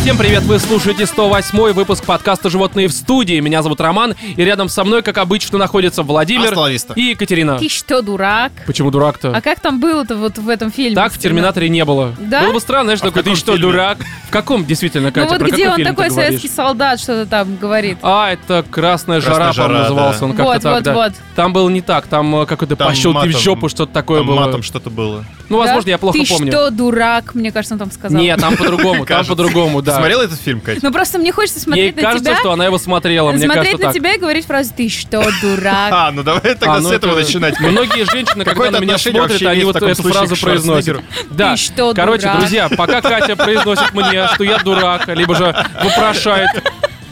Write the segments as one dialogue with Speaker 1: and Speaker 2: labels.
Speaker 1: Всем привет, вы слушаете 108 выпуск подкаста «Животные в студии». Меня зовут Роман, и рядом со мной, как обычно, находятся Владимир
Speaker 2: Остановиста.
Speaker 1: и Екатерина.
Speaker 3: Ты что, дурак?
Speaker 1: Почему дурак-то?
Speaker 3: А как там было-то вот в этом фильме?
Speaker 1: Так в «Терминаторе» не было.
Speaker 3: Да?
Speaker 1: Было бы странно, знаешь,
Speaker 2: А в
Speaker 1: такой, ты
Speaker 2: каком
Speaker 1: что,
Speaker 2: фильме?
Speaker 1: дурак? В каком, действительно,
Speaker 3: Ну
Speaker 1: Катя?
Speaker 3: вот
Speaker 1: про
Speaker 3: где
Speaker 1: какой
Speaker 3: он
Speaker 1: фильм ты
Speaker 3: такой
Speaker 1: говоришь?
Speaker 3: советский солдат что-то там говорит.
Speaker 1: А, это «Красная жара»,
Speaker 2: «Красная
Speaker 1: по-моему,
Speaker 2: жара»,
Speaker 1: назывался
Speaker 2: да.
Speaker 1: он как-то
Speaker 3: Вот,
Speaker 1: так,
Speaker 3: вот,
Speaker 1: да.
Speaker 3: вот.
Speaker 1: Там было не так, там э, какой-то
Speaker 2: Там
Speaker 1: пощел ты в
Speaker 2: матом-
Speaker 1: жопу, что-то такое
Speaker 2: Там
Speaker 1: было.
Speaker 2: матом что-то было.
Speaker 1: Ну, возможно,
Speaker 3: Да?
Speaker 1: я плохо
Speaker 3: Ты
Speaker 1: помню.
Speaker 3: что, дурак? Мне кажется, он там сказал.
Speaker 1: Нет, там по-другому, там
Speaker 2: Кажется.
Speaker 1: по-другому,
Speaker 2: Ты
Speaker 1: да.
Speaker 2: смотрел этот фильм, Катя?
Speaker 3: Ну просто мне хочется
Speaker 1: Ей
Speaker 3: смотреть на
Speaker 1: кажется,
Speaker 3: тебя.
Speaker 1: что она его смотрела, мне
Speaker 3: смотреть
Speaker 1: кажется
Speaker 3: на
Speaker 1: так.
Speaker 3: тебя и говорить фразу «Ты что, дурак?»
Speaker 2: А, ну давай тогда
Speaker 1: А, ну
Speaker 2: с этого
Speaker 1: это-
Speaker 2: начинать.
Speaker 1: Многие женщины, когда
Speaker 2: Какое-то
Speaker 1: на меня
Speaker 2: отношение
Speaker 1: смотрят,
Speaker 2: вообще
Speaker 1: они
Speaker 2: имеет
Speaker 1: вот
Speaker 2: в таком
Speaker 1: эту
Speaker 2: случае
Speaker 1: фразу
Speaker 2: к
Speaker 1: произносят. Да.
Speaker 3: Ты что,
Speaker 1: Короче,
Speaker 3: дурак?
Speaker 1: друзья, пока Катя произносит мне, что я дурак, либо же вопрошает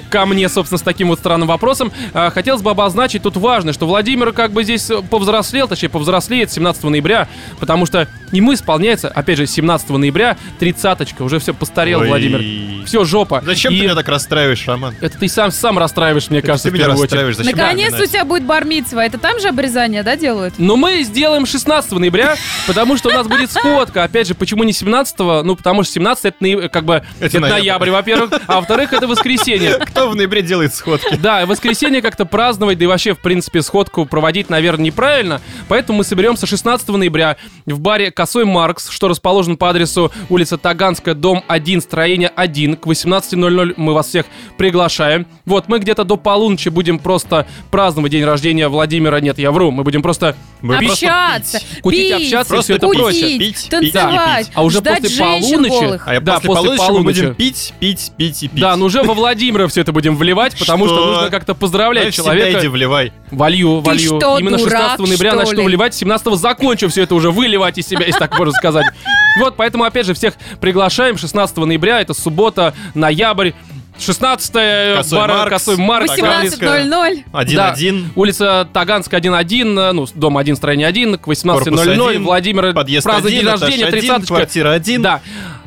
Speaker 1: ко мне, собственно, с таким вот странным вопросом. а, Хотелось бы обозначить, тут важно, что Владимир как бы здесь э, повзрослел, точнее, повзрослеет 17 ноября, потому что ему исполняется, опять же, 17 ноября тридцаточка, уже все постарел,
Speaker 2: Ой.
Speaker 1: Владимир. Все, жопа.
Speaker 2: Зачем
Speaker 1: И
Speaker 2: ты меня так расстраиваешь, Роман?
Speaker 1: Это ты сам, сам расстраиваешь, мне кажется,
Speaker 2: Ты
Speaker 1: в
Speaker 2: меня
Speaker 1: первую очередь.
Speaker 2: расстраиваешь, зачем?
Speaker 3: Наконец-то у
Speaker 2: напоминать?
Speaker 3: тебя будет бармитсва. Это там же обрезание, да, делают?
Speaker 1: Но мы сделаем 16 ноября, потому что у нас будет сходка. Опять же, почему не 17 Ну, потому что 17 это наи- как бы это,
Speaker 2: Это
Speaker 1: ноябрь,
Speaker 2: ноябрь.
Speaker 1: во-первых, а во-вторых, это воскресенье.
Speaker 2: Кто в ноябре делает сходки?
Speaker 1: Да, и воскресенье как-то праздновать, да и вообще, в принципе, сходку проводить, наверное, неправильно. Поэтому мы соберемся 16 ноября в баре «Косой Маркс», что расположен по адресу улица Таганская, дом 1, строение 1. К 18.00 мы вас всех приглашаем. Вот, мы где-то до полуночи будем просто праздновать день рождения Владимира. Нет, я вру, мы будем просто...
Speaker 2: Мы просто
Speaker 3: Общаться,
Speaker 1: пить. Кутить,
Speaker 3: пить,
Speaker 1: общаться,
Speaker 2: и всё это
Speaker 3: кутить,
Speaker 2: прочее. Пить, пить,
Speaker 3: танцевать,
Speaker 2: пить.
Speaker 1: А уже
Speaker 3: ждать
Speaker 1: после
Speaker 3: женщин
Speaker 1: полуночи-
Speaker 3: голых.
Speaker 2: А я
Speaker 1: Да,
Speaker 2: после
Speaker 1: после
Speaker 2: полуночи мы
Speaker 1: полуночи.
Speaker 2: будем пить, пить, пить и пить.
Speaker 1: Да, ну, но уже во Владимира все это будем вливать, потому что,
Speaker 2: Что?
Speaker 1: нужно как-то
Speaker 2: Давай
Speaker 1: поздравлять
Speaker 2: в себя
Speaker 1: человека.
Speaker 2: иди вливай.
Speaker 1: Волью,
Speaker 3: Ты
Speaker 1: волью.
Speaker 3: что,
Speaker 1: Именно
Speaker 3: дурак,
Speaker 1: 16 ноября
Speaker 3: что
Speaker 1: начну
Speaker 3: ли?
Speaker 1: вливать, 17 закончу все это уже выливать из себя, если так можно сказать. Вот, поэтому, опять же, всех приглашаем. 16 ноября, это суббота, ноябрь. 16
Speaker 2: Косой
Speaker 1: бара,
Speaker 2: Маркс.
Speaker 1: косой маркс.
Speaker 2: Восемнадцать. Таганская.
Speaker 3: 18.00.
Speaker 1: Да.
Speaker 2: Один-один.
Speaker 1: Улица Таганская 1-1, э, ну, дом 1, строение 1, к
Speaker 2: Корпус
Speaker 1: 18.00,
Speaker 2: один,
Speaker 1: Владимир,
Speaker 2: подъезд
Speaker 1: праздник
Speaker 2: один,
Speaker 1: день
Speaker 2: этаж
Speaker 1: рождения,
Speaker 2: один,
Speaker 1: 30
Speaker 2: квартира один. А,
Speaker 1: Да.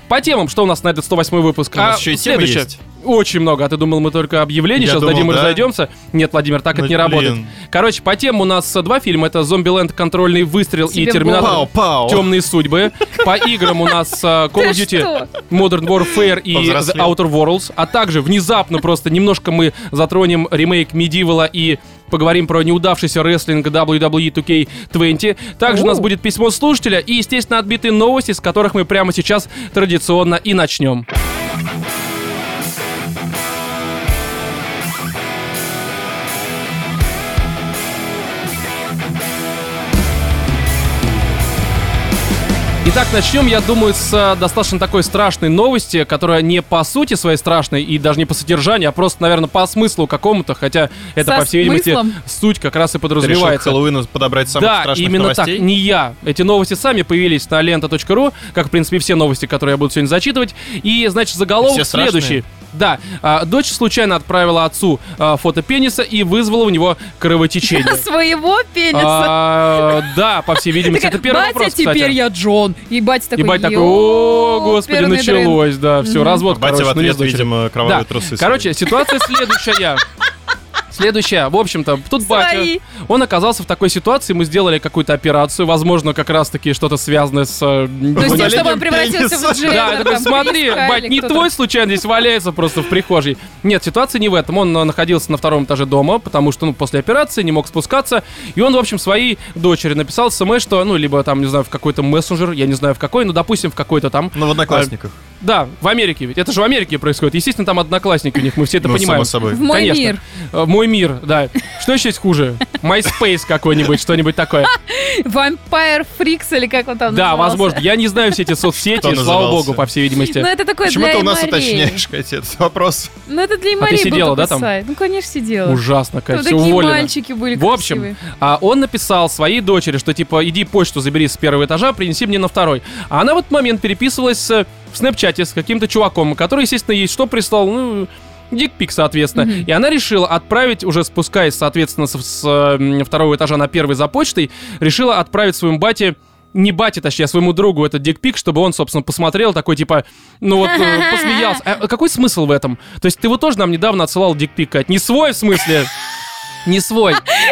Speaker 1: По темам, что у нас на этот 108 выпуск?
Speaker 2: У нас еще и темы есть.
Speaker 1: Очень много. А ты думал, мы только объявление
Speaker 2: Я
Speaker 1: сейчас
Speaker 2: думал,
Speaker 1: дадим и
Speaker 2: да.
Speaker 1: разойдемся? Нет, Владимир, так
Speaker 2: Ну,
Speaker 1: это не работает.
Speaker 2: блин.
Speaker 1: Короче, по темам у нас э, два фильма. Это «Зомбиленд. Контрольный выстрел» и
Speaker 3: Тебе в
Speaker 1: «Терминатор.
Speaker 2: Пау, пау.
Speaker 1: Темные судьбы». По играм у нас э, Call of
Speaker 3: Ты
Speaker 1: Duty,
Speaker 3: что?
Speaker 1: Modern Warfare и The
Speaker 2: Повзрослел.
Speaker 1: Outer Worlds. А также внезапно просто немножко мы затронем ремейк Медивала и поговорим про неудавшийся рестлинг WWE 2K20. Также у нас
Speaker 3: У.
Speaker 1: будет письмо слушателя и, естественно, отбитые новости, с которых мы прямо сейчас традиционно и начнем. Итак, начнем, я думаю, с э, достаточно такой страшной новости, которая не по сути своей страшной и даже не по содержанию, а просто, наверное, по смыслу какому-то, хотя это,
Speaker 3: Со
Speaker 1: по всей видимости,
Speaker 3: смыслом.
Speaker 1: суть как раз и
Speaker 2: Ты решил к
Speaker 1: подразумевается.
Speaker 2: Хэллоуину подобрать самых
Speaker 1: Да,
Speaker 2: страшных
Speaker 1: именно
Speaker 2: новостей?
Speaker 1: так, не я. Эти новости сами появились на лента.ру, как, в принципе, все новости, которые я буду сегодня зачитывать. И, значит, заголовок
Speaker 2: Все страшные?
Speaker 1: следующий. Да, а, дочь случайно отправила отцу а, фото пениса и вызвала у него кровотечение.
Speaker 3: Своего пениса.
Speaker 1: А, Да, по всей видимости,
Speaker 3: Такая,
Speaker 1: это первый
Speaker 3: батя,
Speaker 1: вопрос,
Speaker 3: теперь
Speaker 1: кстати.
Speaker 3: я Джон. И батя такой,
Speaker 1: И батя такой,
Speaker 3: «Ёу,
Speaker 1: о, господи,
Speaker 3: перный дрын».
Speaker 1: началось, да, все, развод,
Speaker 2: Батя
Speaker 1: короче,
Speaker 2: в
Speaker 1: ну, не с
Speaker 2: ответ,
Speaker 1: дочерью.
Speaker 2: видимо,
Speaker 1: Да,
Speaker 2: кровавые трусы.
Speaker 1: короче, ситуация следующая. Следующая, в общем-то, тут
Speaker 3: Свои.
Speaker 1: батя, он оказался в такой ситуации, мы сделали какую-то операцию, возможно, как раз-таки что-то связанное с... э,
Speaker 3: То есть тем,
Speaker 2: Удалением
Speaker 3: чтобы он превратился
Speaker 2: пениса.
Speaker 3: в Джей.
Speaker 1: да, я такой, смотри, бать, не твой случайно здесь валяется просто в прихожей. Нет, ситуация не в этом. Он э, находился на втором этаже дома, потому что, ну, после операции не мог спускаться. И он, в общем, своей дочери написал смс, что, ну, либо там, не знаю, в какой-то мессенджер, я не знаю в какой, ну, допустим, в какой-то там.
Speaker 2: Ну, в одноклассниках.
Speaker 1: Да, в Америке ведь. Это же в Америке происходит. Естественно, там одноклассники у них, мы все это
Speaker 2: Ну,
Speaker 1: понимаем.
Speaker 2: само собой.
Speaker 3: В мой
Speaker 1: Конечно.
Speaker 3: мир.
Speaker 1: Э, Мой мир, да. Что еще есть хуже? MySpace какой-нибудь, что-нибудь такое.
Speaker 3: Vampire Freaks или как он там
Speaker 1: Да,
Speaker 3: назывался.
Speaker 1: возможно. Я не знаю все эти
Speaker 2: Кто
Speaker 1: соцсети, слава
Speaker 2: назывался?
Speaker 1: богу, по всей видимости.
Speaker 3: Ну это такое
Speaker 2: Почему
Speaker 3: для
Speaker 2: ты у нас
Speaker 3: Эмарей.
Speaker 2: уточняешь, Катя, этот вопрос?
Speaker 3: Ну это для
Speaker 1: А ты
Speaker 3: Эмарей был
Speaker 1: сидела, да,
Speaker 3: такой
Speaker 1: там?
Speaker 3: сайт. Ну конечно сидела.
Speaker 1: Ужасно,
Speaker 3: Там
Speaker 1: конечно,
Speaker 3: такие
Speaker 1: уволена.
Speaker 3: мальчики были
Speaker 1: В общем,
Speaker 3: красивые.
Speaker 1: а, он написал своей дочери, что типа иди почту забери с первого этажа, принеси мне на второй. А она в этот момент переписывалась э, в снэпчате с каким-то чуваком, который, естественно, ей что прислал? Ну, дикпик, соответственно. И она решила отправить, уже спускаясь, соответственно, с, с, э, м, второго этажа на первый за почтой, решила отправить своему бате не бате, точнее, а своему другу этот дикпик, чтобы он, собственно, посмотрел, такой, типа, ну вот, э, посмеялся. А какой смысл в этом? То есть ты вот тоже нам недавно отсылал дикпик, Кать. Не свой, в смысле? Не свой.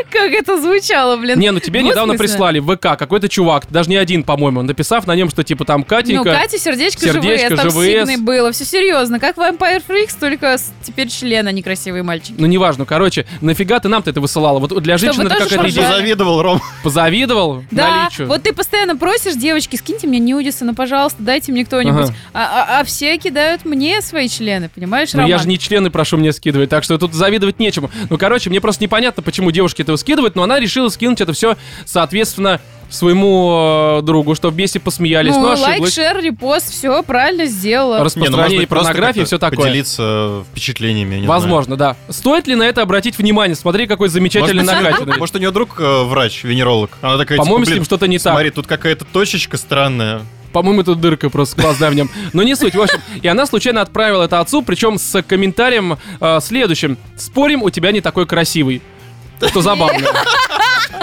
Speaker 3: как это звучало, блин.
Speaker 1: Не, ну тебе недавно
Speaker 3: Двусмысленно.
Speaker 1: прислали в ВК какой-то чувак, даже не один, по-моему, написав на нем, что типа там
Speaker 3: Ну,
Speaker 1: Катенька...
Speaker 3: Катя, сердечко,
Speaker 1: Сердечко,
Speaker 3: ЖВС, там
Speaker 1: ЖВС.
Speaker 3: сильный было, все серьезно, как Vampire Freaks, только с- теперь члены некрасивые мальчики.
Speaker 1: Ну, неважно, короче, нафига ты нам-то это высылала? Вот для
Speaker 3: Чтобы
Speaker 1: женщин это
Speaker 3: тоже
Speaker 1: какая-то
Speaker 2: Ты
Speaker 1: идея.
Speaker 3: поржали.
Speaker 2: позавидовал, Ром.
Speaker 1: Позавидовал
Speaker 3: Да,
Speaker 1: наличию.
Speaker 3: вот ты постоянно просишь, девочки, скиньте мне Ньюдисона, пожалуйста, дайте мне кто-нибудь.
Speaker 1: Ага.
Speaker 3: А, а- а все кидают мне свои члены, понимаешь,
Speaker 1: Ну
Speaker 3: Роман?
Speaker 1: я же не члены прошу мне скидывать, так что тут завидовать нечему. Ну, короче, мне просто непонятно, почему девушки этого скидывают, но она решила скинуть это все, соответственно, своему э, другу, чтобы вместе посмеялись.
Speaker 3: Ну,
Speaker 1: Ну,
Speaker 3: лайк,
Speaker 1: ошиблась.
Speaker 3: шер, репост, все правильно сделала.
Speaker 1: Рас-
Speaker 2: ну,
Speaker 1: Распространение порнографии,
Speaker 2: как-то
Speaker 1: всё такое.
Speaker 2: Поделиться э, впечатлениями, я не
Speaker 1: Возможно, да. Стоит ли на это обратить внимание? Смотри, какой
Speaker 2: знаю.
Speaker 1: замечательный
Speaker 2: Может,
Speaker 1: накатанный.
Speaker 2: может, у нее друг э, врач, венеролог. Она такая, типа,
Speaker 1: По-моему, с
Speaker 2: «Блин,
Speaker 1: ним что-то не так.
Speaker 2: Смотри, тут какая-то точечка странная.
Speaker 1: По-моему, это дырка просто сквозная в нем. Но не суть. В общем, и она случайно отправила это отцу, причем с комментарием э, следующим. Спорим, у тебя не такой красивый. Что забавно.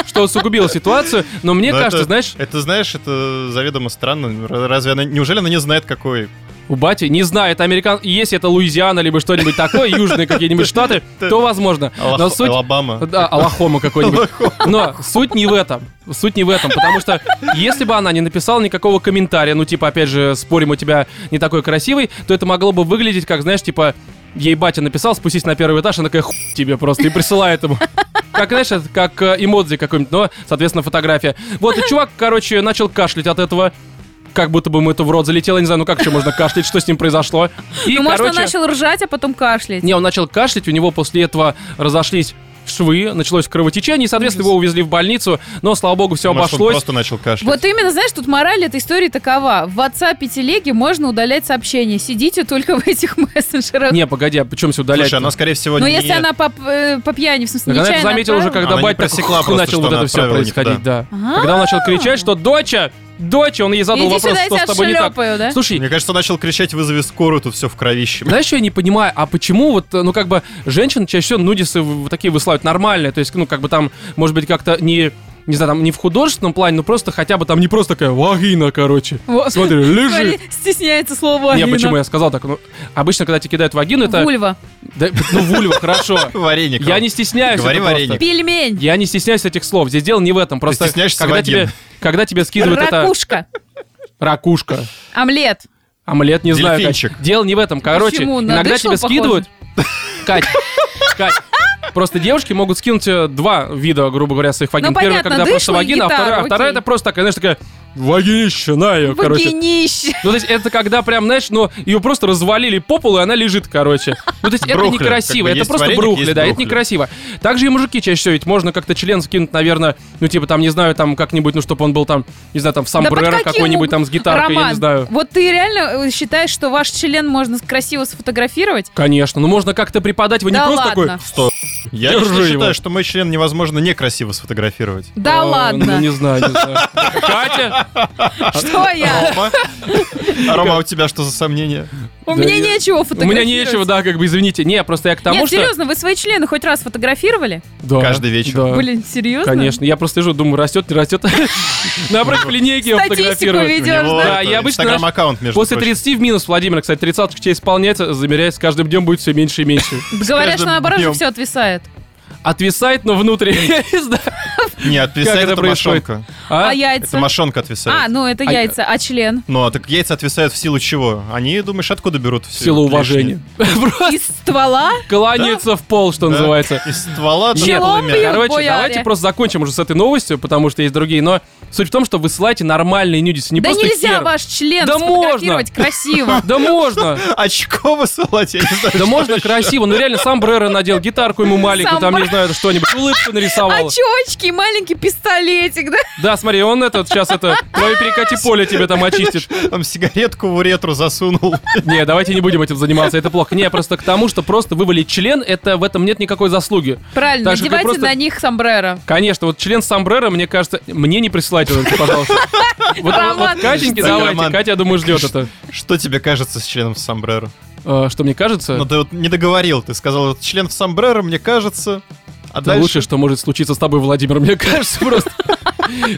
Speaker 1: Что усугубило ситуацию. Но мне
Speaker 2: Но
Speaker 1: кажется,
Speaker 2: это-
Speaker 1: знаешь,
Speaker 2: Это, знаешь, это заведомо странно. Р- Разве она... Неужели она не знает, какой...
Speaker 1: у бати, не знаю, это американ... Если это Луизиана, либо что-нибудь такое, южные какие-нибудь штаты, то возможно. Но
Speaker 2: Алах-
Speaker 1: суть...
Speaker 2: Алабама?
Speaker 1: Да, Алахома какой-нибудь.
Speaker 2: Алахо-
Speaker 1: Но суть не в этом. Суть не в этом, потому что если бы она не написала никакого комментария, ну типа, опять же, спорим, у тебя не такой красивый, то это могло бы выглядеть как, знаешь, типа, ей батя написал, спустись на первый этаж, она такая, хуй тебе просто, и присылает ему. Как, знаешь, это как э, эмодзи какой-нибудь, но, соответственно, фотография. Вот, и чувак, короче, начал кашлять от этого. Как будто бы ему это в рот залетело, я не знаю, ну как еще можно кашлять, что с ним произошло. И,
Speaker 3: ну, может, он
Speaker 1: короче,
Speaker 3: начал ржать, а потом кашлять.
Speaker 1: не, он начал кашлять, у него после этого разошлись швы, началось кровотечение, и, соответственно, его увезли в больницу, но, слава богу, все
Speaker 2: Может, он
Speaker 1: обошлось.
Speaker 2: просто начал кашлять.
Speaker 3: Вот именно, знаешь, тут мораль этой истории такова. В WhatsApp и телеге можно удалять сообщения. Сидите только в этих мессенджерах.
Speaker 1: Не, погоди, а причем все удалять?
Speaker 2: Слушай, она, скорее всего,
Speaker 3: Но
Speaker 1: Ну,
Speaker 2: не...
Speaker 3: если она по, э, по пьяни, в смысле,
Speaker 1: Так она это
Speaker 3: нечаянно
Speaker 1: заметила уже,
Speaker 3: отправила.
Speaker 1: когда
Speaker 2: Она не
Speaker 1: бать так
Speaker 2: просекла
Speaker 1: хух,
Speaker 2: просто,
Speaker 1: начал
Speaker 2: что
Speaker 1: вот
Speaker 2: она
Speaker 1: это все
Speaker 2: отправила не
Speaker 1: происходить, да.
Speaker 3: А-а-а.
Speaker 1: Когда он начал кричать, что «Доча! Доча!» Он ей задал
Speaker 3: Иди
Speaker 1: вопрос,
Speaker 3: сюда, я
Speaker 1: что с
Speaker 3: тебя
Speaker 1: тобой не так.
Speaker 3: отшлепаю, да?
Speaker 1: Слушай,
Speaker 2: Мне кажется, он начал кричать «вызови скорую», тут все в кровище.
Speaker 1: Знаешь, что я не понимаю, а почему вот, э, ну, как бы, женщин чаще всего нудисы в- в такие высылают нормальные, то есть, ну, как бы там, может быть, как-то не, не знаю, там, не в художественном плане, но просто хотя бы там не просто такая вагина, короче.
Speaker 3: Во.
Speaker 1: Смотри, лежит.
Speaker 3: Смотри, Стесняется слово
Speaker 1: Не, почему я сказал так? Ну, обычно, когда тебе кидают вагину, это...
Speaker 3: Вульва.
Speaker 1: Да, ну, вульва, хорошо.
Speaker 2: Вареник.
Speaker 1: Я
Speaker 2: Ром.
Speaker 1: не стесняюсь.
Speaker 2: Говори
Speaker 1: это просто.
Speaker 2: вареник.
Speaker 3: Пельмень.
Speaker 1: Я не стесняюсь этих слов. Здесь дело не в этом. Просто
Speaker 2: стесняешься
Speaker 1: когда
Speaker 2: вагин.
Speaker 1: тебе, когда тебе скидывают это
Speaker 3: Ракушка.
Speaker 1: ракушка,
Speaker 3: Омлет.
Speaker 1: омлет, не знаю. как.
Speaker 2: Дельфинчик.
Speaker 1: Дело не в этом. Короче,
Speaker 3: Почему? На
Speaker 1: иногда
Speaker 3: дышло
Speaker 1: тебе скидывают. Кать, Кать. Просто девушки могут скинуть э, два вида, грубо говоря, своих вагин. Первая,
Speaker 3: Ну, понятно,
Speaker 1: когда просто
Speaker 3: дышло и
Speaker 1: вагина, а
Speaker 3: гитара,
Speaker 1: вторая, а
Speaker 3: окей.
Speaker 1: вторая это просто такая, знаешь, такая вагинища, на ее, Ну, короче.
Speaker 3: Вагинище.
Speaker 1: Ну, то есть это когда прям, знаешь, ну, ее просто развалили по полу, и она лежит, короче. Ну, то есть это
Speaker 2: Брухля. Как
Speaker 1: некрасиво,
Speaker 2: бы
Speaker 1: это
Speaker 2: есть
Speaker 1: просто
Speaker 2: вареник,
Speaker 1: брухли,
Speaker 2: есть
Speaker 1: да, это
Speaker 2: брухля.
Speaker 1: некрасиво. Также и мужики чаще всего, ведь можно как-то член скинуть, наверное, ну, типа там, не знаю, там как-нибудь, ну, чтобы он был там, не знаю, там в
Speaker 3: Да под
Speaker 1: сомбреро
Speaker 3: каким
Speaker 1: какой-нибудь
Speaker 3: уг-
Speaker 1: там с гитаркой, я
Speaker 3: Роман,
Speaker 1: не знаю.
Speaker 3: вот ты реально э, считаешь, что ваш член можно красиво сфотографировать?
Speaker 1: Конечно, ну можно как-то преподать, вы не
Speaker 3: Да
Speaker 1: просто
Speaker 3: ладно.
Speaker 1: такой...
Speaker 2: Сто. Я
Speaker 1: Держи
Speaker 2: лично
Speaker 1: его.
Speaker 2: считаю, что мой член невозможно некрасиво сфотографировать.
Speaker 3: Да
Speaker 1: «Э, Ну,
Speaker 3: ладно.
Speaker 1: не знаю, не знаю. Катя?
Speaker 3: Что я?
Speaker 2: Рома, А, Рома, а у тебя что за сомнения?
Speaker 3: У
Speaker 1: Да
Speaker 3: меня
Speaker 1: я-
Speaker 3: нечего
Speaker 1: У
Speaker 3: фотографировать.
Speaker 1: меня нечего, да, как бы, извините. Не, просто я к тому,
Speaker 3: Нет,
Speaker 1: что...
Speaker 3: серьезно, вы свои члены хоть раз фотографировали?
Speaker 1: Да,
Speaker 2: Каждый вечер.
Speaker 1: да.
Speaker 3: Блин, серьезно?
Speaker 1: Э, Конечно, я просто лежу, думаю, растет, не растет. Напротив
Speaker 2: Ну,
Speaker 1: линейки я
Speaker 3: Статистику
Speaker 1: фотографирую.
Speaker 2: У
Speaker 3: ведешь,
Speaker 2: него
Speaker 3: да?
Speaker 1: да,
Speaker 2: это
Speaker 1: я обычно, знаешь,
Speaker 2: Инстаграм-аккаунт, между
Speaker 1: После
Speaker 2: прочим.
Speaker 1: 30 в минус, Владимир, кстати, 30 в честь исполняется, замеряясь, с каждым днем будет все меньше и меньше.
Speaker 3: Говорят, что
Speaker 2: каждым
Speaker 3: наоборот
Speaker 2: днем.
Speaker 3: все отвисает.
Speaker 1: Отвисает, но внутри. Я не знаю.
Speaker 2: Не,
Speaker 1: Как
Speaker 2: отвисает
Speaker 1: это
Speaker 2: это
Speaker 1: происходит?
Speaker 2: мошонка.
Speaker 1: А?
Speaker 3: А
Speaker 2: Это
Speaker 3: яйца?
Speaker 2: мошонка отвисает.
Speaker 3: А, ну это
Speaker 1: А я-
Speaker 3: яйца, а член?
Speaker 2: Ну, а так яйца отвисают в силу чего? Они, думаешь, откуда берут?
Speaker 1: В силу уважения. Просто
Speaker 3: Из ствола?
Speaker 1: кланяется в пол, что называется.
Speaker 2: Из ствола до
Speaker 1: Нет,
Speaker 3: Челом
Speaker 2: полумя.
Speaker 3: бьют,
Speaker 1: Короче,
Speaker 3: бояре.
Speaker 1: давайте просто закончим уже с этой новостью, потому что есть другие. Но суть в том, что высылайте нормальные нюдисы, не
Speaker 3: Да
Speaker 1: просто
Speaker 3: нельзя
Speaker 1: хер.
Speaker 3: ваш член
Speaker 1: Да
Speaker 3: сфотографировать красиво.
Speaker 1: Да можно!
Speaker 2: Очко высылать, я не знаю.
Speaker 1: Да можно красиво, ну реально сам Брера надел, гитарку ему маленькую, там, не знаю, что-нибудь, улыбку нарисовал.
Speaker 3: Очечки, А маленький пистолетик, да?
Speaker 1: Да, смотри, он этот сейчас это, твое перекати поле тебе там очистит.
Speaker 2: Там сигаретку в уретру засунул.
Speaker 1: Не, давайте не будем этим заниматься, это плохо. Не, просто к тому, что просто вывалить член, это в этом нет никакой заслуги.
Speaker 3: Правильно,
Speaker 1: Так что ты
Speaker 3: надевайте
Speaker 1: просто-
Speaker 3: на них сомбреро.
Speaker 1: Конечно, вот член сомбреро, мне кажется, мне не присылайте, вот, пожалуйста. Вот,
Speaker 3: Роман.
Speaker 1: вот Катеньке
Speaker 2: Так,
Speaker 1: давайте,
Speaker 2: Роман.
Speaker 1: Катя, я думаю, ждет это.
Speaker 2: Что тебе кажется с членом в сомбреро?
Speaker 1: Э, Что мне кажется,
Speaker 2: Ну, ты вот не договорил. Ты сказал, вот член в сомбреро, мне кажется. А
Speaker 1: это
Speaker 2: дальше...
Speaker 1: лучшее, что может случиться с тобой, Владимир, мне кажется, просто.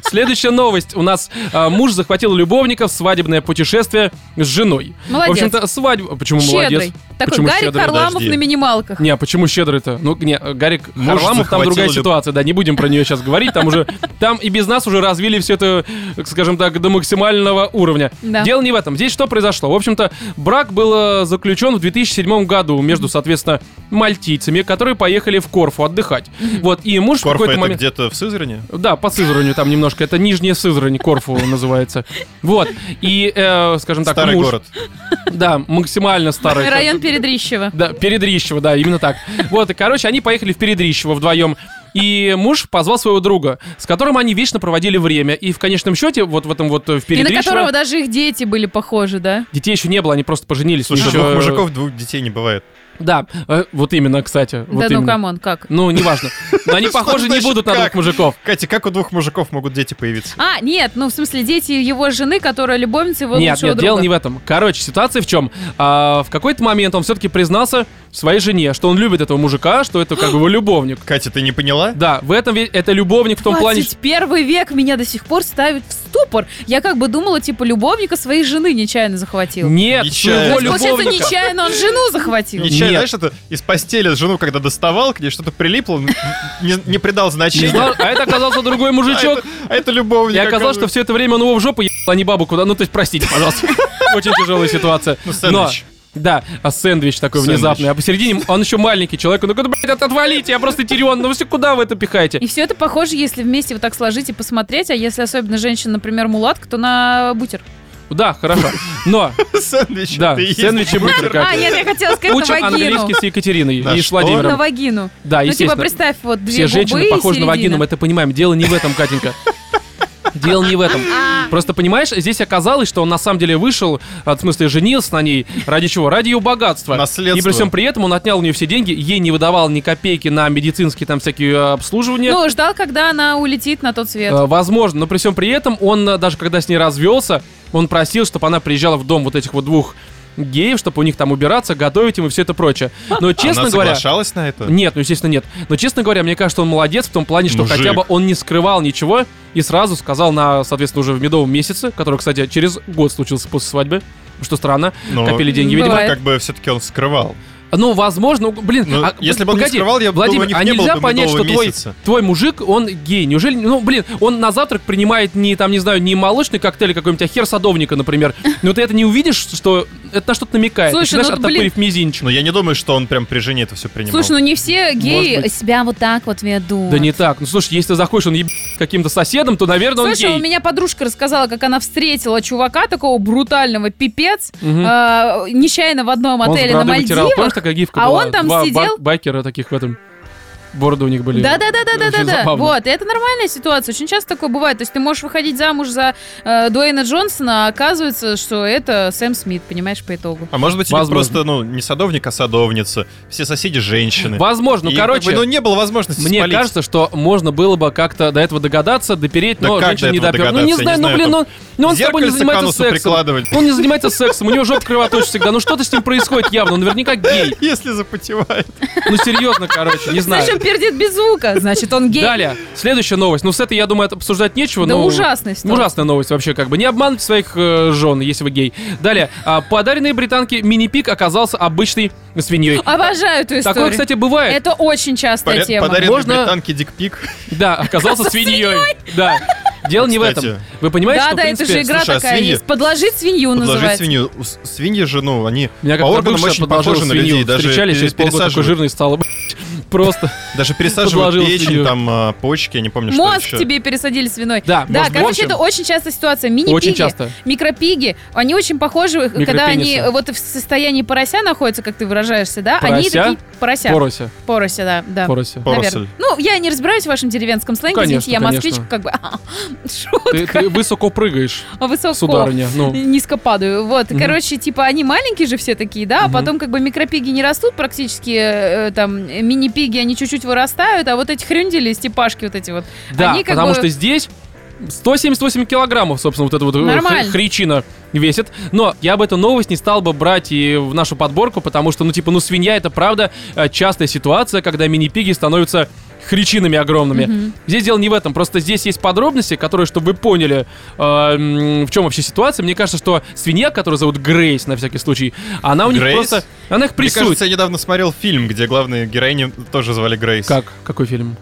Speaker 1: Следующая новость. У нас э, муж захватил любовника в свадебное путешествие с женой. В
Speaker 3: Молодец.
Speaker 1: общем-то, свадьба... Почему
Speaker 3: Щедрый.
Speaker 1: молодец?
Speaker 3: Такой
Speaker 1: Почему
Speaker 3: Гарик
Speaker 1: щедрый?
Speaker 3: Харламов
Speaker 2: Подожди.
Speaker 3: на минималках.
Speaker 1: Не, а почему щедрый-то? Ну, не, э, Гарик
Speaker 2: Муж
Speaker 1: Харламов, там
Speaker 2: захватил
Speaker 1: другая
Speaker 2: люб-
Speaker 1: ситуация, да, не будем про нее сейчас говорить, там уже, там и без нас уже развили все это, э, скажем так, до максимального уровня.
Speaker 3: Да.
Speaker 1: Дело не в этом, здесь что произошло? В общем-то, брак был э, заключен в 2007 году между, соответственно, мальтийцами, которые поехали в Корфу отдыхать. Вот, и муж в
Speaker 2: Корфа
Speaker 1: какой-то
Speaker 2: это
Speaker 1: момент...
Speaker 2: где-то в Сызрани?
Speaker 1: Да, по Сызранью там немножко. Это Нижняя Сызрань, Корфу называется. Вот. И, э, скажем так,
Speaker 2: Старый
Speaker 1: муж...
Speaker 2: город.
Speaker 1: Да, максимально старый.
Speaker 3: Район Передрищева.
Speaker 1: Да, Передрищево, да, именно так. Вот, и, короче, они поехали в Передрищево вдвоем. И муж позвал своего друга, с которым они вечно проводили время. И в конечном счете, вот в этом вот э, в
Speaker 3: И на
Speaker 1: Передрищево...
Speaker 3: которого даже их дети были похожи, да?
Speaker 1: Детей еще не было, они просто поженились.
Speaker 2: Слушай,
Speaker 1: Еще-
Speaker 2: двух мужиков, двух детей не бывает.
Speaker 1: Да, э, вот именно, кстати. вот
Speaker 3: да ну
Speaker 1: именно.
Speaker 3: камон, как?
Speaker 1: Ну, неважно. Но они
Speaker 2: Что
Speaker 1: похожи не
Speaker 2: значит
Speaker 1: будут на двух
Speaker 2: как?
Speaker 1: мужиков.
Speaker 2: Катя, как у двух мужиков могут дети появиться?
Speaker 3: А, нет, ну в смысле дети его жены, которая любовница его
Speaker 1: Нет,
Speaker 3: лучшего
Speaker 1: нет,
Speaker 3: друга.
Speaker 1: дело не в этом. Короче, ситуация в чем? А, в какой-то момент он все-таки признался своей жене, что он любит этого мужика, что это как бы его любовник.
Speaker 2: Катя, ты не поняла?
Speaker 1: Да, в этом ведь это любовник в том плане, что...
Speaker 3: 21 век меня до сих пор ставит в ступор. Я как бы думала, типа, любовника своей жены нечаянно захватил.
Speaker 1: Нет,
Speaker 2: Нечаянно.
Speaker 1: своего
Speaker 2: То есть,
Speaker 3: Получается,
Speaker 1: любовника.
Speaker 3: нечаянно он жену захватил.
Speaker 2: Нечаянно,
Speaker 1: Нет.
Speaker 2: знаешь, это из постели жену, когда доставал, к ней что-то прилипло, он не, не придал
Speaker 1: Не
Speaker 2: значения.
Speaker 1: знал, а это оказался другой
Speaker 2: А
Speaker 1: мужичок.
Speaker 2: это, а это любовник.
Speaker 1: И оказалось, что все это время он его в жопу ебал, а не бабу куда. Ну, то есть, простите, пожалуйста. Очень тяжелая ситуация.
Speaker 2: Ну, сэндвич.
Speaker 1: Но- Да, а сэндвич такой
Speaker 2: Сэндвич.
Speaker 1: внезапный. А посередине он еще маленький человек. Он такой, «Да, блядь, от- отвалите, я просто тирион. Ну вы все куда вы это пихаете?
Speaker 3: И все это похоже, если вместе вот так сложить и посмотреть, а если особенно женщина, например, мулатка, то на бутер.
Speaker 1: Да, хорошо. Но,
Speaker 2: оказалось. Сэндвич.
Speaker 1: да,
Speaker 2: ты и есть.
Speaker 1: сэндвичи бутер
Speaker 3: А,
Speaker 1: как.
Speaker 3: нет, я хотела сказать
Speaker 1: Куча
Speaker 3: на вагину.
Speaker 1: английский с Екатериной
Speaker 2: На
Speaker 1: и с
Speaker 2: что?
Speaker 3: На
Speaker 1: Владимиром.
Speaker 3: вагину.
Speaker 1: Да,
Speaker 3: Ну, типа,
Speaker 1: естественно.
Speaker 3: представь, вот две
Speaker 1: Все
Speaker 3: губы
Speaker 1: женщины
Speaker 3: и
Speaker 1: похожи на вагину,
Speaker 3: середина.
Speaker 1: мы это понимаем. Дело не в этом, Катенька. Дело не в этом.
Speaker 3: А.
Speaker 1: Просто понимаешь, здесь оказалось, что он на самом деле вышел, а, в смысле женился на ней. Ради чего? Ради ее богатства.
Speaker 2: Наследство.
Speaker 1: И при всем при этом он отнял у нее все деньги, ей не выдавал ни копейки на медицинские там всякие э, обслуживания.
Speaker 3: Ну, ждал, когда она улетит на тот свет.
Speaker 1: Э, Возможно, но при всем при этом он, э, даже когда с ней развелся, он просил, чтобы она приезжала в дом вот этих вот двух геев, чтобы у них там убираться, готовить им и все это прочее.
Speaker 3: А.
Speaker 1: Но, честно
Speaker 2: Она
Speaker 1: говоря,
Speaker 2: соглашалась на это?
Speaker 1: нет, ну естественно нет. Но честно говоря, мне кажется, он молодец в том плане, что
Speaker 2: Мужик.
Speaker 1: хотя бы он не скрывал ничего и сразу сказал на, соответственно, уже в медовом месяце, который, кстати, через год случился после свадьбы, что странно,
Speaker 2: Но-
Speaker 1: копили деньги,
Speaker 3: Бывает.
Speaker 1: видимо.
Speaker 2: Как бы все-таки он скрывал.
Speaker 1: Ну, возможно, у- блин,
Speaker 2: Ну,
Speaker 1: а,
Speaker 2: если бы он не
Speaker 1: погоди,
Speaker 2: скрывал, я бы
Speaker 1: Владимир,
Speaker 2: думаю, у них
Speaker 1: а
Speaker 2: не было
Speaker 1: нельзя
Speaker 2: бы
Speaker 1: понять, что
Speaker 2: медового
Speaker 1: твой,
Speaker 2: месяца.
Speaker 1: твой мужик, он гей. Неужели, ну, блин, он на завтрак принимает не, там, не знаю, не молочный коктейль а какой-нибудь, а хер садовника, например. Но ты это не увидишь, что это на что-то намекает. Ты
Speaker 3: Слушай,
Speaker 1: знаешь,
Speaker 3: ну, блин.
Speaker 1: оттопырив мизинчик.
Speaker 2: Но я не думаю, что он прям при жене это все принимал.
Speaker 3: Слушай, ну не все геи
Speaker 1: Может быть.
Speaker 3: себя вот так вот ведут.
Speaker 1: Да не так. Ну, слушай, если ты захочешь, он еб... каким-то соседом, то, наверное, он
Speaker 3: Слушай,
Speaker 1: гей.
Speaker 3: у меня подружка рассказала, как она встретила чувака такого брутального пипец
Speaker 1: Мгм.
Speaker 3: а, нечаянно в одном
Speaker 1: Он с
Speaker 3: отеле на
Speaker 1: бородой вытирал. Помнишь,
Speaker 3: Мальдивах.
Speaker 1: такая гифка
Speaker 3: а
Speaker 1: была?
Speaker 3: он там
Speaker 1: Два
Speaker 3: сидел-
Speaker 1: бак- байкера таких в этом... Бороды у них были.
Speaker 3: Да, да, да, да, да, да,
Speaker 1: Очень
Speaker 3: да.
Speaker 1: забавно.
Speaker 3: Вот, и это нормальная ситуация. Очень часто такое бывает. То есть ты можешь выходить замуж за э, Дуэйна Джонсона, а оказывается, что это Сэм Смит, понимаешь, по итогу.
Speaker 2: А может быть, у них
Speaker 1: Возможно.
Speaker 2: просто, ну, не садовник, а садовница. Все соседи женщины.
Speaker 1: Возможно,
Speaker 2: И
Speaker 1: ну,
Speaker 2: как
Speaker 1: короче...
Speaker 2: бы, ну, не было возможности
Speaker 1: Мне
Speaker 2: спалить.
Speaker 1: кажется, что можно было бы как-то до этого догадаться, допереть,
Speaker 2: Да
Speaker 1: но
Speaker 2: как
Speaker 1: женщина
Speaker 2: до
Speaker 1: не
Speaker 2: этого
Speaker 1: допер. Ну, не
Speaker 2: догадаться? Я
Speaker 1: знаю,
Speaker 2: не
Speaker 1: ну,
Speaker 2: знаю,
Speaker 1: блин,
Speaker 2: там
Speaker 1: он, ну, он с тобой не
Speaker 2: зеркальце к
Speaker 1: занимается
Speaker 2: анусу
Speaker 1: сексом.
Speaker 2: прикладывали.
Speaker 1: Он не занимается сексом, у него жопа кровоточит всегда. Ну, что-то с ним происходит явно, он наверняка гей.
Speaker 2: Если запотевает.
Speaker 1: Ну, серьезно, короче, не знаю.
Speaker 3: Слышим, пердит без звука. Значит, он гей.
Speaker 1: Далее, ну, следующая новость. Ну, с этой, я думаю, это обсуждать нечего.
Speaker 3: Да
Speaker 1: но...
Speaker 3: ужасный стал.
Speaker 1: Ужасная новость вообще, как бы. Не обманывайте своих э, жен, если вы гей. Далее, а, подаренный британке мини-пик оказался обычной свиньей.
Speaker 3: Обожаю эту историю.
Speaker 1: Такое, кстати, бывает.
Speaker 3: Это очень частая
Speaker 2: Поря-
Speaker 3: тема.
Speaker 2: Подаренный
Speaker 1: Можно-
Speaker 2: британке дикпик.
Speaker 1: Да, оказался свиньей. Да. Дело не в этом.
Speaker 2: Кстати.
Speaker 1: Вы понимаете,
Speaker 3: Да,
Speaker 1: что, ну, в
Speaker 3: да, это же
Speaker 1: принципе,
Speaker 3: игра
Speaker 2: слушай, а
Speaker 3: такая
Speaker 2: свиньи?
Speaker 3: есть. Подложить свинью
Speaker 2: Подложить
Speaker 3: Ну, называется.
Speaker 2: свинью. У с- Свиньи жену, они
Speaker 1: Меня
Speaker 2: по
Speaker 1: как-то
Speaker 2: органам
Speaker 1: бывшая
Speaker 2: очень
Speaker 1: подложила
Speaker 2: похожи на
Speaker 1: свинью.
Speaker 2: людей. Даже
Speaker 1: Встречались, через
Speaker 2: через
Speaker 1: полгода такой
Speaker 2: пересаживают,
Speaker 1: жирный стал. блядь. Просто.
Speaker 2: даже пересаживают
Speaker 1: подложила свинью.
Speaker 2: печень, там а, почки, я не помню, что
Speaker 3: Мозг
Speaker 2: еще.
Speaker 3: тебе пересадили свиной.
Speaker 1: Да,
Speaker 3: да
Speaker 1: мозг.
Speaker 3: короче,
Speaker 1: В общем,
Speaker 3: это очень частая ситуация. Мини-пиги,
Speaker 1: Очень часто.
Speaker 3: микропиги, они очень похожи, когда они
Speaker 1: Микропенисы.
Speaker 3: вот в состоянии порося находятся, как ты выражаешься, да? Они
Speaker 1: Порося?
Speaker 3: такие порося.
Speaker 1: Порося.
Speaker 3: Порося, да, да.
Speaker 1: Порося.
Speaker 2: Поросель.
Speaker 3: Наверное. Ну, я не разбираюсь в вашем деревенском сленге,
Speaker 1: Конечно,
Speaker 3: извините, я
Speaker 1: конечно.
Speaker 3: москвич, как бы, шутка,
Speaker 1: Ты, ты высоко прыгаешь,
Speaker 3: высоко.
Speaker 1: сударыня. Ну,
Speaker 3: Низко падаю. Вот,
Speaker 1: Мгм.
Speaker 3: короче, типа они маленькие же все такие, да, а
Speaker 1: Мгм.
Speaker 3: потом как бы микропиги не растут практически, э, там э, мини-пиги, они чуть-чуть вырастают, а вот эти хрюндели, степашки вот эти вот,
Speaker 1: да,
Speaker 3: они как
Speaker 1: потому
Speaker 3: бы-
Speaker 1: что здесь 178 килограммов, собственно, вот эта вот э,
Speaker 3: Нормально.
Speaker 1: хр- хричина весит. Но я бы эту новость не стал бы брать и в нашу подборку, потому что, ну, типа, ну, свинья — это правда э, частая ситуация, когда мини-пиги становятся хричинами огромными.
Speaker 3: Мгм.
Speaker 1: Здесь дело не в этом, просто здесь есть подробности, которые, чтобы вы поняли, э, м, в чем вообще ситуация. Мне кажется, что свинья, которую зовут Грейс, на всякий случай, она у них
Speaker 2: Грейс?
Speaker 1: просто... Она их
Speaker 2: Мне
Speaker 1: прессует.
Speaker 2: кажется, я недавно смотрел фильм, где главную героиню тоже звали Грейс.
Speaker 1: Как? Какой фильм?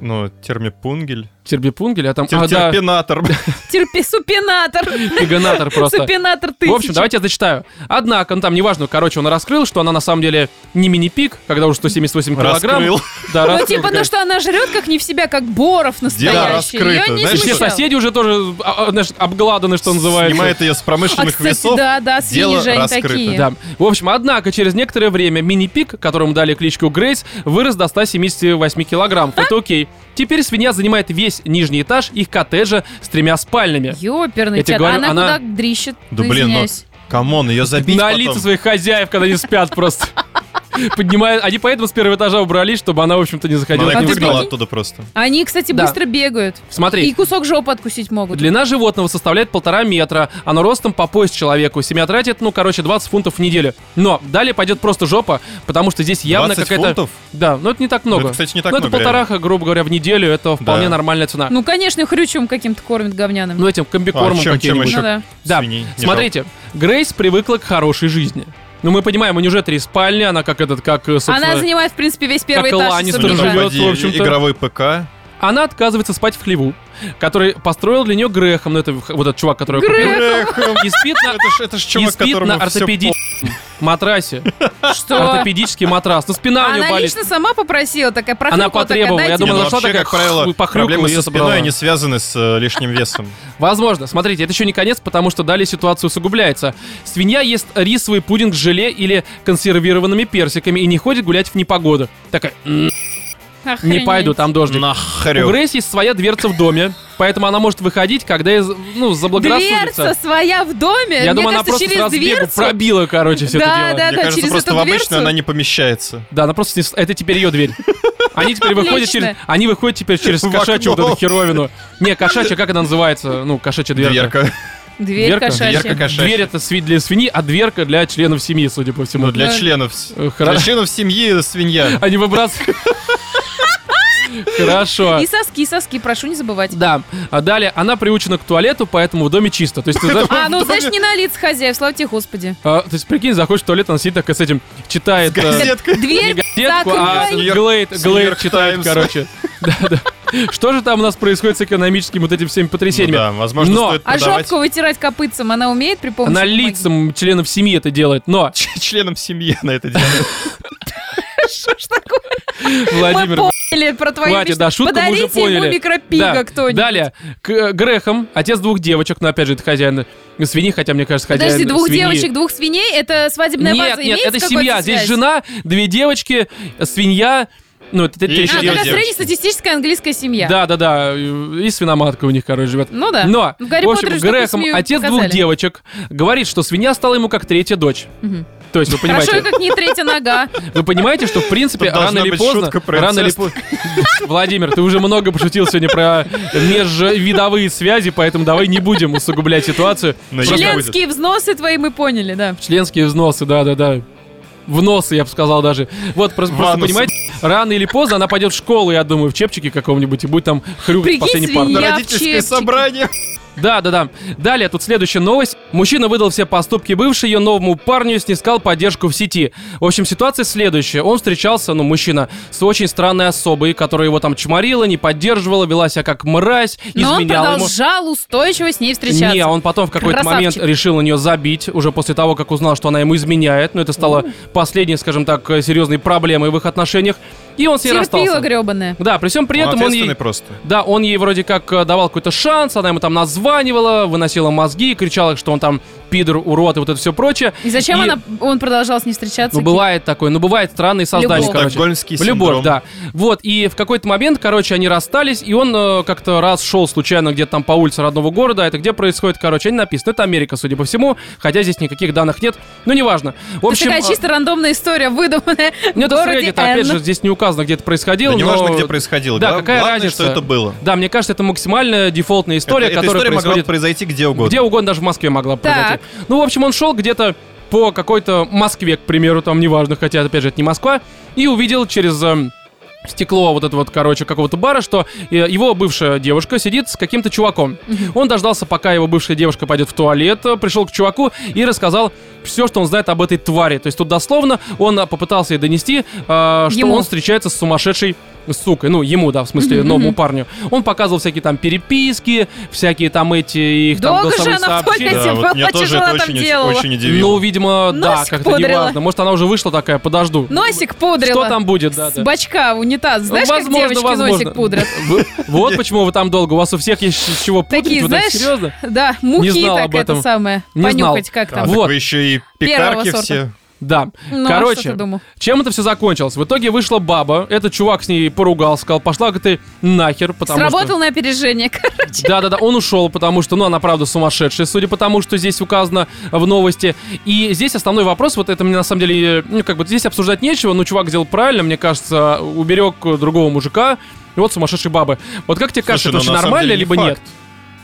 Speaker 2: Ну, термипунгель.
Speaker 1: Терпипунгель? А там...
Speaker 2: Тер-
Speaker 1: а, да,
Speaker 2: терпинатор.
Speaker 3: Терпи, супинатор.
Speaker 1: Тиганатор просто. Ну,
Speaker 3: Супинатор ты.
Speaker 1: В общем, давайте я зачитаю. Однако, ну там неважно, короче, он раскрыл, что она на самом деле не мини-пик, когда уже 178 килограмм.
Speaker 2: Раскрыл.
Speaker 1: Да,
Speaker 3: Ну,
Speaker 1: раскрыл,
Speaker 3: типа,
Speaker 1: да.
Speaker 3: ну что, она жрет как не в себя, как Боров настоящий.
Speaker 2: раскрыто,
Speaker 3: Её не
Speaker 2: знаешь,
Speaker 1: И все
Speaker 3: смущало.
Speaker 1: соседи уже тоже а, а, знаешь, обгладаны, что называется.
Speaker 2: Снимает ее с
Speaker 3: А,
Speaker 2: промышленных
Speaker 3: кстати,
Speaker 2: весов.
Speaker 3: да, да, свиньи
Speaker 2: дело
Speaker 3: же они
Speaker 2: раскрыто.
Speaker 3: такие.
Speaker 1: Да. В общем, однако, через некоторое время мини-пик, которому дали кличку Грейс, вырос до 178
Speaker 3: А?
Speaker 1: килограммов. Это окей. Теперь свинья занимает весь нижний этаж их коттеджа с тремя спальнями.
Speaker 3: Ёперный
Speaker 1: Я тебе
Speaker 3: тебя.
Speaker 1: говорю,
Speaker 3: она,
Speaker 1: она-
Speaker 3: куда дрищет?
Speaker 2: Да блин, ну,
Speaker 3: извиняюсь.
Speaker 2: камон, ее забить
Speaker 1: на
Speaker 2: потом.
Speaker 1: лица своих хозяев, когда они спят просто. Поднимают. Они поэтому с первого этажа убрались, чтобы она, в общем-то, не
Speaker 2: Но
Speaker 1: заходила
Speaker 2: Ну, Она
Speaker 1: к ним
Speaker 2: их
Speaker 1: в
Speaker 3: прикинь?
Speaker 2: выгнала
Speaker 1: спальню.
Speaker 2: оттуда просто.
Speaker 3: Они, кстати,
Speaker 1: Да.
Speaker 3: быстро бегают.
Speaker 1: Смотри.
Speaker 3: И кусок жопы откусить могут.
Speaker 1: Длина животного составляет полтора метра, оно ростом по пояс человеку. Семья тратит, ну, короче, 20 фунтов в неделю. Но далее пойдет просто жопа, потому что здесь явно
Speaker 2: 20
Speaker 1: какая-то...
Speaker 2: фунтов?
Speaker 1: Да, но это не так
Speaker 2: Ну,
Speaker 1: много.
Speaker 2: Это, кстати, не так
Speaker 1: ну,
Speaker 2: много.
Speaker 1: это полтораха, грубо говоря, в неделю, это вполне
Speaker 2: Да.
Speaker 1: нормальная цена. Ну,
Speaker 3: Ну, конечно, их рючем каким-то кормят говняным. Ну,
Speaker 1: этим комбикормом
Speaker 2: А, чем- чем
Speaker 1: каким-нибудь.
Speaker 2: еще?
Speaker 3: да.
Speaker 1: Да.
Speaker 2: Свиней. Не
Speaker 1: Смотрите, Грейс привыкла к хорошей жизни. Ну, мы понимаем, у нее же три спальни, она как этот, как, э, собственно...
Speaker 3: Она занимает, в принципе, весь первый
Speaker 1: как
Speaker 3: этаж.
Speaker 1: Ланнистер
Speaker 2: Ну,
Speaker 3: особняка.
Speaker 1: живет,
Speaker 2: господи,
Speaker 1: в общем-то.
Speaker 2: Игровой ПК.
Speaker 1: Она отказывается спать в хлеву, который построил для нее Грехом, ну, это вот этот чувак, который её купил.
Speaker 2: Эх,
Speaker 1: И спит
Speaker 3: Ну,
Speaker 1: на,
Speaker 2: Это ж, это ж
Speaker 1: и
Speaker 2: чувак,
Speaker 1: спит
Speaker 2: которому
Speaker 1: на
Speaker 2: всё
Speaker 1: ортопедическом матрасе.
Speaker 3: Что?
Speaker 1: Ортопедический матрас. Ну, спина у нее
Speaker 3: Она
Speaker 1: болит.
Speaker 3: лично сама попросила, такая профилка.
Speaker 1: Она потребовала, я
Speaker 2: Не,
Speaker 1: думала,
Speaker 2: ну
Speaker 1: нашла
Speaker 2: вообще,
Speaker 1: такая,
Speaker 2: как правило,
Speaker 1: хру- похрюкала
Speaker 2: проблемы
Speaker 1: и
Speaker 2: со
Speaker 1: собрала.
Speaker 2: спиной не связаны с э, лишним весом.
Speaker 1: Возможно. Смотрите, это еще не конец, потому что далее ситуация усугубляется. Свинья ест рисовый пудинг с желе или консервированными персиками и не ходит гулять в непогоду. Такая, «М, не А пойду, там дождик. У
Speaker 2: Нахрю.
Speaker 1: Грейс есть своя дверца в доме, поэтому она может выходить, когда из, ну,
Speaker 3: Дверца
Speaker 1: заблагорассудится.
Speaker 3: своя в доме.
Speaker 1: Я
Speaker 3: Мне
Speaker 1: думаю, она
Speaker 3: кажется,
Speaker 1: просто с
Speaker 3: через
Speaker 1: разбегу
Speaker 3: дверцу.
Speaker 1: пробила, короче, все
Speaker 3: Да,
Speaker 1: это дело.
Speaker 3: да,
Speaker 2: Мне кажется,
Speaker 3: через
Speaker 2: просто
Speaker 3: эту
Speaker 2: в обычную
Speaker 3: дверцу.
Speaker 2: она не помещается.
Speaker 1: Да, она просто... не с- Это теперь ее дверь. Они теперь выходят
Speaker 3: Отлично.
Speaker 1: через... Они выходят теперь через
Speaker 2: В
Speaker 1: кошачью вот
Speaker 2: окно.
Speaker 1: эту херовину. Не, кошачья, как она называется? Ну, кошачья дверка.
Speaker 2: Дверка.
Speaker 3: Дверь
Speaker 1: Дверка?
Speaker 2: Дверка
Speaker 3: кошачья.
Speaker 2: кошачья.
Speaker 1: Дверь это сви- для свиньи, а дверка для членов семьи, судя по всему. А
Speaker 2: Ну, для
Speaker 3: Да.
Speaker 2: членов. с-
Speaker 1: Э,
Speaker 2: Для
Speaker 1: хоро-
Speaker 2: членов семьи свинья. Ну
Speaker 1: Они выбрасывают. Хорошо.
Speaker 3: И соски, соски, прошу не забывать.
Speaker 1: Да. А далее она приучена к туалету, поэтому в доме чисто. То есть, ты знаешь,
Speaker 3: А, ну, знаешь, не на лиц хозяев, слава тебе, господи.
Speaker 1: а, то есть прикинь, заходишь в туалет, она сидит такая с этим, читает. э,
Speaker 2: Газетка.
Speaker 1: не
Speaker 3: Дверь
Speaker 1: газетку, а
Speaker 3: закрой.
Speaker 2: Нью-Йорк-
Speaker 1: Глейд, Глейд
Speaker 2: Нью-Йорк
Speaker 1: читает,
Speaker 2: Таймс.
Speaker 1: короче. Да, да. Что же там у нас происходит с экономическим вот этим всеми
Speaker 2: Ну
Speaker 1: потрясениями?
Speaker 2: да, возможно,
Speaker 1: Но-
Speaker 2: стоит
Speaker 3: А
Speaker 2: продавать
Speaker 3: жопку вытирать копытцем она умеет при помощи...
Speaker 1: Она
Speaker 3: бумаги?
Speaker 1: лицам членов семьи это делает, но
Speaker 2: ч- членам семьи на это дело.
Speaker 3: Что ж такое?
Speaker 1: Владимир,
Speaker 3: Мы поняли про твою
Speaker 1: Хватит,
Speaker 3: мечту.
Speaker 1: да, шутку мы уже
Speaker 3: Подарите
Speaker 1: поняли.
Speaker 3: ему микропига
Speaker 1: Да.
Speaker 3: кто-нибудь.
Speaker 1: Далее, к э, Грехам, отец двух девочек, но опять же, это хозяин э, свиньи, хотя, мне кажется, хозяин
Speaker 3: Подожди, двух
Speaker 1: свиньи.
Speaker 3: девочек, двух свиней, это свадебная
Speaker 1: Нет,
Speaker 3: база
Speaker 1: нет,
Speaker 3: имеется
Speaker 1: это
Speaker 3: какой-то
Speaker 1: семья. Здесь
Speaker 3: связь?
Speaker 1: жена, две девочки, э, свинья, ну, это
Speaker 2: И
Speaker 1: третья
Speaker 2: еще
Speaker 3: А,
Speaker 1: девочка.
Speaker 2: Две
Speaker 3: такая
Speaker 2: девочки.
Speaker 3: среднестатистическая английская семья.
Speaker 1: Да, да, да. э, И свиноматка у них, короче, живет.
Speaker 3: Ну да.
Speaker 1: Но,
Speaker 3: В Гарри
Speaker 1: в общем,
Speaker 3: Поттере же такую
Speaker 1: Грехом,
Speaker 3: семью
Speaker 1: отец двух
Speaker 3: показали.
Speaker 1: девочек, говорит, что свинья стала ему как третья дочь.
Speaker 3: Мгм.
Speaker 1: То есть, вы
Speaker 3: Хорошо, и
Speaker 1: понимаете,
Speaker 3: как не третья нога.
Speaker 1: вы понимаете, что в принципе
Speaker 2: Тут должна
Speaker 1: рано или
Speaker 2: быть
Speaker 1: поздно,
Speaker 2: шутка про
Speaker 1: рано или
Speaker 2: инцест.
Speaker 1: поздно, Владимир, ты уже много пошутил сегодня про межвидовые связи, поэтому давай не будем усугублять ситуацию.
Speaker 2: Но
Speaker 1: Просто
Speaker 2: я-
Speaker 3: Членские взносы твои мы поняли, да.
Speaker 1: Членские взносы, да-да-да. Вносы, я бы сказал даже. Вот, просто,
Speaker 2: В
Speaker 1: просто
Speaker 2: анусы.
Speaker 1: понимаете, рано или поздно она пойдет в школу, я думаю, в чепчике каком-нибудь, и будет там хрюкать в
Speaker 3: Прикинь,
Speaker 1: последний пар.
Speaker 3: свинья.
Speaker 2: На
Speaker 3: Я в
Speaker 2: родительское
Speaker 3: чепчике.
Speaker 2: собрание.
Speaker 1: Да, да, да. Далее тут следующая новость. Мужчина выдал все поступки бывшей ее новому парню и снискал поддержку в сети. В общем, ситуация следующая. Он встречался, ну, мужчина, с очень странной особой, которая его там чморила, не поддерживала, вела себя как мразь,
Speaker 3: Но он
Speaker 1: изменяла ему.
Speaker 3: продолжал устойчиво с ней встречаться.
Speaker 1: Не, он потом в какой-то момент
Speaker 3: Красавчик.
Speaker 1: решил на нее забить, уже после того, как узнал, что она ему изменяет. Но это стало последней, скажем так, э, серьезной проблемой в их отношениях. И он с ней
Speaker 3: Терпила
Speaker 1: расстался.
Speaker 3: гребаная.
Speaker 1: Да, при всем при этом он ей...
Speaker 2: ответственный просто.
Speaker 1: Да, он ей вроде как э, давал какой-то шанс, она ему там названивала, выносила мозги, кричала, что он там пидор, урод и вот это все прочее.
Speaker 3: И зачем
Speaker 1: И-
Speaker 3: она, он продолжал с ней встречаться?
Speaker 1: Ну, бывает такое, ну, бывает странные создания,
Speaker 3: Любовь.
Speaker 1: короче.
Speaker 2: Стокгольмский
Speaker 1: Любовь,
Speaker 2: синдром.
Speaker 1: да. Вот, и в какой-то момент, короче, они расстались, и он э, как-то раз шел случайно где-то там по улице родного города, это где происходит, короче, они написано, это Америка, судя по всему, хотя здесь никаких данных нет, но неважно. В общем,
Speaker 3: это
Speaker 1: э,
Speaker 3: такая чисто рандомная история, выдуманная в
Speaker 1: ну, это
Speaker 3: городе
Speaker 1: Reddit, опять
Speaker 3: Энн.
Speaker 1: же, здесь не указано, где это происходило,
Speaker 2: Да неважно,
Speaker 1: но-
Speaker 2: где происходило.
Speaker 1: Да,
Speaker 2: Гла-
Speaker 1: какая
Speaker 2: главное,
Speaker 1: разница?
Speaker 2: что это было.
Speaker 1: Да, мне кажется, это максимально дефолтная история,
Speaker 2: Эта- эта
Speaker 1: которая
Speaker 2: история могла
Speaker 1: происходит
Speaker 2: произойти где угодно.
Speaker 1: Где угодно, даже в Москве могла
Speaker 3: Так.
Speaker 1: произойти. Ну, в общем, он шел где-то по какой-то Москве, к примеру, там неважно, хотя, опять же, это не Москва, и увидел через эм, стекло вот это вот, короче, какого-то бара, что э, его бывшая девушка сидит с каким-то чуваком. Он дождался, пока его бывшая девушка пойдет в туалет, э, пришел к чуваку и рассказал все, что он знает об этой твари. То есть тут дословно он э, попытался ей донести, э, что
Speaker 3: Ему.
Speaker 1: он встречается с сумасшедшей сукой. Ну, ему, да, в смысле,
Speaker 3: Мгм,
Speaker 1: новому
Speaker 3: мгм.
Speaker 1: парню. Он показывал всякие там переписки, всякие там эти их там
Speaker 3: Долго же
Speaker 1: голосовые
Speaker 3: она в
Speaker 1: сообщения.
Speaker 3: туалете
Speaker 2: Да, вот
Speaker 3: была,
Speaker 2: меня
Speaker 3: что
Speaker 2: тоже
Speaker 3: же
Speaker 2: это
Speaker 3: она там
Speaker 2: очень,
Speaker 3: делала?
Speaker 2: очень
Speaker 1: Ну,
Speaker 2: удивило.
Speaker 1: видимо, да,
Speaker 3: Носик
Speaker 1: как-то
Speaker 3: пудрила.
Speaker 1: неважно. Может, она уже вышла такая, подожду.
Speaker 3: Носик пудрила.
Speaker 1: Что там будет, да,
Speaker 3: С
Speaker 1: да.
Speaker 3: бачка в унитаз. Знаешь,
Speaker 1: Возможно,
Speaker 3: как девочки
Speaker 1: возможно.
Speaker 3: носик пудрят?
Speaker 1: Вы- Вот почему вы там долго. У вас у всех есть с чего пудрить.
Speaker 3: Такие,
Speaker 1: Вы так
Speaker 3: знаешь,
Speaker 1: серьезно?
Speaker 3: Да, муки
Speaker 1: знал
Speaker 3: так
Speaker 1: об
Speaker 3: это
Speaker 1: этом.
Speaker 3: самое.
Speaker 1: Не
Speaker 3: Понюхать как
Speaker 1: Да.
Speaker 2: А,
Speaker 3: там.
Speaker 2: так
Speaker 1: Вот.
Speaker 2: вы еще и
Speaker 3: Первого
Speaker 2: пекарки
Speaker 3: сорта.
Speaker 2: все.
Speaker 1: Да.
Speaker 3: Ну, а что
Speaker 1: Короче,
Speaker 3: ты думал?
Speaker 1: чем это все закончилось? В итоге вышла баба, этот чувак с ней поругал, сказал, пошла говорит, ты нахер, потому
Speaker 3: Сработал на опережение.
Speaker 1: что... Да-да-да, он ушел, потому что, ну, она правда сумасшедшая, судя по тому, что здесь указано в новости. И здесь основной вопрос, вот это мне на самом деле, э, ну, как бы здесь обсуждать нечего, но чувак сделал правильно, мне кажется, уберег э, другого мужика, и вот сумасшедшей бабы. Вот как тебе кажется,
Speaker 2: Слушай,
Speaker 1: это вообще
Speaker 2: ну, на самом
Speaker 1: нормально,
Speaker 2: деле не
Speaker 1: либо нет?
Speaker 2: факт.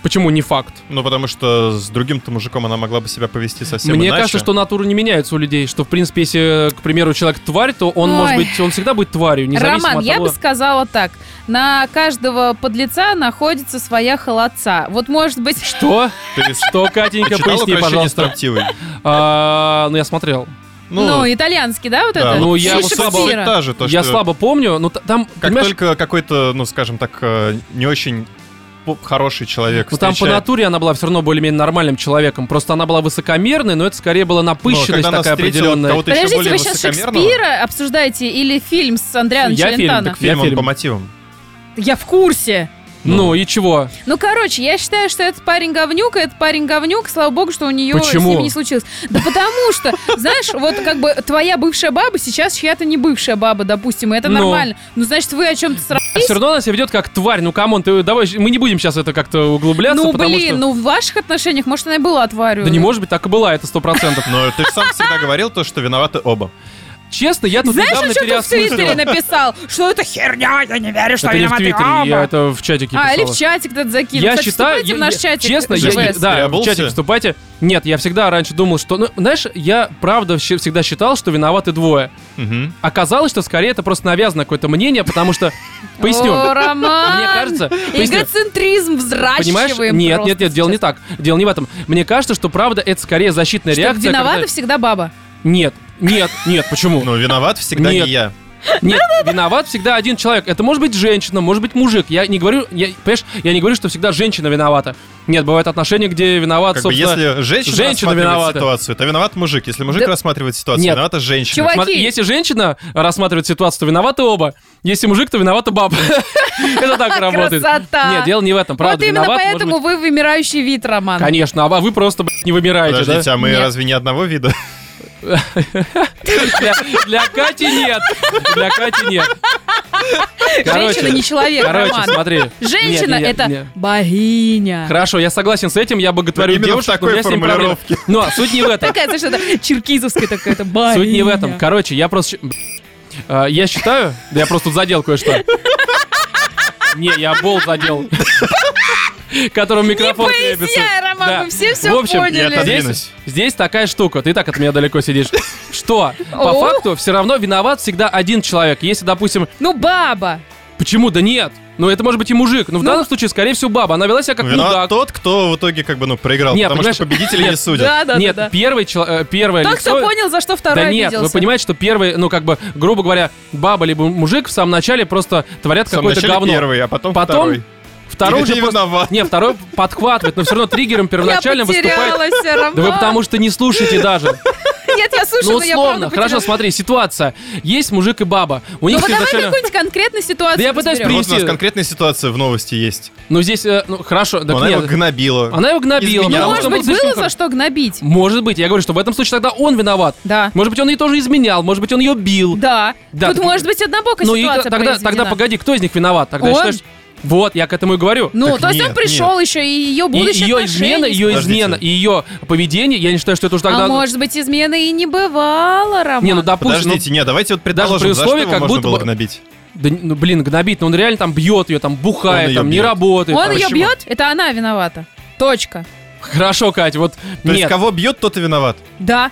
Speaker 1: Почему не факт?
Speaker 2: Ну, потому что с другим-то мужиком она могла бы себя повести совсем
Speaker 1: Мне
Speaker 2: иначе.
Speaker 1: кажется, что натура не меняется у людей, что, в принципе, если, к примеру, человек тварь, то он,
Speaker 3: Ой.
Speaker 1: может быть, он всегда будет тварью, независимо
Speaker 3: Роман,
Speaker 1: от
Speaker 3: я
Speaker 1: того...
Speaker 3: бы сказала так. На каждого подлеца находится своя холодца. Вот может быть...
Speaker 1: Что?
Speaker 2: Ты с-
Speaker 1: Что, Катенька,
Speaker 2: читала
Speaker 1: поясни,
Speaker 2: «Укрощение с
Speaker 1: пожалуйста.
Speaker 2: строптивой»?
Speaker 1: А, Ну, я смотрел.
Speaker 3: Ну, итальянский, да, вот
Speaker 2: да,
Speaker 3: это?
Speaker 1: ну,
Speaker 2: вот
Speaker 1: я
Speaker 2: суть-
Speaker 1: его
Speaker 2: суть
Speaker 1: слабо-
Speaker 2: суть та же, то,
Speaker 1: Я
Speaker 2: что
Speaker 1: слабо помню, но та- там,
Speaker 2: Как
Speaker 1: понимаешь,
Speaker 2: только какой-то, ну, скажем так, э, не очень по- хороший человек
Speaker 1: ну, там по
Speaker 2: встречает-
Speaker 1: натуре она была все равно более-менее нормальным человеком. Просто она была высокомерной, но это скорее была
Speaker 2: Но
Speaker 1: напыщенность
Speaker 2: Ну, когда она
Speaker 1: такая
Speaker 2: встретила
Speaker 1: определенная.
Speaker 2: кого-то еще
Speaker 3: Подождите,
Speaker 2: более
Speaker 3: вы сейчас
Speaker 2: высокомерного,
Speaker 3: Шекспира обсуждаете или фильм с Андрианом
Speaker 1: Я фильм,
Speaker 3: Челентано?
Speaker 1: так
Speaker 2: фильм
Speaker 1: Я
Speaker 2: он
Speaker 1: фильм.
Speaker 2: по мотивам.
Speaker 3: Я в курсе.
Speaker 1: Ну и чего?
Speaker 3: Ну, короче, я считаю, что этот парень говнюк, и этот парень говнюк, слава богу, что у нее
Speaker 1: Почему?
Speaker 3: с ним не случилось. Да потому что, знаешь, вот как бы твоя бывшая баба сейчас чья-то не бывшая баба, допустим, и это
Speaker 1: Ну.
Speaker 3: нормально. Ну, значит, вы о чем-то срались.
Speaker 1: Все равно она себя ведет как тварь. Ну, камон, ты, давай, мы не будем сейчас это как-то углубляться,
Speaker 3: Ну,
Speaker 1: потому
Speaker 3: блин,
Speaker 1: что...
Speaker 3: ну в ваших отношениях, может, она и была тварью.
Speaker 1: Да не может быть, так и была, это сто процентов.
Speaker 2: Но ты же сам всегда говорил то, что виноваты оба.
Speaker 1: Честно, я тут
Speaker 3: Знаешь,
Speaker 1: ну, недавно
Speaker 3: о чем ты в Твиттере
Speaker 1: переосмыслил.
Speaker 3: написал? Что это херня, я не верю, что
Speaker 1: Это не в
Speaker 3: виноваты
Speaker 1: Твиттере,
Speaker 3: оба.
Speaker 1: я это в чатике
Speaker 3: А, или
Speaker 1: писала.
Speaker 3: в чатик кто-то закинул.
Speaker 1: Я
Speaker 3: Кстати,
Speaker 1: считаю,
Speaker 3: вступайте в
Speaker 1: я-
Speaker 3: наш
Speaker 1: я-
Speaker 3: чатик.
Speaker 1: честно, я-
Speaker 3: ЖВС.
Speaker 1: да, в
Speaker 2: Переобулся?
Speaker 1: чатик вступайте. Нет, я всегда раньше думал, что, ну, знаешь, я правда щ- всегда считал, что виноваты двое.
Speaker 2: Мгм.
Speaker 1: Оказалось, что скорее это просто навязано какое-то мнение, потому что, поясню,
Speaker 3: О,
Speaker 1: мне
Speaker 3: Роман!
Speaker 1: кажется, поясню.
Speaker 3: Эгоцентризм взращиваем
Speaker 1: Понимаешь? Нет,
Speaker 3: просто
Speaker 1: нет, нет, дело не так. Дело не в этом. Мне кажется, что правда это скорее защитная
Speaker 3: Что
Speaker 1: реакция.
Speaker 3: виновата
Speaker 1: когда-
Speaker 3: всегда баба.
Speaker 1: Нет, нет, нет, почему?
Speaker 2: Ну, виноват всегда
Speaker 1: Нет.
Speaker 2: не я.
Speaker 1: Нет, виноват всегда один человек. Это может быть женщина, может быть мужик. Я не говорю, я, понимаешь, я не говорю, что всегда женщина виновата. Нет, бывают отношения, где виноват,
Speaker 2: Как бы,
Speaker 1: собственно...
Speaker 2: если женщина,
Speaker 1: женщина
Speaker 2: рассматривает
Speaker 1: виновата.
Speaker 2: ситуацию, то виноват мужик. Если мужик
Speaker 3: Да-
Speaker 2: рассматривает ситуацию,
Speaker 1: Нет.
Speaker 2: виновата женщина.
Speaker 3: Чувак-
Speaker 1: Смотри,
Speaker 3: Окей.
Speaker 1: если женщина рассматривает ситуацию, то виноваты оба. Если мужик, то виновата баба. Это так работает.
Speaker 3: Красота.
Speaker 1: Нет, дело не в этом, правда.
Speaker 3: вот именно
Speaker 1: виноват, может
Speaker 3: поэтому
Speaker 1: быть-
Speaker 3: вы вымирающий вид, Роман.
Speaker 1: Конечно, а ва- вы просто, блядь, не вымираете, да?
Speaker 2: Подождите, а мы
Speaker 3: Нет.
Speaker 2: разве не одного вида? а-
Speaker 1: Для, для Кати нет. Для Кати нет.
Speaker 3: Женщина не человек,
Speaker 1: короче,
Speaker 3: Роман.
Speaker 1: смотри. Нет,
Speaker 3: Женщина
Speaker 1: нет, нет,
Speaker 3: это
Speaker 1: нет.
Speaker 3: богиня.
Speaker 1: Хорошо, я согласен с этим, я боготворю
Speaker 2: Именно в
Speaker 1: девушек, но у
Speaker 2: такой
Speaker 1: меня с ним проблемы.
Speaker 2: формулировке.
Speaker 1: Но суть не в этом.
Speaker 3: Такая, знаешь, это черкизовская такая, это богиня.
Speaker 1: Суть не в этом. Короче, я просто... щ- Э, Я считаю... Да я просто тут задел кое-что. Не, я бол задел. Которым микрофон трепется.
Speaker 3: Поясняй, Роман,
Speaker 1: Да.
Speaker 3: мы все все
Speaker 1: В общем,
Speaker 2: я
Speaker 3: поняли.
Speaker 2: так-
Speaker 1: Здесь,
Speaker 2: Подвинусь.
Speaker 1: здесь такая штука. Ты и так от меня далеко сидишь. Что? По
Speaker 3: О.
Speaker 1: факту все равно виноват всегда один человек. Если, допустим,
Speaker 3: Ну, баба.
Speaker 1: почему? Да нет. Ну, это может быть и мужик. Но в
Speaker 3: Ну.
Speaker 1: данном случае, скорее всего, баба. Она вела себя как
Speaker 2: Виноват
Speaker 1: мудак.
Speaker 2: тот, кто в итоге как бы, ну, проиграл.
Speaker 1: Нет,
Speaker 2: потому что
Speaker 1: понимаешь,
Speaker 2: победители не судят.
Speaker 3: Да, да,
Speaker 1: нет,
Speaker 3: да. да.
Speaker 1: первый чело- э, первое
Speaker 3: Тот,
Speaker 1: лицо...
Speaker 3: кто понял, за что второй
Speaker 1: Да нет, вы
Speaker 3: обиделся.
Speaker 1: понимаете, что первый, ну как бы, грубо говоря, баба либо мужик в самом начале просто творят
Speaker 2: В самом
Speaker 1: какое-то
Speaker 2: начале
Speaker 1: говно.
Speaker 2: первый, а потом,
Speaker 1: Потом
Speaker 2: второй.
Speaker 1: Второй
Speaker 2: И
Speaker 1: же
Speaker 2: не
Speaker 1: просто-
Speaker 2: виноват.
Speaker 1: Не, второй подхватывает, но все равно триггером первоначально
Speaker 3: я
Speaker 1: выступает...
Speaker 3: потерялась, Роман.
Speaker 1: Да вы потому что не слушаете даже.
Speaker 3: Нет, я слушаю,
Speaker 1: Ну,
Speaker 3: но я
Speaker 1: условно.
Speaker 3: правда
Speaker 1: Хорошо,
Speaker 3: потерялась.
Speaker 1: смотри, ситуация. Есть мужик и баба. У
Speaker 3: Ну,
Speaker 1: них
Speaker 3: вот давай
Speaker 1: изначально...
Speaker 3: какую-нибудь конкретную ситуацию
Speaker 1: Да я пытаюсь
Speaker 2: Вот Ну,
Speaker 3: разберем.
Speaker 2: у нас
Speaker 1: Принести-
Speaker 2: конкретная ситуация в новости есть.
Speaker 1: Ну, здесь, э, ну, хорошо, так
Speaker 2: Она
Speaker 1: нет.
Speaker 2: его гнобила.
Speaker 1: Она его гнобила. потому
Speaker 2: Изменяла.
Speaker 3: Ну,
Speaker 1: что
Speaker 2: Я
Speaker 3: может
Speaker 1: он был
Speaker 3: быть,
Speaker 1: слишком
Speaker 3: было за
Speaker 1: хорош.
Speaker 3: что гнобить.
Speaker 1: Может быть, я говорю, что в этом случае тогда он виноват.
Speaker 3: Да.
Speaker 1: Может быть, он ее тоже изменял, может быть, он ее бил.
Speaker 3: Да.
Speaker 1: Да,
Speaker 3: Тут
Speaker 1: так-
Speaker 3: может быть однобокая
Speaker 1: ну и
Speaker 3: ситуация
Speaker 1: тогда, тогда
Speaker 3: произведена.
Speaker 1: погоди, кто из них виноват? Тогда
Speaker 3: Он.
Speaker 1: считаешь- Вот, я к этому и говорю.
Speaker 3: Ну,
Speaker 2: Так
Speaker 3: то есть он
Speaker 2: нет,
Speaker 3: пришел еще, и ее
Speaker 1: И
Speaker 3: будущее
Speaker 1: ее
Speaker 3: отношения
Speaker 1: измена,
Speaker 3: с-
Speaker 1: ее
Speaker 2: Подождите.
Speaker 1: измена, и ее поведение, я не считаю, что это уже тогда...
Speaker 3: А может быть, измены и не бывало, Роман?
Speaker 1: не, ну допустим, ну,
Speaker 2: Подождите, не, давайте вот
Speaker 1: при
Speaker 2: предположим, за что
Speaker 1: условии,
Speaker 2: его
Speaker 1: как
Speaker 2: можно
Speaker 1: будто
Speaker 2: было
Speaker 1: бы-
Speaker 2: гнобить.
Speaker 1: да не- ну, блин, гнобит, но он реально там бьет ее, там бухает,
Speaker 2: её
Speaker 1: там не
Speaker 2: бьет.
Speaker 1: работает.
Speaker 3: Он
Speaker 1: там.
Speaker 3: ее
Speaker 2: почему?
Speaker 3: бьет, это она виновата. Точка.
Speaker 1: Хорошо, Кать, вот
Speaker 2: То
Speaker 1: нет.
Speaker 2: есть кого бьет, тот и виноват.
Speaker 3: Да.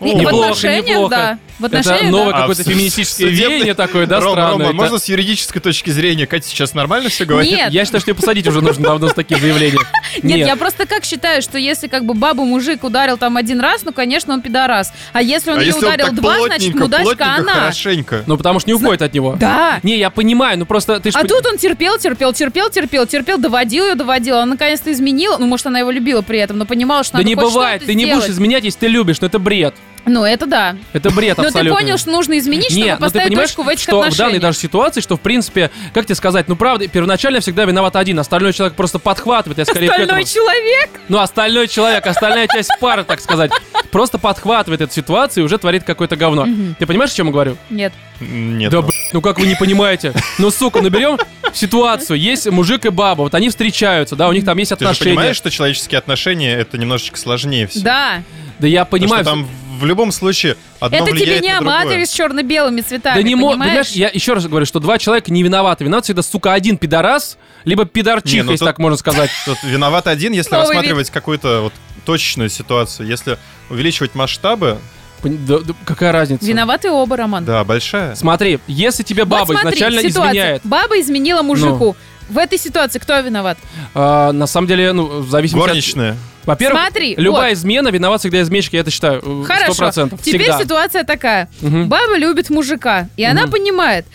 Speaker 2: О,
Speaker 3: И в
Speaker 1: Неплохо,
Speaker 3: отношениях,
Speaker 1: неплохо.
Speaker 3: да. В
Speaker 1: Это
Speaker 3: отношении,
Speaker 1: новое
Speaker 2: да?
Speaker 1: какое-то
Speaker 2: А, с-
Speaker 1: феминистическое
Speaker 2: судебный-
Speaker 1: веяние такое, да,
Speaker 2: Рома,
Speaker 1: странное.
Speaker 2: Рома,
Speaker 1: Это-
Speaker 2: можно с юридической точки зрения? Катя сейчас нормально все говорит?
Speaker 3: Нет.
Speaker 1: Я считаю, что ее посадить уже нужно давно с таким заявлением.
Speaker 3: Нет, я просто как считаю, что если как бы бабу мужик ударил там один раз, ну, конечно, он пидорас. А если он
Speaker 2: а
Speaker 3: ее
Speaker 2: если
Speaker 3: ударил
Speaker 2: он так
Speaker 3: два, значит,
Speaker 2: плотненько,
Speaker 3: мудачка
Speaker 2: плотненько,
Speaker 3: она.
Speaker 2: хорошенько?
Speaker 1: Ну, потому что не уходит от него.
Speaker 3: Да.
Speaker 1: Не, я понимаю, ну просто ты ж...
Speaker 3: А
Speaker 1: пон-
Speaker 3: тут он терпел, терпел, терпел, терпел, терпел, доводил ее, доводил. Она наконец-то изменила. Ну, может, она его любила при этом, но понимала, что
Speaker 1: Да
Speaker 3: надо
Speaker 1: не
Speaker 3: хоть
Speaker 1: бывает,
Speaker 3: что-то
Speaker 1: ты не будешь
Speaker 3: сделать.
Speaker 1: изменять, если ты любишь, но это бред.
Speaker 3: Ну, это да.
Speaker 1: Это бред
Speaker 3: Но ты
Speaker 1: абсолютно.
Speaker 3: понял, что нужно изменить, чтобы
Speaker 1: Нет, ну ты
Speaker 3: поставить
Speaker 1: понимаешь,
Speaker 3: точку в этих
Speaker 1: что в данной
Speaker 3: отношениях.
Speaker 1: даже ситуации, что в принципе, как тебе сказать, ну правда, первоначально всегда виноват один, остальной человек просто подхватывает, я скорее к этому.
Speaker 3: Остальной человек.
Speaker 1: Ну, остальной человек, остальная часть пары, так сказать, просто подхватывает эту ситуацию и уже творит какое-то говно.
Speaker 3: Мгм.
Speaker 1: Ты понимаешь, о чем я говорю?
Speaker 3: Нет.
Speaker 2: М, Нет.
Speaker 1: Да,
Speaker 2: Рома.
Speaker 1: блин, ну как вы не понимаете? Ну, сука, наберем ситуацию. Есть мужик и баба, вот они встречаются, да, у них там есть
Speaker 2: Ты же
Speaker 1: отношения.
Speaker 2: понимаешь, что человеческие отношения это немножечко сложнее всего.
Speaker 3: Да.
Speaker 1: Да я
Speaker 2: Потому что
Speaker 1: понимаю.
Speaker 2: там в любом случае одно
Speaker 3: это тебе
Speaker 2: влияет
Speaker 3: не
Speaker 2: на другое.
Speaker 3: обматываешь черно-белыми цветами,
Speaker 1: Да не мо-
Speaker 3: понимаешь?
Speaker 1: понимаешь, я еще раз говорю, что два человека не виноваты. Виноват всегда, сука, один пидорас, либо
Speaker 2: Не,
Speaker 1: пидорчих,
Speaker 2: ну
Speaker 1: если
Speaker 2: тут-
Speaker 1: так можно сказать.
Speaker 2: Тут виноват один, если
Speaker 3: Новый
Speaker 2: рассматривать какую-то вот точечную ситуацию. Если увеличивать масштабы,
Speaker 1: Пон- да- да какая разница?
Speaker 3: Виноваты оба, Роман.
Speaker 2: да, большая.
Speaker 1: Смотри, если тебе
Speaker 3: Вот
Speaker 1: баба
Speaker 3: смотри,
Speaker 1: изначально
Speaker 3: ситуация.
Speaker 1: изменяет, Ну.
Speaker 3: Баба изменила мужику. В этой ситуации кто виноват?
Speaker 1: а, на самом деле, ну, в зависимости от...
Speaker 2: Горничная.
Speaker 1: Во-первых,
Speaker 3: Смотри,
Speaker 1: любая измена виноват всегда изменщик, я это считаю, э,
Speaker 3: Хорошо.
Speaker 1: 100%.
Speaker 3: Теперь
Speaker 1: всегда.
Speaker 3: ситуация такая.
Speaker 1: Мгм.
Speaker 3: Баба любит мужика, и она
Speaker 1: Мгм.
Speaker 3: понимает,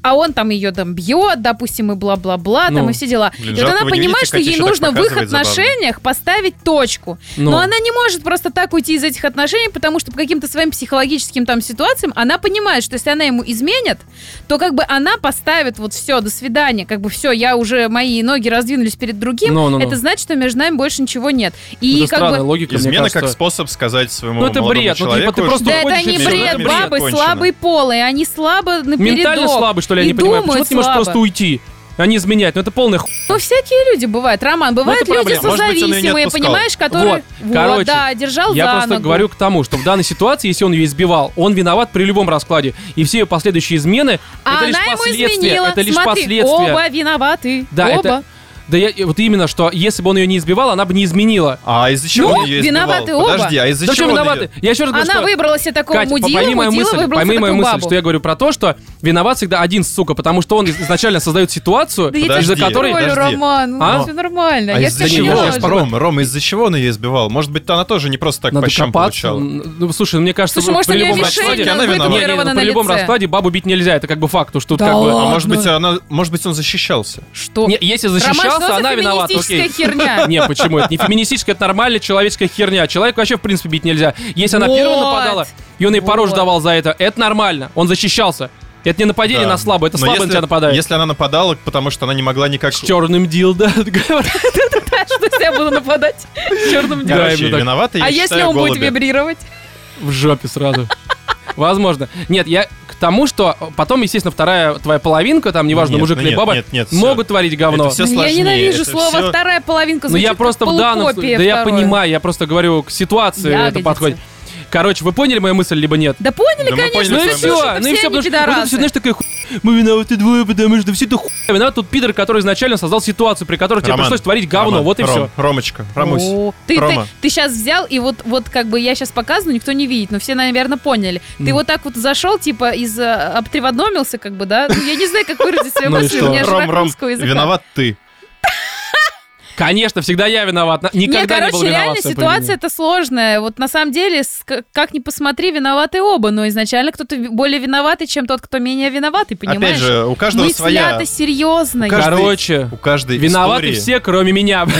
Speaker 3: а он там ее там бьет, допустим, и бла-бла-бла,
Speaker 1: Ну.
Speaker 3: там и все дела.
Speaker 2: Блин,
Speaker 3: и вот
Speaker 2: жалко,
Speaker 3: она
Speaker 2: вы не
Speaker 3: понимает,
Speaker 2: видите,
Speaker 3: что
Speaker 2: Катя
Speaker 3: ей
Speaker 2: еще так
Speaker 3: нужно в их
Speaker 2: показывает забавно.
Speaker 3: отношениях поставить точку.
Speaker 1: Ну.
Speaker 3: Но она не может просто так уйти из этих отношений, потому что по каким-то своим психологическим там ситуациям она понимает, что если она ему изменит, то как бы она поставит вот все, до свидания, как бы все, я уже, мои ноги раздвинулись перед другим,
Speaker 1: Ну, ну, ну.
Speaker 3: это значит, что между нами больше ничего нет.
Speaker 1: Ну,
Speaker 3: И
Speaker 1: это
Speaker 3: как
Speaker 1: странная
Speaker 3: бы...
Speaker 1: логика, мне
Speaker 2: Измена
Speaker 1: кажется.
Speaker 2: как способ сказать своему
Speaker 1: Ну, это
Speaker 2: молодому
Speaker 1: бред, ну, типа, ты
Speaker 2: человеку,
Speaker 1: просто
Speaker 2: что-
Speaker 3: Да это
Speaker 1: уходишь,
Speaker 3: не
Speaker 1: и всё,
Speaker 3: бред,
Speaker 1: это бред
Speaker 3: бабы
Speaker 2: кончено.
Speaker 3: слабые полые, они слабы напередок.
Speaker 1: Ментально слабый, что ли, я
Speaker 3: и
Speaker 1: не понимаю.
Speaker 3: думают
Speaker 1: Почему ты не можешь
Speaker 3: слабо.
Speaker 1: просто уйти, а не изменять? Ну, это полная ху...
Speaker 3: Ну, всякие люди бывают, Роман. Бывают
Speaker 1: Ну, это
Speaker 3: люди
Speaker 1: проблема.
Speaker 2: Может быть, он её не
Speaker 3: созависимые,
Speaker 2: отпускал.
Speaker 3: понимаешь, которые...
Speaker 1: Вот, короче,
Speaker 3: да, держал
Speaker 1: Я
Speaker 3: за
Speaker 1: просто
Speaker 3: ногу.
Speaker 1: говорю к тому, что в данной ситуации, если он ее избивал, он виноват при любом раскладе. И все ее последующие измены
Speaker 3: А
Speaker 1: это лишь
Speaker 3: она ему
Speaker 1: последствия.
Speaker 3: изменила.
Speaker 1: Это лишь
Speaker 3: Смотри,
Speaker 1: последствия.
Speaker 3: оба виноваты.
Speaker 1: Да,
Speaker 3: оба.
Speaker 1: это- Да я вот именно, что если бы он ее не избивал, она бы не изменила.
Speaker 2: А из-за чего
Speaker 3: Ну,
Speaker 2: он ее избивал?
Speaker 3: виноваты оба.
Speaker 2: Подожди, а из-за
Speaker 1: Ну, да что
Speaker 2: чего он её-
Speaker 1: виноваты? Я еще раз говорю,
Speaker 3: Она
Speaker 1: что...
Speaker 3: выбрала себе такого
Speaker 1: Кать,
Speaker 3: мудила,
Speaker 1: пойми мою
Speaker 3: мудила
Speaker 1: мысль,
Speaker 3: выбрал
Speaker 1: пойми
Speaker 3: себе
Speaker 1: мою
Speaker 3: такую
Speaker 1: мысль,
Speaker 3: бабу.
Speaker 1: что я говорю про то, что виноват всегда один, сука, потому что он изначально создает ситуацию,
Speaker 3: Да я тебя
Speaker 1: из-за
Speaker 2: Подожди,
Speaker 1: которой...
Speaker 2: подожди.
Speaker 3: Ой, Роман,
Speaker 1: А?
Speaker 3: все нормально.
Speaker 2: А
Speaker 3: я
Speaker 2: из-за
Speaker 3: тебя
Speaker 1: чего?
Speaker 3: понимаю.
Speaker 1: Я ж
Speaker 2: чего? Ром, Ром, из-за чего он ее избивал? Может быть, она тоже не просто так
Speaker 1: Надо
Speaker 2: по щам
Speaker 1: копаться.
Speaker 2: получала.
Speaker 1: Н- Ну, слушай, ну, мне кажется,
Speaker 3: Слушай, может, у
Speaker 1: при
Speaker 3: нее
Speaker 1: любом
Speaker 2: мишень
Speaker 1: раскладе...
Speaker 2: на-
Speaker 3: мишень
Speaker 2: она виновата.
Speaker 1: Не, не, ну,
Speaker 3: вытатуирована на
Speaker 1: при любом
Speaker 3: лице.
Speaker 1: раскладе бабу бить нельзя, это как бы факт. Уж тут
Speaker 3: Да
Speaker 1: как бы...
Speaker 2: А
Speaker 3: ладно.
Speaker 2: может быть, она, может быть, он защищался.
Speaker 3: Что?
Speaker 1: э, Не, если
Speaker 3: Роман,
Speaker 1: защищался,
Speaker 3: что
Speaker 1: она
Speaker 3: за
Speaker 1: виновата.
Speaker 3: феминистическая
Speaker 1: Окей.
Speaker 3: херня?
Speaker 1: Не, почему? Это не феминистическая, это нормальная человеческая херня. Человеку вообще, в принципе, бить нельзя. Если она первая
Speaker 3: Вот.
Speaker 1: нападала, и он ей порож
Speaker 3: Вот.
Speaker 1: давал за это, это нормально. Он защищался. Это не нападение
Speaker 2: Да.
Speaker 1: на слабую, это
Speaker 2: Но
Speaker 1: слабый на
Speaker 2: если-
Speaker 1: тебя нападает.
Speaker 2: Если она нападала, потому что она не могла никак...
Speaker 1: С черным дил, да?
Speaker 3: Что если я буду нападать черным
Speaker 1: Да,
Speaker 2: Короче,
Speaker 1: именно так.
Speaker 2: виновата, я
Speaker 3: А если
Speaker 2: считаю,
Speaker 3: он будет
Speaker 2: голуби.
Speaker 3: вибрировать?
Speaker 1: В жопе сразу. Возможно. Нет, я к тому, что потом, естественно, вторая твоя половинка, там, неважно,
Speaker 2: Нет,
Speaker 1: мужик
Speaker 2: ну
Speaker 1: или
Speaker 2: нет,
Speaker 1: баба,
Speaker 2: нет, нет, всё.
Speaker 1: могут творить говно.
Speaker 2: Это всё
Speaker 3: Ну, Я
Speaker 2: сложнее,
Speaker 3: ненавижу
Speaker 2: это
Speaker 3: слово
Speaker 2: всё-
Speaker 3: «вторая половинка».
Speaker 1: Ну
Speaker 3: звучит
Speaker 1: я
Speaker 3: как
Speaker 1: просто в данном случае.
Speaker 3: полукопия
Speaker 1: Да я
Speaker 3: второе.
Speaker 1: понимаю, я просто говорю к ситуации это
Speaker 3: Ягодицы.
Speaker 1: подходит. Короче, вы поняли мою мысль, либо нет?
Speaker 3: Да
Speaker 2: Да
Speaker 3: поняли,
Speaker 2: мы
Speaker 3: конечно.
Speaker 2: поняли
Speaker 1: Ну и
Speaker 2: Слушай,
Speaker 1: все,
Speaker 2: ну
Speaker 1: ну и все, потому
Speaker 3: потому
Speaker 1: что вот это всё, знаешь, такая хуй. Мы виноваты двое, потому что все это хуй. Виноват тот пидор, который изначально создал ситуацию, при которой тебе
Speaker 2: Роман,
Speaker 1: пришлось творить говно,
Speaker 2: Роман,
Speaker 1: вот и
Speaker 2: Ром,
Speaker 1: все.
Speaker 2: Ромочка, Ромусь.
Speaker 3: ты,
Speaker 2: Рома.
Speaker 3: сейчас взял, и вот, вот как бы я сейчас показываю, никто не видит, но все, наверное, поняли. Ты
Speaker 1: Ну.
Speaker 3: вот так вот зашел, типа, из э, обтриводномился, как бы, да? Ну, я не знаю, как выразить свою
Speaker 1: Ну и
Speaker 3: мысль,
Speaker 1: что?
Speaker 3: у меня же
Speaker 2: Ром,
Speaker 3: рак
Speaker 2: Ром,
Speaker 3: русского языка.
Speaker 2: виноват ты.
Speaker 1: Конечно, всегда я виноват. на- Никогда
Speaker 3: не,
Speaker 1: не
Speaker 3: короче,
Speaker 1: был виноват
Speaker 3: реально
Speaker 1: в своём
Speaker 3: ситуация
Speaker 1: поведении.
Speaker 3: это сложная. Вот на самом деле, с- к- как ни посмотри, виноваты оба, но изначально кто-то ви- более виноватый, чем тот, кто менее виноватый, понимаешь?
Speaker 2: Опять же, у каждого своя...
Speaker 3: Мысля-то серьезная.
Speaker 2: У каждого-
Speaker 1: Короче,
Speaker 2: У каждой
Speaker 1: виноваты
Speaker 2: истории-
Speaker 1: все, кроме меня.
Speaker 3: Вот,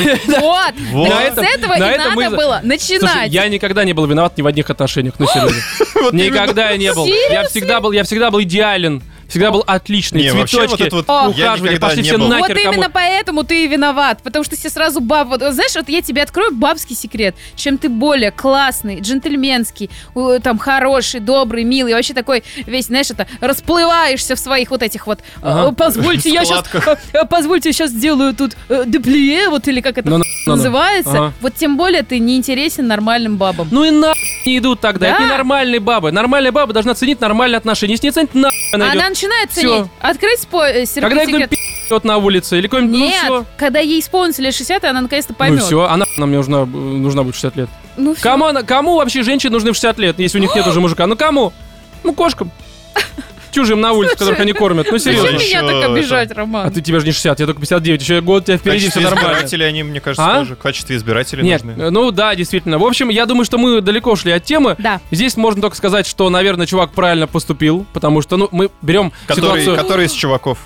Speaker 2: Вот.
Speaker 3: Так
Speaker 2: На
Speaker 1: этом-
Speaker 3: с этого
Speaker 1: на
Speaker 3: и
Speaker 1: этом
Speaker 3: надо
Speaker 1: мы-
Speaker 3: было
Speaker 1: Слушай,
Speaker 3: начинать.
Speaker 1: я никогда не был виноват ни в одних отношениях, ну серьезно.
Speaker 2: Вот именно.
Speaker 1: Никогда я не был. Я всегда был, я всегда был идеален. Всегда был отличный.
Speaker 2: Не, вообще вот
Speaker 1: Цветочки,
Speaker 2: это вот
Speaker 3: О.
Speaker 2: я
Speaker 1: ухаживали,
Speaker 2: никогда
Speaker 1: пошли
Speaker 2: не
Speaker 1: все
Speaker 2: был.
Speaker 1: на-
Speaker 3: Вот
Speaker 1: нахер кому-
Speaker 3: именно поэтому ты и виноват, потому что все сразу баб... Вот, знаешь, вот я тебе открою бабский секрет. Чем ты более классный, джентльменский, у- там, хороший, добрый, милый, вообще такой весь, знаешь, это, расплываешься в своих вот этих вот...
Speaker 1: Ага.
Speaker 3: «Э, Позвольте, я сейчас... Позвольте, я сейчас сделаю тут э, деплие, вот, или как это
Speaker 1: Ну, ну, ну, ну.
Speaker 3: называется.
Speaker 1: Ага.
Speaker 3: Вот тем более ты не интересен нормальным бабам.
Speaker 1: Ну и на не идут тогда.
Speaker 3: Да.
Speaker 1: Это ненормальные бабы. Нормальная баба должна ценить нормальные отношения. Если не ценит, на она идет.
Speaker 3: Она начинает
Speaker 1: Всё.
Speaker 3: ценить. Открыть спо- э, секрет.
Speaker 1: Когда я говорю, пи***ет на улице или какой-нибудь, ну
Speaker 3: Нет,
Speaker 1: все.
Speaker 3: когда ей исполнится лет 60, и она наконец-то поймет.
Speaker 1: Ну все, она нам мне нужна, э, нужна будет в 60 лет.
Speaker 3: Ну всё.
Speaker 1: Кому, она- кому вообще женщины нужны в 60 лет, если у них нет уже мужика? Ну кому? Ну, кошкам. Чужим на улице, которых они кормят. Ну,
Speaker 3: Зачем
Speaker 1: серьезно.
Speaker 3: меня
Speaker 2: Еще
Speaker 3: так обижать, Роман?
Speaker 1: А ты тебе же не 60, я только 59, еще год тебя
Speaker 2: В
Speaker 1: впереди, все
Speaker 2: качестве
Speaker 1: нормально.
Speaker 2: избирателей они, мне кажется,
Speaker 1: А?
Speaker 2: тоже. В качестве избирателей
Speaker 1: Нет,
Speaker 2: нужны.
Speaker 1: э, ну да, действительно. В общем, я думаю, что мы далеко ушли от темы.
Speaker 3: Да.
Speaker 1: Здесь можно только сказать, что, наверное, чувак правильно поступил, потому что, ну, мы берем
Speaker 2: Которые,
Speaker 1: ситуацию
Speaker 2: которые из чуваков.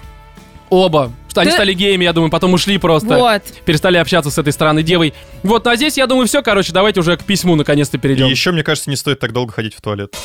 Speaker 1: оба. Что они
Speaker 3: Да.
Speaker 1: стали геями, я думаю, потом ушли просто.
Speaker 3: Вот.
Speaker 1: Перестали общаться с этой странной девой. Вот, ну, а здесь, я думаю, все, короче, давайте уже к письму наконец-то
Speaker 2: И
Speaker 1: перейдем.
Speaker 2: еще, мне кажется, не стоит так долго ходить в туалет.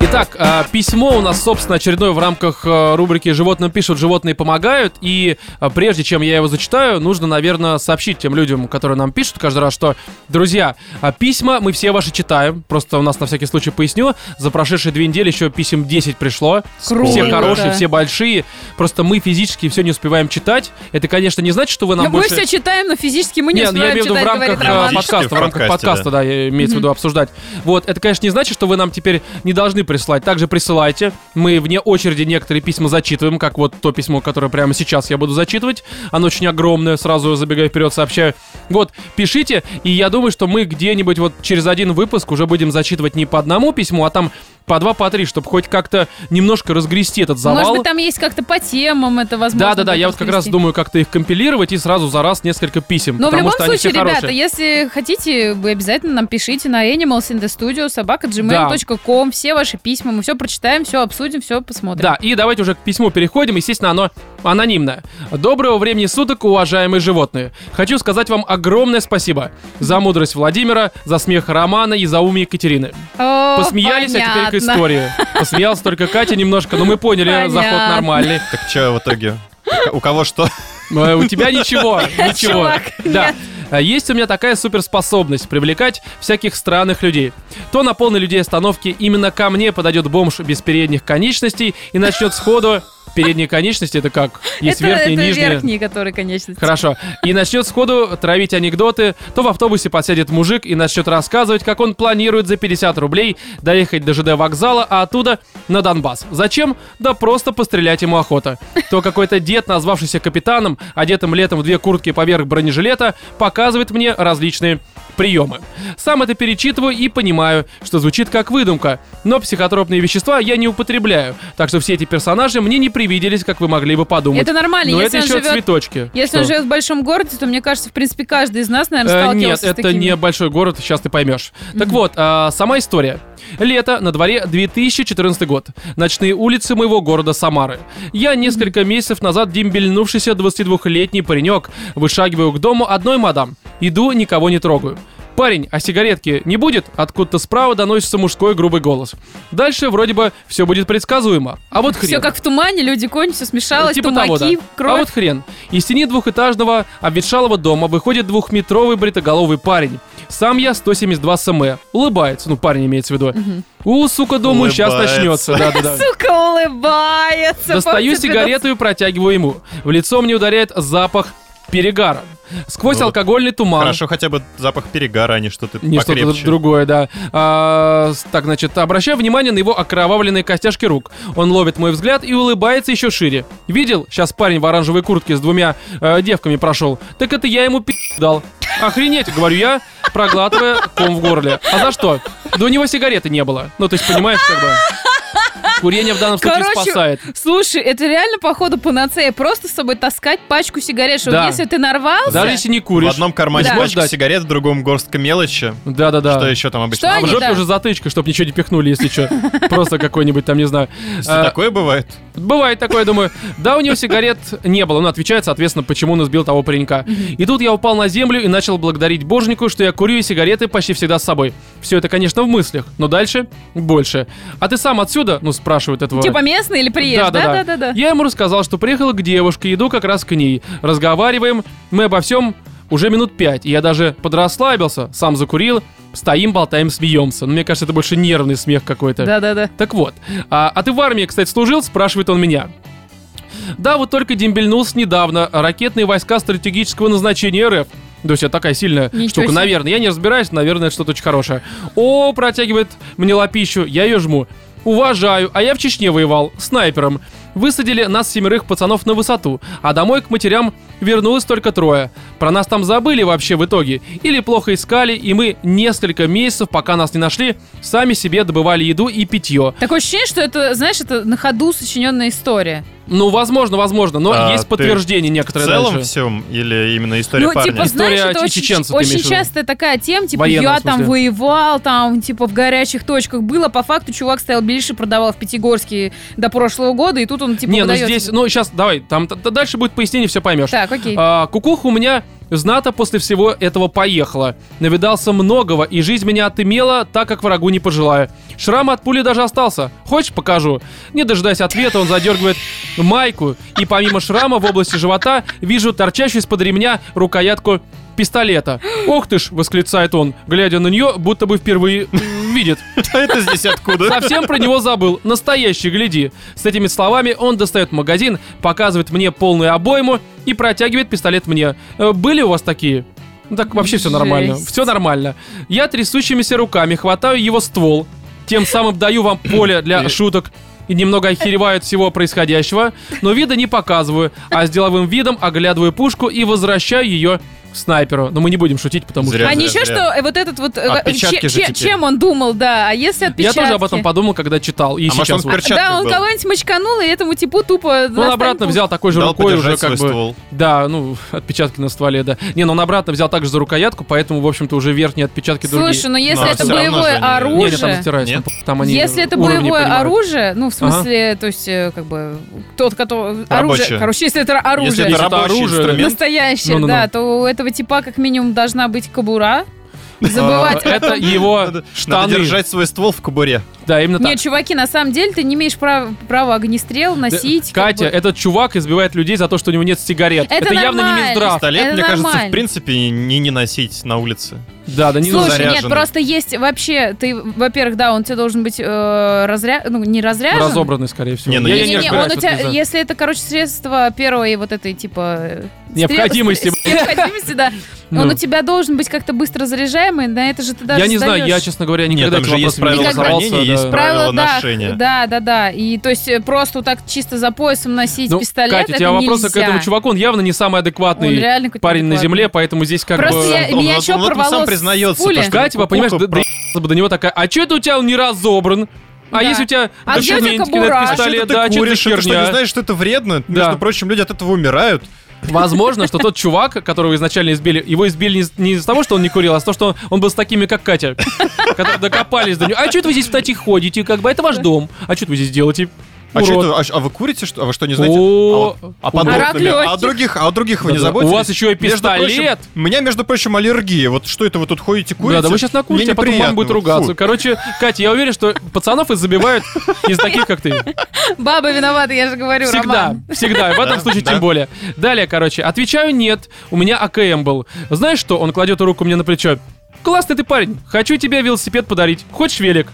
Speaker 1: Итак, э, письмо у нас, собственно, очередное в рамках э, рубрики «Животным пишут, животные помогают». И э, прежде чем я его зачитаю, нужно, наверное, сообщить тем людям, которые нам пишут каждый раз, что, друзья, э, письма мы все ваши читаем. Просто у нас, на всякий случай, поясню, за прошедшие две недели еще писем 10 пришло.
Speaker 3: Круто.
Speaker 1: Все хорошие, все большие. Просто мы физически все не успеваем читать. Это, конечно, не значит, что вы нам
Speaker 3: Ну, Мы
Speaker 1: больше...
Speaker 3: все читаем, но физически мы не
Speaker 1: Нет, ну я
Speaker 3: успеваем
Speaker 1: имею в виду в
Speaker 3: читать, говорит
Speaker 1: рамках э,
Speaker 3: Роман.
Speaker 2: Физически
Speaker 1: подкаста, в
Speaker 2: в
Speaker 1: рамках
Speaker 2: подкасте,
Speaker 1: подкаста, да, я- имеется в виду обсуждать. Вот, это, конечно, не значит, что вы нам теперь не должны присылать. Также присылайте. Мы вне очереди некоторые письма зачитываем, как вот то письмо, которое прямо сейчас я буду зачитывать. Оно очень огромное, сразу забегая вперед, сообщаю. Вот, пишите, и я думаю, что мы где-нибудь вот через один выпуск уже будем зачитывать не по одному письму, а там по два, по три, чтобы хоть как-то немножко разгрести этот завал.
Speaker 3: Может быть, там есть как-то по темам это возможно.
Speaker 1: Да, да, да, я вот
Speaker 3: будет
Speaker 1: как раз
Speaker 3: вести.
Speaker 1: думаю, как-то их компилировать и сразу за раз несколько писем.
Speaker 3: Но в
Speaker 1: потому
Speaker 3: любом
Speaker 1: что они
Speaker 3: случае,
Speaker 1: все
Speaker 3: ребята,
Speaker 1: хорошие.
Speaker 3: если хотите, вы обязательно нам пишите на animalsinthestudio собака.gmail.com все ваши письма, мы все прочитаем, все обсудим, все посмотрим.
Speaker 1: Да, и давайте уже к письму переходим. Естественно, оно анонимное. Доброго времени суток, уважаемые животные. Хочу сказать вам огромное спасибо за мудрость Владимира, за смех Романа и за ум Екатерины.
Speaker 3: О,
Speaker 1: Посмеялись, а теперь к
Speaker 3: Э, понятно.
Speaker 1: истории. Посмеялась только Катя немножко, но мы поняли,
Speaker 3: Понятно.
Speaker 1: заход нормальный.
Speaker 2: Так что в итоге? У ко- У кого что?
Speaker 1: Э, У тебя ничего, ничего.
Speaker 3: Чувак,
Speaker 1: Да. А Есть у меня такая суперспособность привлекать всяких странных людей. То на полной людей остановки именно ко мне подойдет бомж без передних конечностей и начнет сходу... Передние конечности это как? Есть
Speaker 3: это,
Speaker 1: верхние,
Speaker 3: это
Speaker 1: нижние.
Speaker 3: верхние, которые, конечно.
Speaker 1: Хорошо. И начнет сходу травить анекдоты, то в автобусе подсядет мужик и начнет рассказывать, как он планирует за 50 рублей доехать до ЖД вокзала, а оттуда на Донбасс. Зачем? Да просто пострелять ему охота. То какой-то дед, назвавшийся капитаном, одетым летом в две куртки поверх бронежилета, показывает мне различные приемы. Сам это перечитываю и понимаю, что звучит как выдумка, но психотропные вещества я не употребляю, так что все эти персонажи мне не привиделись, как вы могли бы подумать.
Speaker 3: Это нормально,
Speaker 1: Но
Speaker 3: если
Speaker 1: ну, это
Speaker 3: он
Speaker 1: еще
Speaker 3: живет-
Speaker 1: цветочки.
Speaker 3: Если он
Speaker 1: Что?
Speaker 3: живет в большом городе, то, мне кажется, в принципе, каждый из нас, наверное,
Speaker 1: Э,
Speaker 3: сталкивался
Speaker 1: Нет,
Speaker 3: с
Speaker 1: это
Speaker 3: такими.
Speaker 1: не большой город, сейчас ты поймешь. Так вот, а, сама история. Лето, на дворе 2014 год. Ночные улицы моего города Самары. Я несколько месяцев назад дембельнувшийся 22-летний паренек. Вышагиваю к дому одной мадам. Иду, никого не трогаю. Парень, а сигаретки не будет? Откуда-то справа доносится мужской грубый голос. Дальше вроде бы все будет предсказуемо. А вот хрен.
Speaker 3: Все как в тумане, люди конь, все смешалось,
Speaker 1: Типа
Speaker 3: тумаки,
Speaker 1: того, да. А
Speaker 3: кровь.
Speaker 1: вот хрен. Из тени двухэтажного обветшалого дома выходит двухметровый бритоголовый парень. Сам я 172 см. Улыбается, ну парень имеется в виду. У, сука, думаю, сейчас
Speaker 2: Улыбается.
Speaker 1: начнется. Да-да-да.
Speaker 3: Сука, улыбается.
Speaker 1: Достаю
Speaker 3: помните,
Speaker 1: сигарету и протягиваю ему. В лицо мне ударяет запах перегара. Сквозь
Speaker 2: Ну,
Speaker 1: алкогольный туман.
Speaker 2: Хорошо, хотя бы запах перегара, а не что-то
Speaker 1: А. Не что-то
Speaker 2: покрепче.
Speaker 1: другое, да. А, с- так, значит, обращаю внимание на его окровавленные костяшки рук. Он ловит мой взгляд и улыбается еще шире. Видел? Сейчас парень в оранжевой куртке с двумя э, девками прошел. Так это я ему пи*** дал. Охренеть, говорю я, проглатывая ком в горле. А за что? Да у него сигареты не было. Ну, то есть, понимаешь, как бы... Курение в данном случае
Speaker 3: Короче,
Speaker 1: спасает.
Speaker 3: Слушай, это реально походу панацея. Просто с собой таскать пачку сигарет, чтобы
Speaker 1: Да.
Speaker 3: если ты нарвался...
Speaker 1: Даже если не
Speaker 2: В
Speaker 1: куришь.
Speaker 2: одном кармане
Speaker 3: Да.
Speaker 2: пачка
Speaker 1: Ждать.
Speaker 2: сигарет, в другом горстка мелочи.
Speaker 1: Да-да-да.
Speaker 2: Что еще там
Speaker 3: Что
Speaker 1: А
Speaker 2: обычно?
Speaker 1: в
Speaker 3: они-
Speaker 1: жопе
Speaker 3: Да.
Speaker 1: уже затычка, чтобы ничего не пихнули, если что. Просто какой-нибудь там, не знаю.
Speaker 2: Что
Speaker 1: А,
Speaker 2: Такое бывает?
Speaker 1: Бывает такое, думаю. Да, у него сигарет не было. но отвечает, соответственно, почему он избил того паренька. И тут я упал на землю и начал благодарить божнику, что я курю и сигареты почти всегда с собой. Все это, конечно, в мыслях, но дальше больше. А ты сам отсюда? Ну, спрашивает этого.
Speaker 3: Типа местный или приезжий?
Speaker 1: Да-да-да.
Speaker 3: Да-да-да.
Speaker 1: Я ему рассказал, что приехал к девушке, иду как раз к ней. Разговариваем, мы обо всем уже минут пять. И я даже подрасслабился, сам закурил, стоим, болтаем, смеемся. Но мне кажется, это больше нервный смех какой-то.
Speaker 3: Да-да-да.
Speaker 1: Так вот, а, а ты в армии, кстати, служил? Спрашивает он меня. Да, вот только дембельнулся недавно. Ракетные войска стратегического назначения РФ. То есть это такая сильная
Speaker 3: Ничего
Speaker 1: штука.
Speaker 3: себе.
Speaker 1: Наверное, я не разбираюсь, наверное, это что-то очень хорошее. О, протягивает мне лапищу, я ее жму. Уважаю, а я в Чечне воевал, снайпером. Высадили нас семерых пацанов на высоту, а домой к матерям вернулось только трое. Про нас там забыли вообще в итоге, или плохо искали, и мы несколько месяцев, пока нас не нашли, сами себе добывали еду и питье.
Speaker 3: Такое ощущение, что это, знаешь, это на ходу сочиненная история.
Speaker 1: Ну, возможно, возможно, но
Speaker 2: А,
Speaker 1: есть
Speaker 2: ты
Speaker 1: подтверждение
Speaker 2: В
Speaker 1: некоторое
Speaker 2: целом
Speaker 1: дальше.
Speaker 2: всем или именно история
Speaker 3: ну,
Speaker 2: парня?
Speaker 3: типа, знаешь,
Speaker 1: История
Speaker 3: это
Speaker 1: ч-
Speaker 3: очень,
Speaker 1: чеченцев, ты
Speaker 3: очень
Speaker 1: имеешь в виду?
Speaker 3: частая такая тема, типа,
Speaker 1: Военного,
Speaker 3: я
Speaker 1: в
Speaker 3: там
Speaker 1: смысле.
Speaker 3: воевал, там, типа, в горячих точках было. По факту чувак стоял беляши, продавал в Пятигорске до прошлого года, и тут он, типа,
Speaker 1: Не, ну
Speaker 3: выдает-
Speaker 1: здесь, ну сейчас, давай, там т- т- дальше будет пояснение, все поймешь.
Speaker 3: Так, окей.
Speaker 1: А, кукуха у меня знато после всего этого поехала. Навидался многого, и жизнь меня отымела, так как врагу не пожелаю. Шрам от пули даже остался. Хочешь, покажу? Не дожидаясь ответа, он задергивает майку, и помимо шрама в области живота вижу торчащую из-под ремня рукоятку пистолета. «Ох ты ж!» — восклицает он, глядя на нее, будто бы впервые м, видит.
Speaker 2: А это здесь откуда?
Speaker 1: Совсем про него забыл. Настоящий, гляди. С этими словами он достает магазин, показывает мне полную обойму и протягивает пистолет мне. Э, Были у вас такие? Ну Так вообще все нормально.
Speaker 3: Жесть.
Speaker 1: Все нормально. Я трясущимися руками хватаю его ствол, тем самым даю вам поле для
Speaker 2: Ты-
Speaker 1: шуток и немного охереваю от всего происходящего, но вида не показываю, а с деловым видом оглядываю пушку и возвращаю ее снайперу. Но мы не будем шутить, потому что...
Speaker 2: Зря,
Speaker 3: а
Speaker 2: зря,
Speaker 3: ничего,
Speaker 2: зря.
Speaker 3: что э, вот этот вот... э,
Speaker 2: Отпечатки
Speaker 3: че-
Speaker 2: же
Speaker 3: че-
Speaker 2: теперь.
Speaker 3: чем он думал, да, а если
Speaker 1: Я
Speaker 3: отпечатки?
Speaker 1: тоже об этом подумал, когда читал. И
Speaker 2: А может, он
Speaker 1: сейчас
Speaker 2: в
Speaker 1: вот.
Speaker 2: перчатках
Speaker 3: Да, он
Speaker 2: был?
Speaker 3: кого-нибудь мочканул, и этому типу тупо...
Speaker 1: Ну, Он обратно взял такой же
Speaker 2: Дал
Speaker 1: рукой уже
Speaker 2: подержать
Speaker 1: как бы...
Speaker 2: свой ствол.
Speaker 1: Да, ну, отпечатки на стволе, да. Не, но он обратно взял также за рукоятку, поэтому, в общем-то, уже верхние отпечатки другие.
Speaker 3: Слушай, ну если
Speaker 2: Но
Speaker 3: это
Speaker 2: всё равно же
Speaker 3: боевое
Speaker 2: они-
Speaker 1: Не, они
Speaker 3: оружие...
Speaker 1: там стираются,
Speaker 2: Нет.
Speaker 1: там- там они
Speaker 3: ну, Если это
Speaker 1: уровни
Speaker 3: боевое
Speaker 1: поднимают.
Speaker 3: оружие, ну, в смысле, то есть, э, как бы, тот, который... Оружие,
Speaker 2: Рабочее.
Speaker 3: короче, если это оружие
Speaker 2: Если это
Speaker 1: это
Speaker 2: рабочий
Speaker 1: оружие,
Speaker 2: инструмент,
Speaker 3: настоящее,
Speaker 1: Ну-ну-ну.
Speaker 3: да, то у этого типа как минимум должна быть кобура.
Speaker 1: А,
Speaker 3: Забывать.
Speaker 1: Это его
Speaker 2: надо надо
Speaker 1: штаны.
Speaker 2: держать свой ствол в кобуре.
Speaker 1: Да, именно так.
Speaker 3: Нет, чуваки, на самом деле ты не имеешь права, права огнестрел носить. как
Speaker 1: Э, Катя,
Speaker 3: бы.
Speaker 1: этот чувак избивает людей за то, что у него нет сигарет.
Speaker 3: Это
Speaker 1: явно не
Speaker 3: нормально.
Speaker 1: Минздрав.
Speaker 2: Пистолет,
Speaker 3: это
Speaker 2: мне кажется, в
Speaker 3: нормально.
Speaker 2: принципе, не не носить на улице.
Speaker 1: Да, да, не
Speaker 3: Слушай,
Speaker 1: заряд.
Speaker 3: нет,
Speaker 2: заряженный.
Speaker 3: просто есть вообще, ты, во-первых, да, он тебе должен быть э, разря... ну, не разряжен.
Speaker 1: Разобранный, скорее всего.
Speaker 2: Не, ну
Speaker 1: Я-
Speaker 2: есть
Speaker 1: я
Speaker 3: Не-не-не,
Speaker 1: разбираюсь
Speaker 3: он у
Speaker 1: в этом,
Speaker 3: тебя,
Speaker 1: не знаю.
Speaker 3: если это, короче, средство первой вот этой, типа... э, стрел-
Speaker 1: Необходимости.
Speaker 3: с- Необходимости, да.
Speaker 1: Ну.
Speaker 3: Он у тебя должен быть как-то быстро заряжаемый, на это же ты даже
Speaker 1: Я не знаю,
Speaker 3: сдаёшь.
Speaker 1: я, честно говоря,
Speaker 2: Нет,
Speaker 1: никогда
Speaker 2: там же
Speaker 1: этим
Speaker 2: есть
Speaker 1: вопросом не
Speaker 3: правила
Speaker 1: интересовался,
Speaker 2: хранения, есть
Speaker 1: да.
Speaker 2: Правила
Speaker 3: да,
Speaker 2: ношения.
Speaker 3: Да, да, да. И то есть э, просто вот так чисто за поясом носить
Speaker 1: Ну,
Speaker 3: пистолет,
Speaker 1: Катя, у тебя
Speaker 3: это
Speaker 1: вопросы
Speaker 3: нельзя.
Speaker 1: к этому чуваку, он явно не самый
Speaker 3: Он
Speaker 1: адекватный
Speaker 3: реально какой-то
Speaker 1: парень на
Speaker 3: адекватный.
Speaker 1: земле, поэтому здесь как
Speaker 3: Просто
Speaker 1: бы... эм,
Speaker 3: я,
Speaker 2: он-
Speaker 3: Э, меня
Speaker 2: он-
Speaker 3: чё,
Speaker 2: он в этом
Speaker 3: порвало
Speaker 2: сам
Speaker 3: с
Speaker 2: признается,
Speaker 3: пули?
Speaker 2: потому что-
Speaker 1: Катя, понимаешь, да,
Speaker 2: Кукуха
Speaker 1: да ебаться бы до него такая, а чё это у тебя он не разобран? А
Speaker 3: Да.
Speaker 1: если у тебя
Speaker 3: А где у тебя
Speaker 1: документики
Speaker 3: кобура?
Speaker 1: на этот
Speaker 3: А чё
Speaker 1: пистолет,
Speaker 2: ты
Speaker 1: да, чё за
Speaker 2: куришь, ты что, не
Speaker 1: херня?
Speaker 2: знаешь, что это вредно?
Speaker 1: Да.
Speaker 2: Между прочим, люди от этого умирают.
Speaker 1: Возможно, что тот чувак, которого изначально избили, его избили не из- не из-за того, что он не курил, а из-за того, что он, он был с такими, как Катя, которые докопались до него. А что это вы здесь, кстати, ходите? Как бы это ваш дом. А что это вы здесь делаете?
Speaker 2: А, чё
Speaker 1: Урод.
Speaker 2: это, а ш- а вы курите, что? А вы что, не знаете?
Speaker 1: О,
Speaker 2: А вот- А под
Speaker 1: урод.
Speaker 3: А рак
Speaker 2: окнами? А о
Speaker 3: лёгких?
Speaker 2: других, а о других вы не
Speaker 1: Да-да.
Speaker 2: заботитесь?
Speaker 1: У вас ещё и
Speaker 2: Между прочим,
Speaker 1: пистолет.
Speaker 2: У меня, между прочим, аллергия. Вот что это вы тут ходите, курите?
Speaker 1: Да, да вы сейчас накурите,
Speaker 2: Мне
Speaker 1: а потом мама
Speaker 2: неприятно.
Speaker 1: будет
Speaker 2: Вот,
Speaker 1: ругаться.
Speaker 2: фу.
Speaker 1: Короче, Катя, я уверен, что пацанов и забивают из таких, как ты.
Speaker 3: Бабы виноваты, я же говорю,
Speaker 1: Всегда,
Speaker 3: Роман.
Speaker 1: всегда, и в этом
Speaker 2: Да,
Speaker 1: случае
Speaker 2: да.
Speaker 1: тем более. Далее, короче, отвечаю нет, у меня АКМ был. Знаешь что, он кладет руку мне на плечо. Классный ты парень, хочу тебе велосипед подарить. Хочешь велик?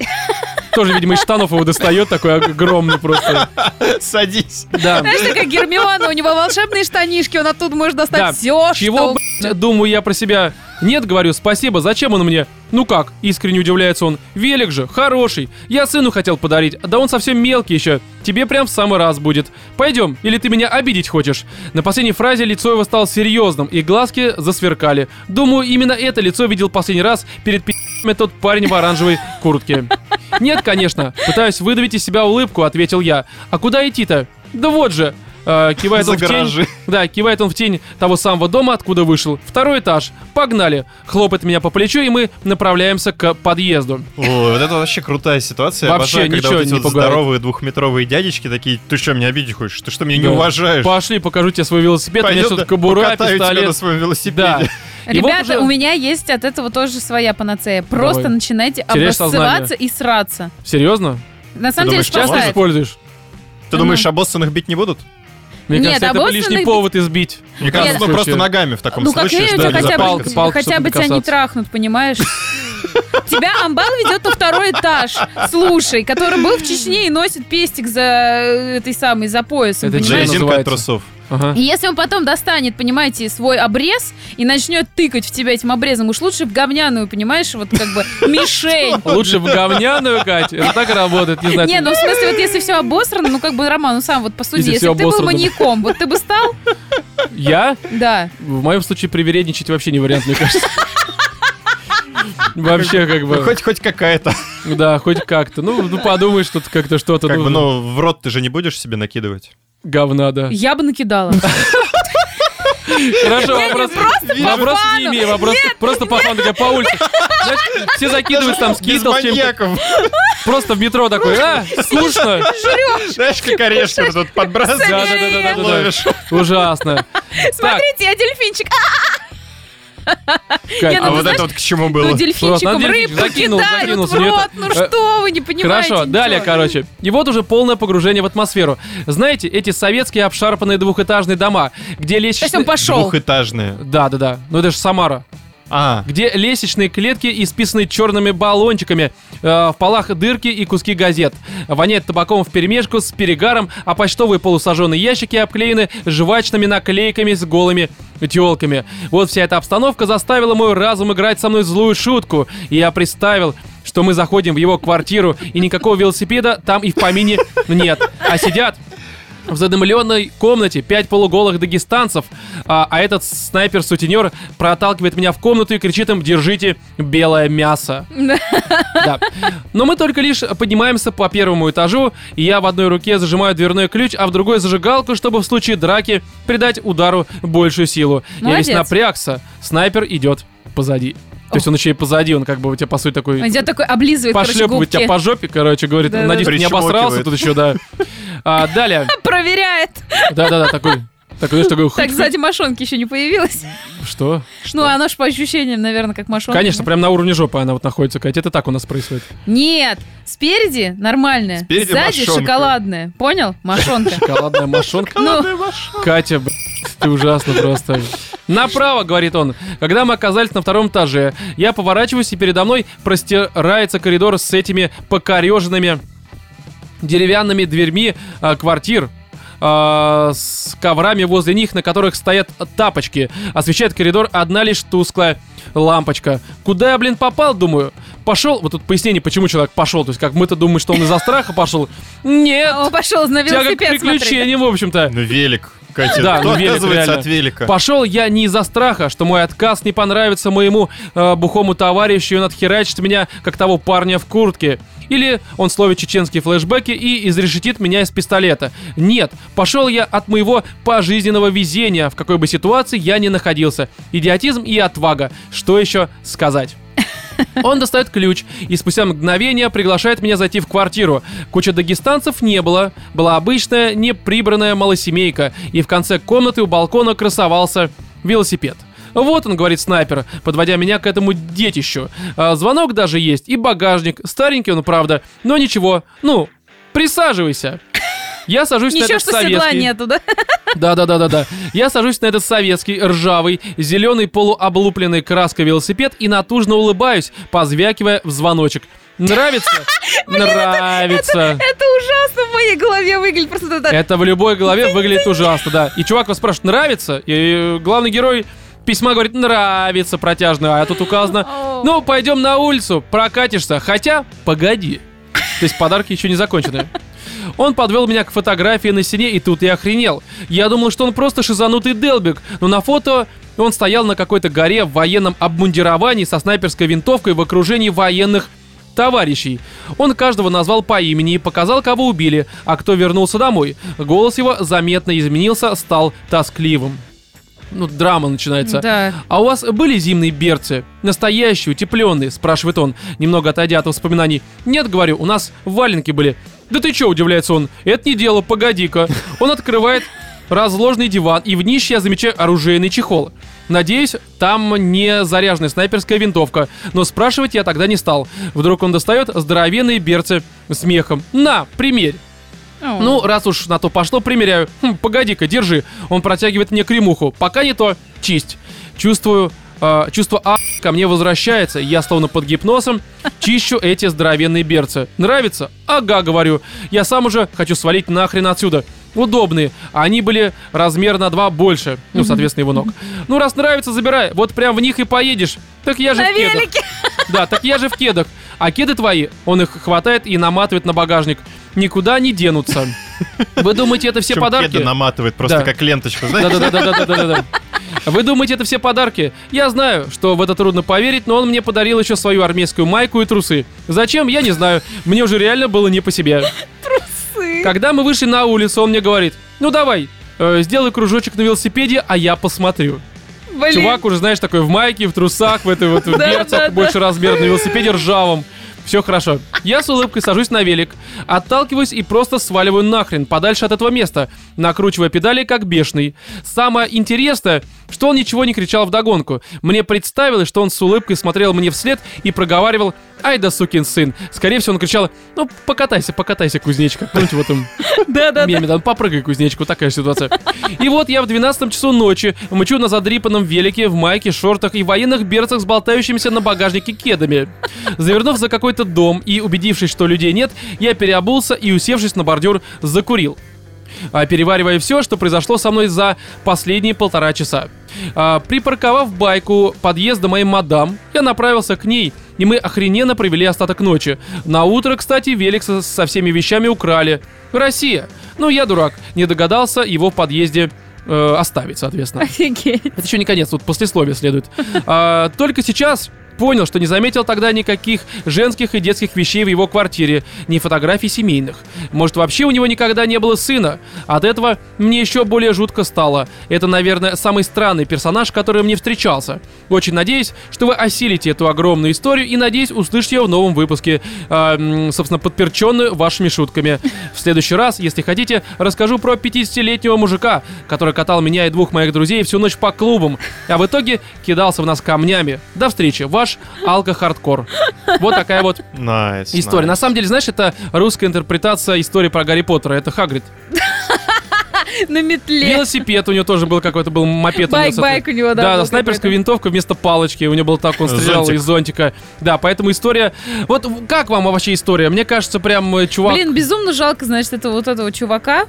Speaker 1: Тоже, видимо, из штанов его достает, такой огромный просто.
Speaker 2: Садись.
Speaker 1: Да.
Speaker 3: Знаешь, ты как Гермиона, у него волшебные штанишки, он оттуда может достать
Speaker 1: Да.
Speaker 3: все,
Speaker 1: Чего,
Speaker 3: что...
Speaker 1: блядь, думаю я про себя? Нет, говорю, спасибо, зачем он мне? Ну как, искренне удивляется он. Велик же, хороший. Я сыну хотел подарить, да он совсем мелкий еще. Тебе прям в самый раз будет. Пойдем, или ты меня обидеть хочешь? На последней фразе лицо его стало серьезным, и глазки засверкали. Думаю, именно это лицо видел последний раз перед пи***ми тот парень в оранжевой куртке. Нет, конечно, пытаюсь выдавить из себя улыбку, ответил я. А куда идти-то? Да вот же. Э, кивает он
Speaker 2: За
Speaker 1: в тень.
Speaker 2: гаражи.
Speaker 1: Да, кивает он в тень того самого дома, откуда вышел. Второй этаж. Погнали. Хлопает меня по плечу, и мы направляемся к подъезду.
Speaker 2: Ой, вот это вообще крутая ситуация.
Speaker 1: Вообще
Speaker 2: Обожаю, когда
Speaker 1: ничего
Speaker 2: вот эти
Speaker 1: не
Speaker 2: вот
Speaker 1: пугает.
Speaker 2: здоровые двухметровые дядечки такие, ты что, меня обидеть хочешь? Ты что, меня не
Speaker 1: Да.
Speaker 2: уважаешь?
Speaker 1: Пошли, покажу тебе свой велосипед. у
Speaker 2: Пойдём,
Speaker 1: меня
Speaker 2: да,
Speaker 1: тут кобура,
Speaker 2: покатаю тебя на
Speaker 1: пистолет.
Speaker 2: своем
Speaker 1: Да.
Speaker 2: велосипеде.
Speaker 1: И вот
Speaker 3: Ребята,
Speaker 1: уже-
Speaker 3: у меня есть от этого тоже своя панацея. Просто
Speaker 1: Давай.
Speaker 3: начинайте
Speaker 1: Теряешь
Speaker 3: обоссываться и сраться.
Speaker 1: Серьезно?
Speaker 3: На самом
Speaker 2: думаешь, часто
Speaker 3: деле
Speaker 1: Часто
Speaker 2: Бывает.
Speaker 3: спасает.
Speaker 1: используешь?
Speaker 2: Ты думаешь, обоссанных бить не будут?
Speaker 1: Мне
Speaker 3: Нет, а
Speaker 1: кажется, это
Speaker 3: обоссанных
Speaker 1: лишний
Speaker 3: бить-
Speaker 1: повод избить.
Speaker 2: Мне
Speaker 3: Нет.
Speaker 2: кажется, ну просто
Speaker 1: Слушай.
Speaker 2: ногами в таком
Speaker 3: Ну как
Speaker 2: случае.
Speaker 3: минимум
Speaker 2: что
Speaker 3: тебя
Speaker 1: да,
Speaker 2: ли,
Speaker 3: хотя
Speaker 2: за
Speaker 1: палка-
Speaker 3: бы,
Speaker 1: палка,
Speaker 3: хотя
Speaker 1: чтобы
Speaker 3: бы тебя не
Speaker 1: докасаться.
Speaker 3: трахнут, понимаешь? Тебя амбал ведет на второй этаж, слушай, который был в Чечне и носит пестик за э, этой самой, за поясом,
Speaker 1: Это
Speaker 3: понимаешь?
Speaker 1: Джейсон.
Speaker 2: Резинка
Speaker 1: называется?
Speaker 2: от трусов.
Speaker 1: Ага.
Speaker 3: И если он потом достанет, понимаете, свой обрез и начнет тыкать в тебя этим обрезом, уж лучше в говняную, понимаешь, вот как бы мишень.
Speaker 1: Лучше в говняную, Кать. Это так и работает, не знаю.
Speaker 3: Не, ну в смысле, вот если все обосрано, ну как бы Роман, ну сам вот по сути,
Speaker 1: Если
Speaker 3: если,
Speaker 1: всё
Speaker 3: бы ты был
Speaker 1: обосрано.
Speaker 3: маньяком, вот ты бы стал,
Speaker 1: Я?
Speaker 3: да.
Speaker 1: В моем случае привередничать вообще не вариант, мне кажется. Вообще как
Speaker 2: Ну,
Speaker 1: бы,
Speaker 2: хоть, хоть какая-то.
Speaker 1: да, хоть как-то. Ну, ну, подумаешь, что как-то что-то,
Speaker 2: Как бы,
Speaker 1: ну,
Speaker 2: ну, в рот ты же не будешь себе накидывать.
Speaker 1: говна, да.
Speaker 3: Я бы накидала.
Speaker 1: Хорошо,
Speaker 3: Не, не,
Speaker 1: вопрос.
Speaker 3: просто по
Speaker 1: Вопрос не
Speaker 3: фану.
Speaker 1: имею, вопрос просто по фану, такая по улице. Знаешь, все закидывают там
Speaker 2: Без
Speaker 1: скидл, чем-то.
Speaker 2: маньяков.
Speaker 1: Просто в метро такой, а, скучно.
Speaker 2: Знаешь, как орешки тут
Speaker 1: Да, да,
Speaker 2: подбрасываешь,
Speaker 1: да, да, да, да.
Speaker 2: ловишь.
Speaker 1: Ужасно.
Speaker 3: Смотрите, я дельфинчик.
Speaker 1: Кать,
Speaker 3: Я
Speaker 2: А
Speaker 3: ну,
Speaker 2: вот
Speaker 3: знаешь,
Speaker 2: это вот к чему
Speaker 3: Ну,
Speaker 2: было?
Speaker 1: Просто
Speaker 3: дельфинчиком
Speaker 1: на дельфинчик
Speaker 3: рыбку
Speaker 1: закинул, закинул
Speaker 3: кидают в
Speaker 1: себе это.
Speaker 3: рот. Ну что вы не понимаете?
Speaker 1: Хорошо, далее,
Speaker 3: ничего.
Speaker 1: короче. И вот уже полное погружение в атмосферу. Знаете, эти советские обшарпанные двухэтажные дома, где
Speaker 3: То есть он
Speaker 1: лестничные...
Speaker 3: пошел.
Speaker 2: Двухэтажные.
Speaker 1: Да, да, да. Ну это же Самара.
Speaker 2: А,
Speaker 1: Где лестничные клетки исписаны черными баллончиками, э, в полах дырки и куски газет. Воняет табаком в перемешку с перегаром, а почтовые полусожженные ящики обклеены жвачными наклейками с голыми телками. Вот вся эта обстановка заставила мой разум играть со мной злую шутку. И я представил, что мы заходим в его квартиру, и никакого велосипеда там и в помине нет. А сидят в задымленной комнате пять полуголых дагестанцев, а, а этот снайпер-сутенер проталкивает меня в комнату и кричит им «Держите белое мясо». Да. Но мы только лишь поднимаемся по первому этажу, и я в одной руке зажимаю дверной ключ, а в другой зажигалку, чтобы в случае драки придать удару большую силу.
Speaker 3: Молодец.
Speaker 1: Я весь напрягся, снайпер идет позади. То есть он еще и позади, он как бы у тебя по сути такой
Speaker 3: Он тебя такой облизывает, короче,
Speaker 1: пошлепывает тебя
Speaker 3: губки.
Speaker 1: по жопе, короче, говорит,
Speaker 3: Да-да-да.
Speaker 1: надеюсь, ты не обосрался
Speaker 2: Прищелкивает.
Speaker 1: тут еще, да. А, далее.
Speaker 3: Проверяет.
Speaker 1: Да-да-да, такой. Такой, знаешь, такой...
Speaker 3: Так сзади Машонки еще не появилась.
Speaker 1: Что?
Speaker 3: Ну, она ж по ощущениям, наверное, как Ну, Машонка.
Speaker 1: Конечно, прям на уровне жопы она вот находится, Катя. Это так у нас происходит.
Speaker 3: Нет, спереди нормальная,
Speaker 2: Спереди
Speaker 3: сзади
Speaker 2: мошонка.
Speaker 3: шоколадная. Понял? Машонка.
Speaker 1: Шоколадная машонка.
Speaker 3: Ну,
Speaker 1: Катя, б***ь, ты ужасно просто. Направо, говорит он. Когда мы оказались на втором этаже, я поворачиваюсь, и передо мной простирается коридор с этими покореженными деревянными дверьми а, квартир а, с коврами возле них, на которых стоят тапочки. Освещает коридор одна лишь тусклая лампочка. Куда я, блин, попал, думаю? Пошел, вот тут пояснение, почему человек пошел. То есть, как мы-то думаем, что он из-за страха пошел. Нет!
Speaker 3: он пошел на
Speaker 1: Тяга к
Speaker 3: велосипед смотреть.
Speaker 1: приключениям, в общем-то.
Speaker 2: ну велик. Катя,
Speaker 1: Да,
Speaker 2: кто
Speaker 1: ну, велик,
Speaker 2: отказывается
Speaker 1: реально.
Speaker 2: от велика?
Speaker 1: Пошел я не из-за страха, что мой отказ не понравится моему э, бухому товарищу, и он отхерачит меня, как того парня в куртке. Или он словит чеченские флешбеки и изрешетит меня из пистолета. Нет, пошел я от моего пожизненного везения, в какой бы ситуации я ни находился. Идиотизм и отвага. Что еще сказать? Он достает ключ и спустя мгновение приглашает меня зайти в квартиру. Куча дагестанцев не было. Была обычная, неприбранная малосемейка. И в конце комнаты у балкона красовался велосипед. Вот он, говорит снайпер, подводя меня к этому детищу. А, звонок даже есть и багажник. Старенький он, правда, но ничего. Ну, присаживайся. Я сажусь на
Speaker 3: Ничего,
Speaker 1: этот
Speaker 3: что седла
Speaker 1: советский.
Speaker 3: нету, да?
Speaker 1: Да, да, да, да, да. Я сажусь на этот советский, ржавый, зеленый полуоблупленный краской велосипед и натужно улыбаюсь, позвякивая в звоночек. Нравится? Нравится.
Speaker 3: Это ужасно в моей голове выглядит. Просто это-
Speaker 1: Это в любой голове выглядит ужасно, да. И чувак вас спрашивает, нравится? И э, главный герой письма говорит, нравится протяжно, а тут указано, ну, пойдем на улицу, прокатишься, хотя, погоди. То есть подарки еще не закончены. Он подвел меня к фотографии на стене, и тут я охренел. Я думал, что он просто шизанутый делбик, но на фото он стоял на какой-то горе в военном обмундировании со снайперской винтовкой в окружении военных товарищей. Он каждого назвал по имени и показал, кого убили, а кто вернулся домой. Голос его заметно изменился, стал тоскливым. Ну, драма начинается.
Speaker 3: Да.
Speaker 1: «А у вас были зимние берцы? Настоящие, утепленные?» – спрашивает он, немного отойдя от воспоминаний. «Нет, — говорю, — у нас валенки были». «Да ты чё?» – удивляется он. «Это не дело, погоди-ка». Он открывает разложенный диван, и в нище я замечаю оружейный чехол. Надеюсь, там не заряженная снайперская винтовка, но спрашивать я тогда не стал. Вдруг он достает здоровенные берцы с мехом. «На, примерь!»
Speaker 3: О.
Speaker 1: Ну, раз уж на то пошло, примеряю. Хм, погоди-ка, держи. Он протягивает мне кремуху. Пока не то, чисть. Чувствую, э, чувство а ко мне возвращается. Я словно под гипнозом чищу эти здоровенные берцы. Нравится? Ага, говорю. Я сам уже хочу свалить нахрен отсюда. удобные. а Они были размер на два больше. Ну, соответственно, его ног. Ну, раз нравится, забирай. Вот прям в них и поедешь. Так я же
Speaker 3: На
Speaker 1: в кедах.
Speaker 3: велике.
Speaker 1: Да, так я же в кедах. А кеды твои, он их хватает и наматывает на багажник. Никуда не денутся. Вы думаете, это все
Speaker 2: Причём
Speaker 1: подарки?
Speaker 2: кеды наматывает просто
Speaker 1: Да.
Speaker 2: как ленточку, знаешь?
Speaker 1: Да-да-да-да-да-да-да. Вы думаете, это все подарки? Я знаю, что в это трудно поверить, но он мне подарил еще свою армейскую майку и трусы. Зачем? Я не знаю. Мне уже реально было не по себе.
Speaker 3: Сы.
Speaker 1: Когда мы вышли на улицу, он мне говорит, ну давай, э, сделай кружочек на велосипеде, а я посмотрю.
Speaker 3: Блин.
Speaker 1: Чувак уже, знаешь, такой в майке, в трусах, в этой вот
Speaker 3: Да, да,
Speaker 1: берцах,
Speaker 3: да.
Speaker 1: больше размер, на велосипеде ржавом. Все хорошо. Я с улыбкой сажусь на велик, отталкиваюсь и просто сваливаю нахрен подальше от этого места, накручивая педали как бешеный. Самое интересное, что он ничего не кричал вдогонку. Мне представилось, что он с улыбкой смотрел мне вслед и проговаривал «Ай да сукин сын». Скорее всего, он кричал «Ну, покатайся, покатайся, кузнечка». Помните, вот там
Speaker 3: Да-да-да.
Speaker 1: меме, там, ну, попрыгай, кузнечку, такая же ситуация. И вот я в 12 часу ночи мчу на задрипанном велике, в майке, шортах и военных берцах с болтающимися на багажнике кедами. Завернув за какой-то дом и убедившись, что людей нет, я переобулся и, усевшись на бордюр, закурил. А, Переваривая все, что произошло со мной за последние полтора часа. А, Припарковав байку подъезда моей мадам, я направился к ней, и мы охрененно провели остаток ночи. На утро, кстати, Великса со всеми вещами украли. Россия. Ну, я дурак. Не догадался его в подъезде э, оставить, соответственно.
Speaker 3: Офигеть.
Speaker 1: Это еще не конец, тут послесловие следует. А, только сейчас понял, что не заметил тогда никаких женских и детских вещей в его квартире, ни фотографий семейных. Может, вообще у него никогда не было сына? От этого мне еще более жутко стало. Это, наверное, самый странный персонаж, который мне встречался. Очень надеюсь, что вы осилите эту огромную историю и, надеюсь, услышите ее в новом выпуске, а, м, собственно, подперченную вашими шутками. В следующий раз, если хотите, расскажу про 50-летнего мужика, который катал меня и двух моих друзей всю ночь по клубам, а в итоге кидался в нас камнями. До встречи, ваш алко-хардкор. Вот такая вот
Speaker 2: Найс.
Speaker 1: история. На
Speaker 2: найс.
Speaker 1: самом деле, знаешь, это русская интерпретация истории про Гарри Поттера. Это Хагрид.
Speaker 3: На метле.
Speaker 1: Велосипед у него тоже был какой-то, был мопед. у него с
Speaker 3: Байк,
Speaker 1: этой-
Speaker 3: байк у него, да.
Speaker 1: Да,
Speaker 3: был
Speaker 1: да, снайперская
Speaker 3: какой-то.
Speaker 1: винтовка вместо палочки. У него был так, он стрелял
Speaker 2: Зонтик.
Speaker 1: из зонтика. Да, поэтому история... Вот в- как вам вообще история? Мне кажется, прям э, чувак...
Speaker 3: Блин, безумно жалко, значит, это вот этого чувака.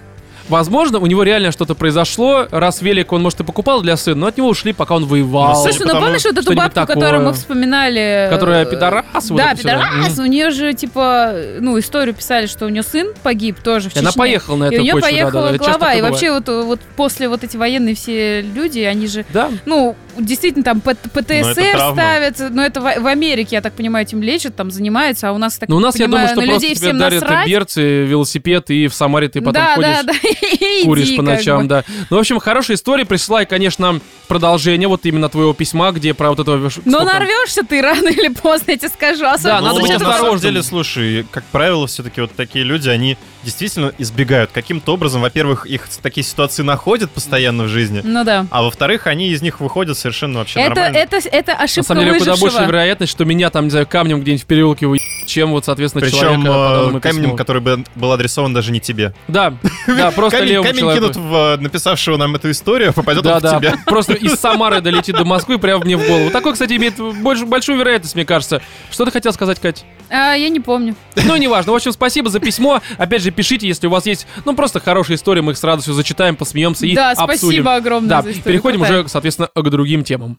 Speaker 1: Возможно, у него реально что-то произошло. Раз велик он, может, и покупал для сына, но от него ушли, пока он воевал.
Speaker 2: Ну,
Speaker 3: Слушай, ну
Speaker 2: потому
Speaker 3: помнишь вот эту
Speaker 1: что-нибудь
Speaker 3: бабку,
Speaker 1: такое.
Speaker 3: которую мы вспоминали? э,
Speaker 1: Которая пидорас, вот
Speaker 3: Да,
Speaker 1: это всё, да.
Speaker 3: пидорас. У нее же, типа, ну, историю писали, что у нее сын погиб тоже в
Speaker 1: И она
Speaker 3: Чечне.
Speaker 1: поехала на
Speaker 3: И
Speaker 1: эту
Speaker 3: у нее
Speaker 1: почву. да, да,
Speaker 3: ну, поехала
Speaker 1: да, это часто
Speaker 3: голова. И
Speaker 1: такое
Speaker 3: вообще вот, вот после вот эти военные все люди, они же,
Speaker 1: бывает. Да,
Speaker 3: ну, действительно там П- ПТСР
Speaker 2: травма.
Speaker 3: ставят. Но это в, в Америке, я так понимаю, этим лечат, там занимаются. А у нас, так
Speaker 1: но Ну, у нас, я
Speaker 3: понимаю,
Speaker 1: думаю, что
Speaker 3: на
Speaker 1: просто
Speaker 3: людей
Speaker 1: тебе
Speaker 3: всем
Speaker 1: дарят
Speaker 3: насрать.
Speaker 1: берцы, велосипед, и в Самаре ты потом
Speaker 3: да,
Speaker 1: ходишь
Speaker 3: да, да, И
Speaker 1: куришь
Speaker 3: иди,
Speaker 1: по
Speaker 3: как
Speaker 1: ночам,
Speaker 3: бы.
Speaker 1: да. Ну, в общем, хорошая история. Присылай, конечно, нам продолжение вот именно твоего письма, где про вот этого...
Speaker 3: Но
Speaker 1: сколько-
Speaker 3: Ну, нарвешься ты рано или поздно, я тебе скажу.
Speaker 1: Да,
Speaker 3: Особенно
Speaker 1: а, надо
Speaker 2: Ну,
Speaker 1: быть
Speaker 3: сейчас
Speaker 2: На
Speaker 1: осторожным.
Speaker 2: самом деле, слушай, как правило, все-таки вот такие люди, они действительно избегают каким-то образом. Во-первых, их такие ситуации находят постоянно в жизни,
Speaker 3: Ну да.
Speaker 2: а во-вторых, они из них выходят совершенно вообще
Speaker 3: Это,
Speaker 2: нормально.
Speaker 3: это, это
Speaker 1: На
Speaker 3: ошибка
Speaker 1: самом деле, куда больше
Speaker 3: выжившего.
Speaker 1: вероятность, что меня там, не знаю, камнем где-нибудь в переулке уеб, чем вот, соответственно,
Speaker 2: Причем
Speaker 1: человека а подобному
Speaker 2: э, камнем,
Speaker 1: письму.
Speaker 2: который бы был адресован даже не тебе.
Speaker 1: Да, да, просто
Speaker 2: камень
Speaker 1: левому
Speaker 2: камень
Speaker 1: человеку.
Speaker 2: кинут в э, написавшего нам эту историю, а попадет он в тебя.
Speaker 1: Просто из Самары долетит до Москвы прямо мне в голову. Такой, кстати, имеет больш- большую вероятность, мне кажется. Что ты хотел сказать, Кать?
Speaker 3: А, я не помню.
Speaker 1: Ну, неважно. В общем, спасибо за письмо. Опять же, пишите, если у вас есть, ну, просто хорошие истории, мы их с радостью зачитаем, посмеемся и
Speaker 3: да,
Speaker 1: обсудим.
Speaker 3: спасибо огромное.
Speaker 1: Да,
Speaker 3: за историю.
Speaker 1: переходим
Speaker 3: Крутая.
Speaker 1: уже, соответственно, к другим темам.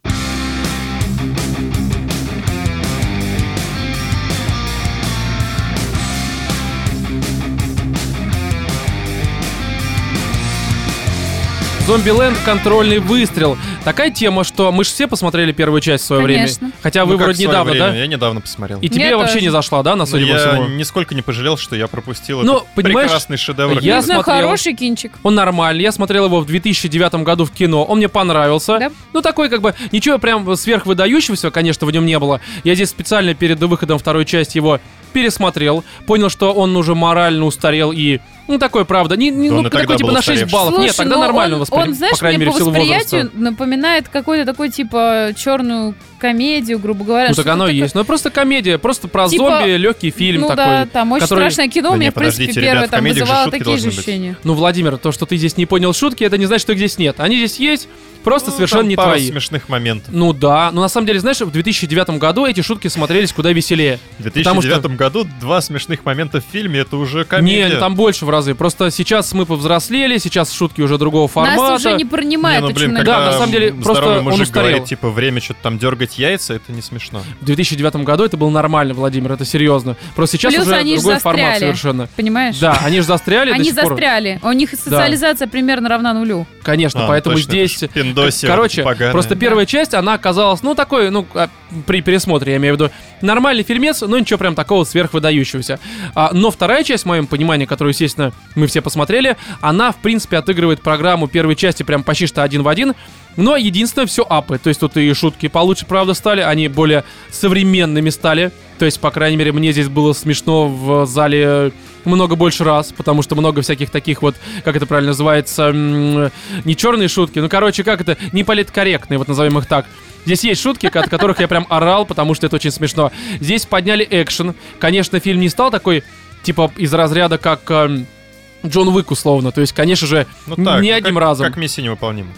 Speaker 1: Зомбиленд контрольный выстрел. Такая тема, что мы же все посмотрели первую часть в свое
Speaker 3: Конечно.
Speaker 1: время. Хотя
Speaker 2: Ну,
Speaker 1: вы
Speaker 2: как в
Speaker 1: вроде
Speaker 2: своё
Speaker 1: недавно,
Speaker 2: время,
Speaker 1: да?
Speaker 2: Я недавно посмотрел.
Speaker 1: И
Speaker 3: Мне
Speaker 1: тебе вообще
Speaker 3: тоже.
Speaker 1: не зашла, да, на
Speaker 2: Но
Speaker 1: судя по
Speaker 2: я
Speaker 1: всему?
Speaker 2: нисколько не пожалел, что я пропустил
Speaker 1: Ну,
Speaker 2: этот
Speaker 1: понимаешь,
Speaker 2: прекрасный шедевр.
Speaker 1: я
Speaker 3: Не знаю,
Speaker 1: смотрел.
Speaker 3: хороший кинчик.
Speaker 1: Он нормальный. Я смотрел его в 2009 году в кино. Он мне понравился.
Speaker 3: Да?
Speaker 1: Ну, такой как бы... Ничего прям сверхвыдающегося, конечно, в нем не было. Я здесь специально перед выходом второй части его пересмотрел. Понял, что он уже морально устарел и... Ну, такой, правда. Не, не-
Speaker 2: Да
Speaker 1: ну,
Speaker 2: он и тогда
Speaker 1: такой, типа,
Speaker 2: был
Speaker 1: на 6
Speaker 2: устаревший.
Speaker 1: баллов. Нет,
Speaker 3: Слушай,
Speaker 1: тогда
Speaker 3: ну
Speaker 1: нормально
Speaker 3: он,
Speaker 1: воспри-
Speaker 3: он, знаешь,
Speaker 1: по крайней
Speaker 3: мне
Speaker 1: мере, в
Speaker 3: по
Speaker 1: силу
Speaker 3: восприятию
Speaker 1: возраста.
Speaker 3: напоминает какую-то такой, типа, черную комедию, грубо говоря.
Speaker 1: Ну, так
Speaker 3: что-то
Speaker 1: оно и
Speaker 3: такое.
Speaker 1: есть. Ну, просто комедия. Просто про
Speaker 3: Типа,
Speaker 1: зомби, легкий фильм
Speaker 3: ну
Speaker 1: такой.
Speaker 3: да, там очень
Speaker 1: который-
Speaker 3: страшное кино,
Speaker 2: Да
Speaker 3: у меня,
Speaker 2: не,
Speaker 3: в принципе,
Speaker 2: подождите,
Speaker 3: первое
Speaker 2: ребят, в
Speaker 3: там
Speaker 2: комедиях же
Speaker 3: вызывало
Speaker 2: шутки
Speaker 3: такие же
Speaker 2: должны быть.
Speaker 3: ощущения.
Speaker 1: Ну, Владимир, то, что ты здесь не понял шутки, это не значит, что их здесь нет. Они здесь есть, просто
Speaker 2: Ну,
Speaker 1: совершенно
Speaker 2: там
Speaker 1: не
Speaker 2: пару
Speaker 1: твои.
Speaker 2: смешных моментов.
Speaker 1: Ну да, но на самом деле, знаешь, в 2009 году эти шутки смотрелись куда веселее.
Speaker 2: В
Speaker 1: Потому
Speaker 2: 2009 году два смешных момента в фильме, это уже комедия.
Speaker 1: Не, ну там больше в разы. Просто сейчас мы повзрослели, сейчас шутки уже другого формата.
Speaker 3: Нас уже не принимают
Speaker 2: ну, блин,
Speaker 3: очень
Speaker 1: Да,
Speaker 2: когда
Speaker 1: на самом деле,
Speaker 2: здоровый
Speaker 1: просто он
Speaker 2: мужик
Speaker 1: устарел.
Speaker 2: говорит, типа, время что-то там дергать яйца, это не смешно.
Speaker 1: В 2009 году это было нормально, Владимир, это серьезно. Просто сейчас
Speaker 3: Плюс
Speaker 1: уже
Speaker 3: они ж
Speaker 1: другой формат
Speaker 3: застряли.
Speaker 1: совершенно.
Speaker 3: Понимаешь?
Speaker 1: Да, они же застряли до
Speaker 3: Они
Speaker 1: сих пор. Ну,
Speaker 3: застряли. У них социализация примерно равна нулю.
Speaker 1: Конечно,
Speaker 2: А,
Speaker 1: поэтому
Speaker 2: точно,
Speaker 1: здесь...
Speaker 2: это ж пиндосы
Speaker 1: Короче,
Speaker 2: поганые.
Speaker 1: просто первая часть, она оказалась, ну, такой, ну, а, при пересмотре, я имею в виду, нормальный фильмец, но ничего прям такого сверхвыдающегося. А, но вторая часть, в моем понимании, которую, естественно, мы все посмотрели, она, в принципе, отыгрывает программу первой части прям почти что один в один, но единственное, все апы. То есть тут и шутки получше, правда, стали, они более современными стали. То есть, по крайней мере, мне здесь было смешно в зале много больше раз, потому что много всяких таких вот, как это правильно называется, м, не черные шутки, ну, короче, как это, не политкорректные, вот назовем их так. Здесь есть шутки, от которых я прям орал, потому что это очень смешно. Здесь подняли экшен. Конечно, фильм не стал такой, типа, из разряда, как эм, Джон Уик, условно. То есть, конечно же,
Speaker 2: Ну так,
Speaker 1: не
Speaker 2: ну,
Speaker 1: одним
Speaker 2: как-
Speaker 1: разом.
Speaker 2: Как миссия невыполнима.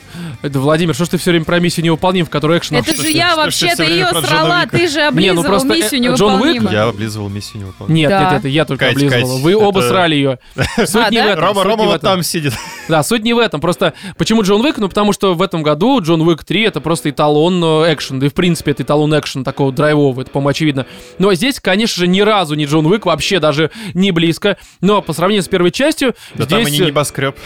Speaker 1: Да, Владимир, что ж ты все время про миссию невыполним, в которой экшен
Speaker 3: это
Speaker 2: что
Speaker 3: же
Speaker 2: ж ты-
Speaker 3: я
Speaker 2: что ж ты
Speaker 3: вообще-то
Speaker 2: всё время
Speaker 3: ее
Speaker 2: про Джона
Speaker 3: срала,
Speaker 2: Уика?
Speaker 3: ты же
Speaker 1: Не, ну
Speaker 3: облизывал
Speaker 1: просто, э,
Speaker 3: миссию
Speaker 1: э, Джон Уик,
Speaker 3: невыполнимо.
Speaker 2: Я облизывал миссию невыполнимую.
Speaker 1: Нет,
Speaker 3: Да.
Speaker 1: нет, это я только
Speaker 2: Кать,
Speaker 1: облизывала.
Speaker 2: Кать,
Speaker 1: Вы
Speaker 2: это-
Speaker 1: оба срали ее. Суть
Speaker 3: А,
Speaker 1: не
Speaker 3: да?
Speaker 1: в этом.
Speaker 2: Рома,
Speaker 1: суть не
Speaker 2: Рома
Speaker 1: в
Speaker 2: вот
Speaker 1: этом.
Speaker 2: там сидит.
Speaker 1: Да, суть не в этом. Просто почему Джон Уик? Ну, потому что в этом году Джон Уик 3 это просто эталон э, экшен. Да и в принципе это эталон экшен такого драйвового, это, по-моему, очевидно. Но здесь, конечно же, ни разу не Джон Уик, вообще даже не близко. Но по сравнению с первой частью,
Speaker 2: Да там
Speaker 1: здесь... э,
Speaker 2: и не небоскреб.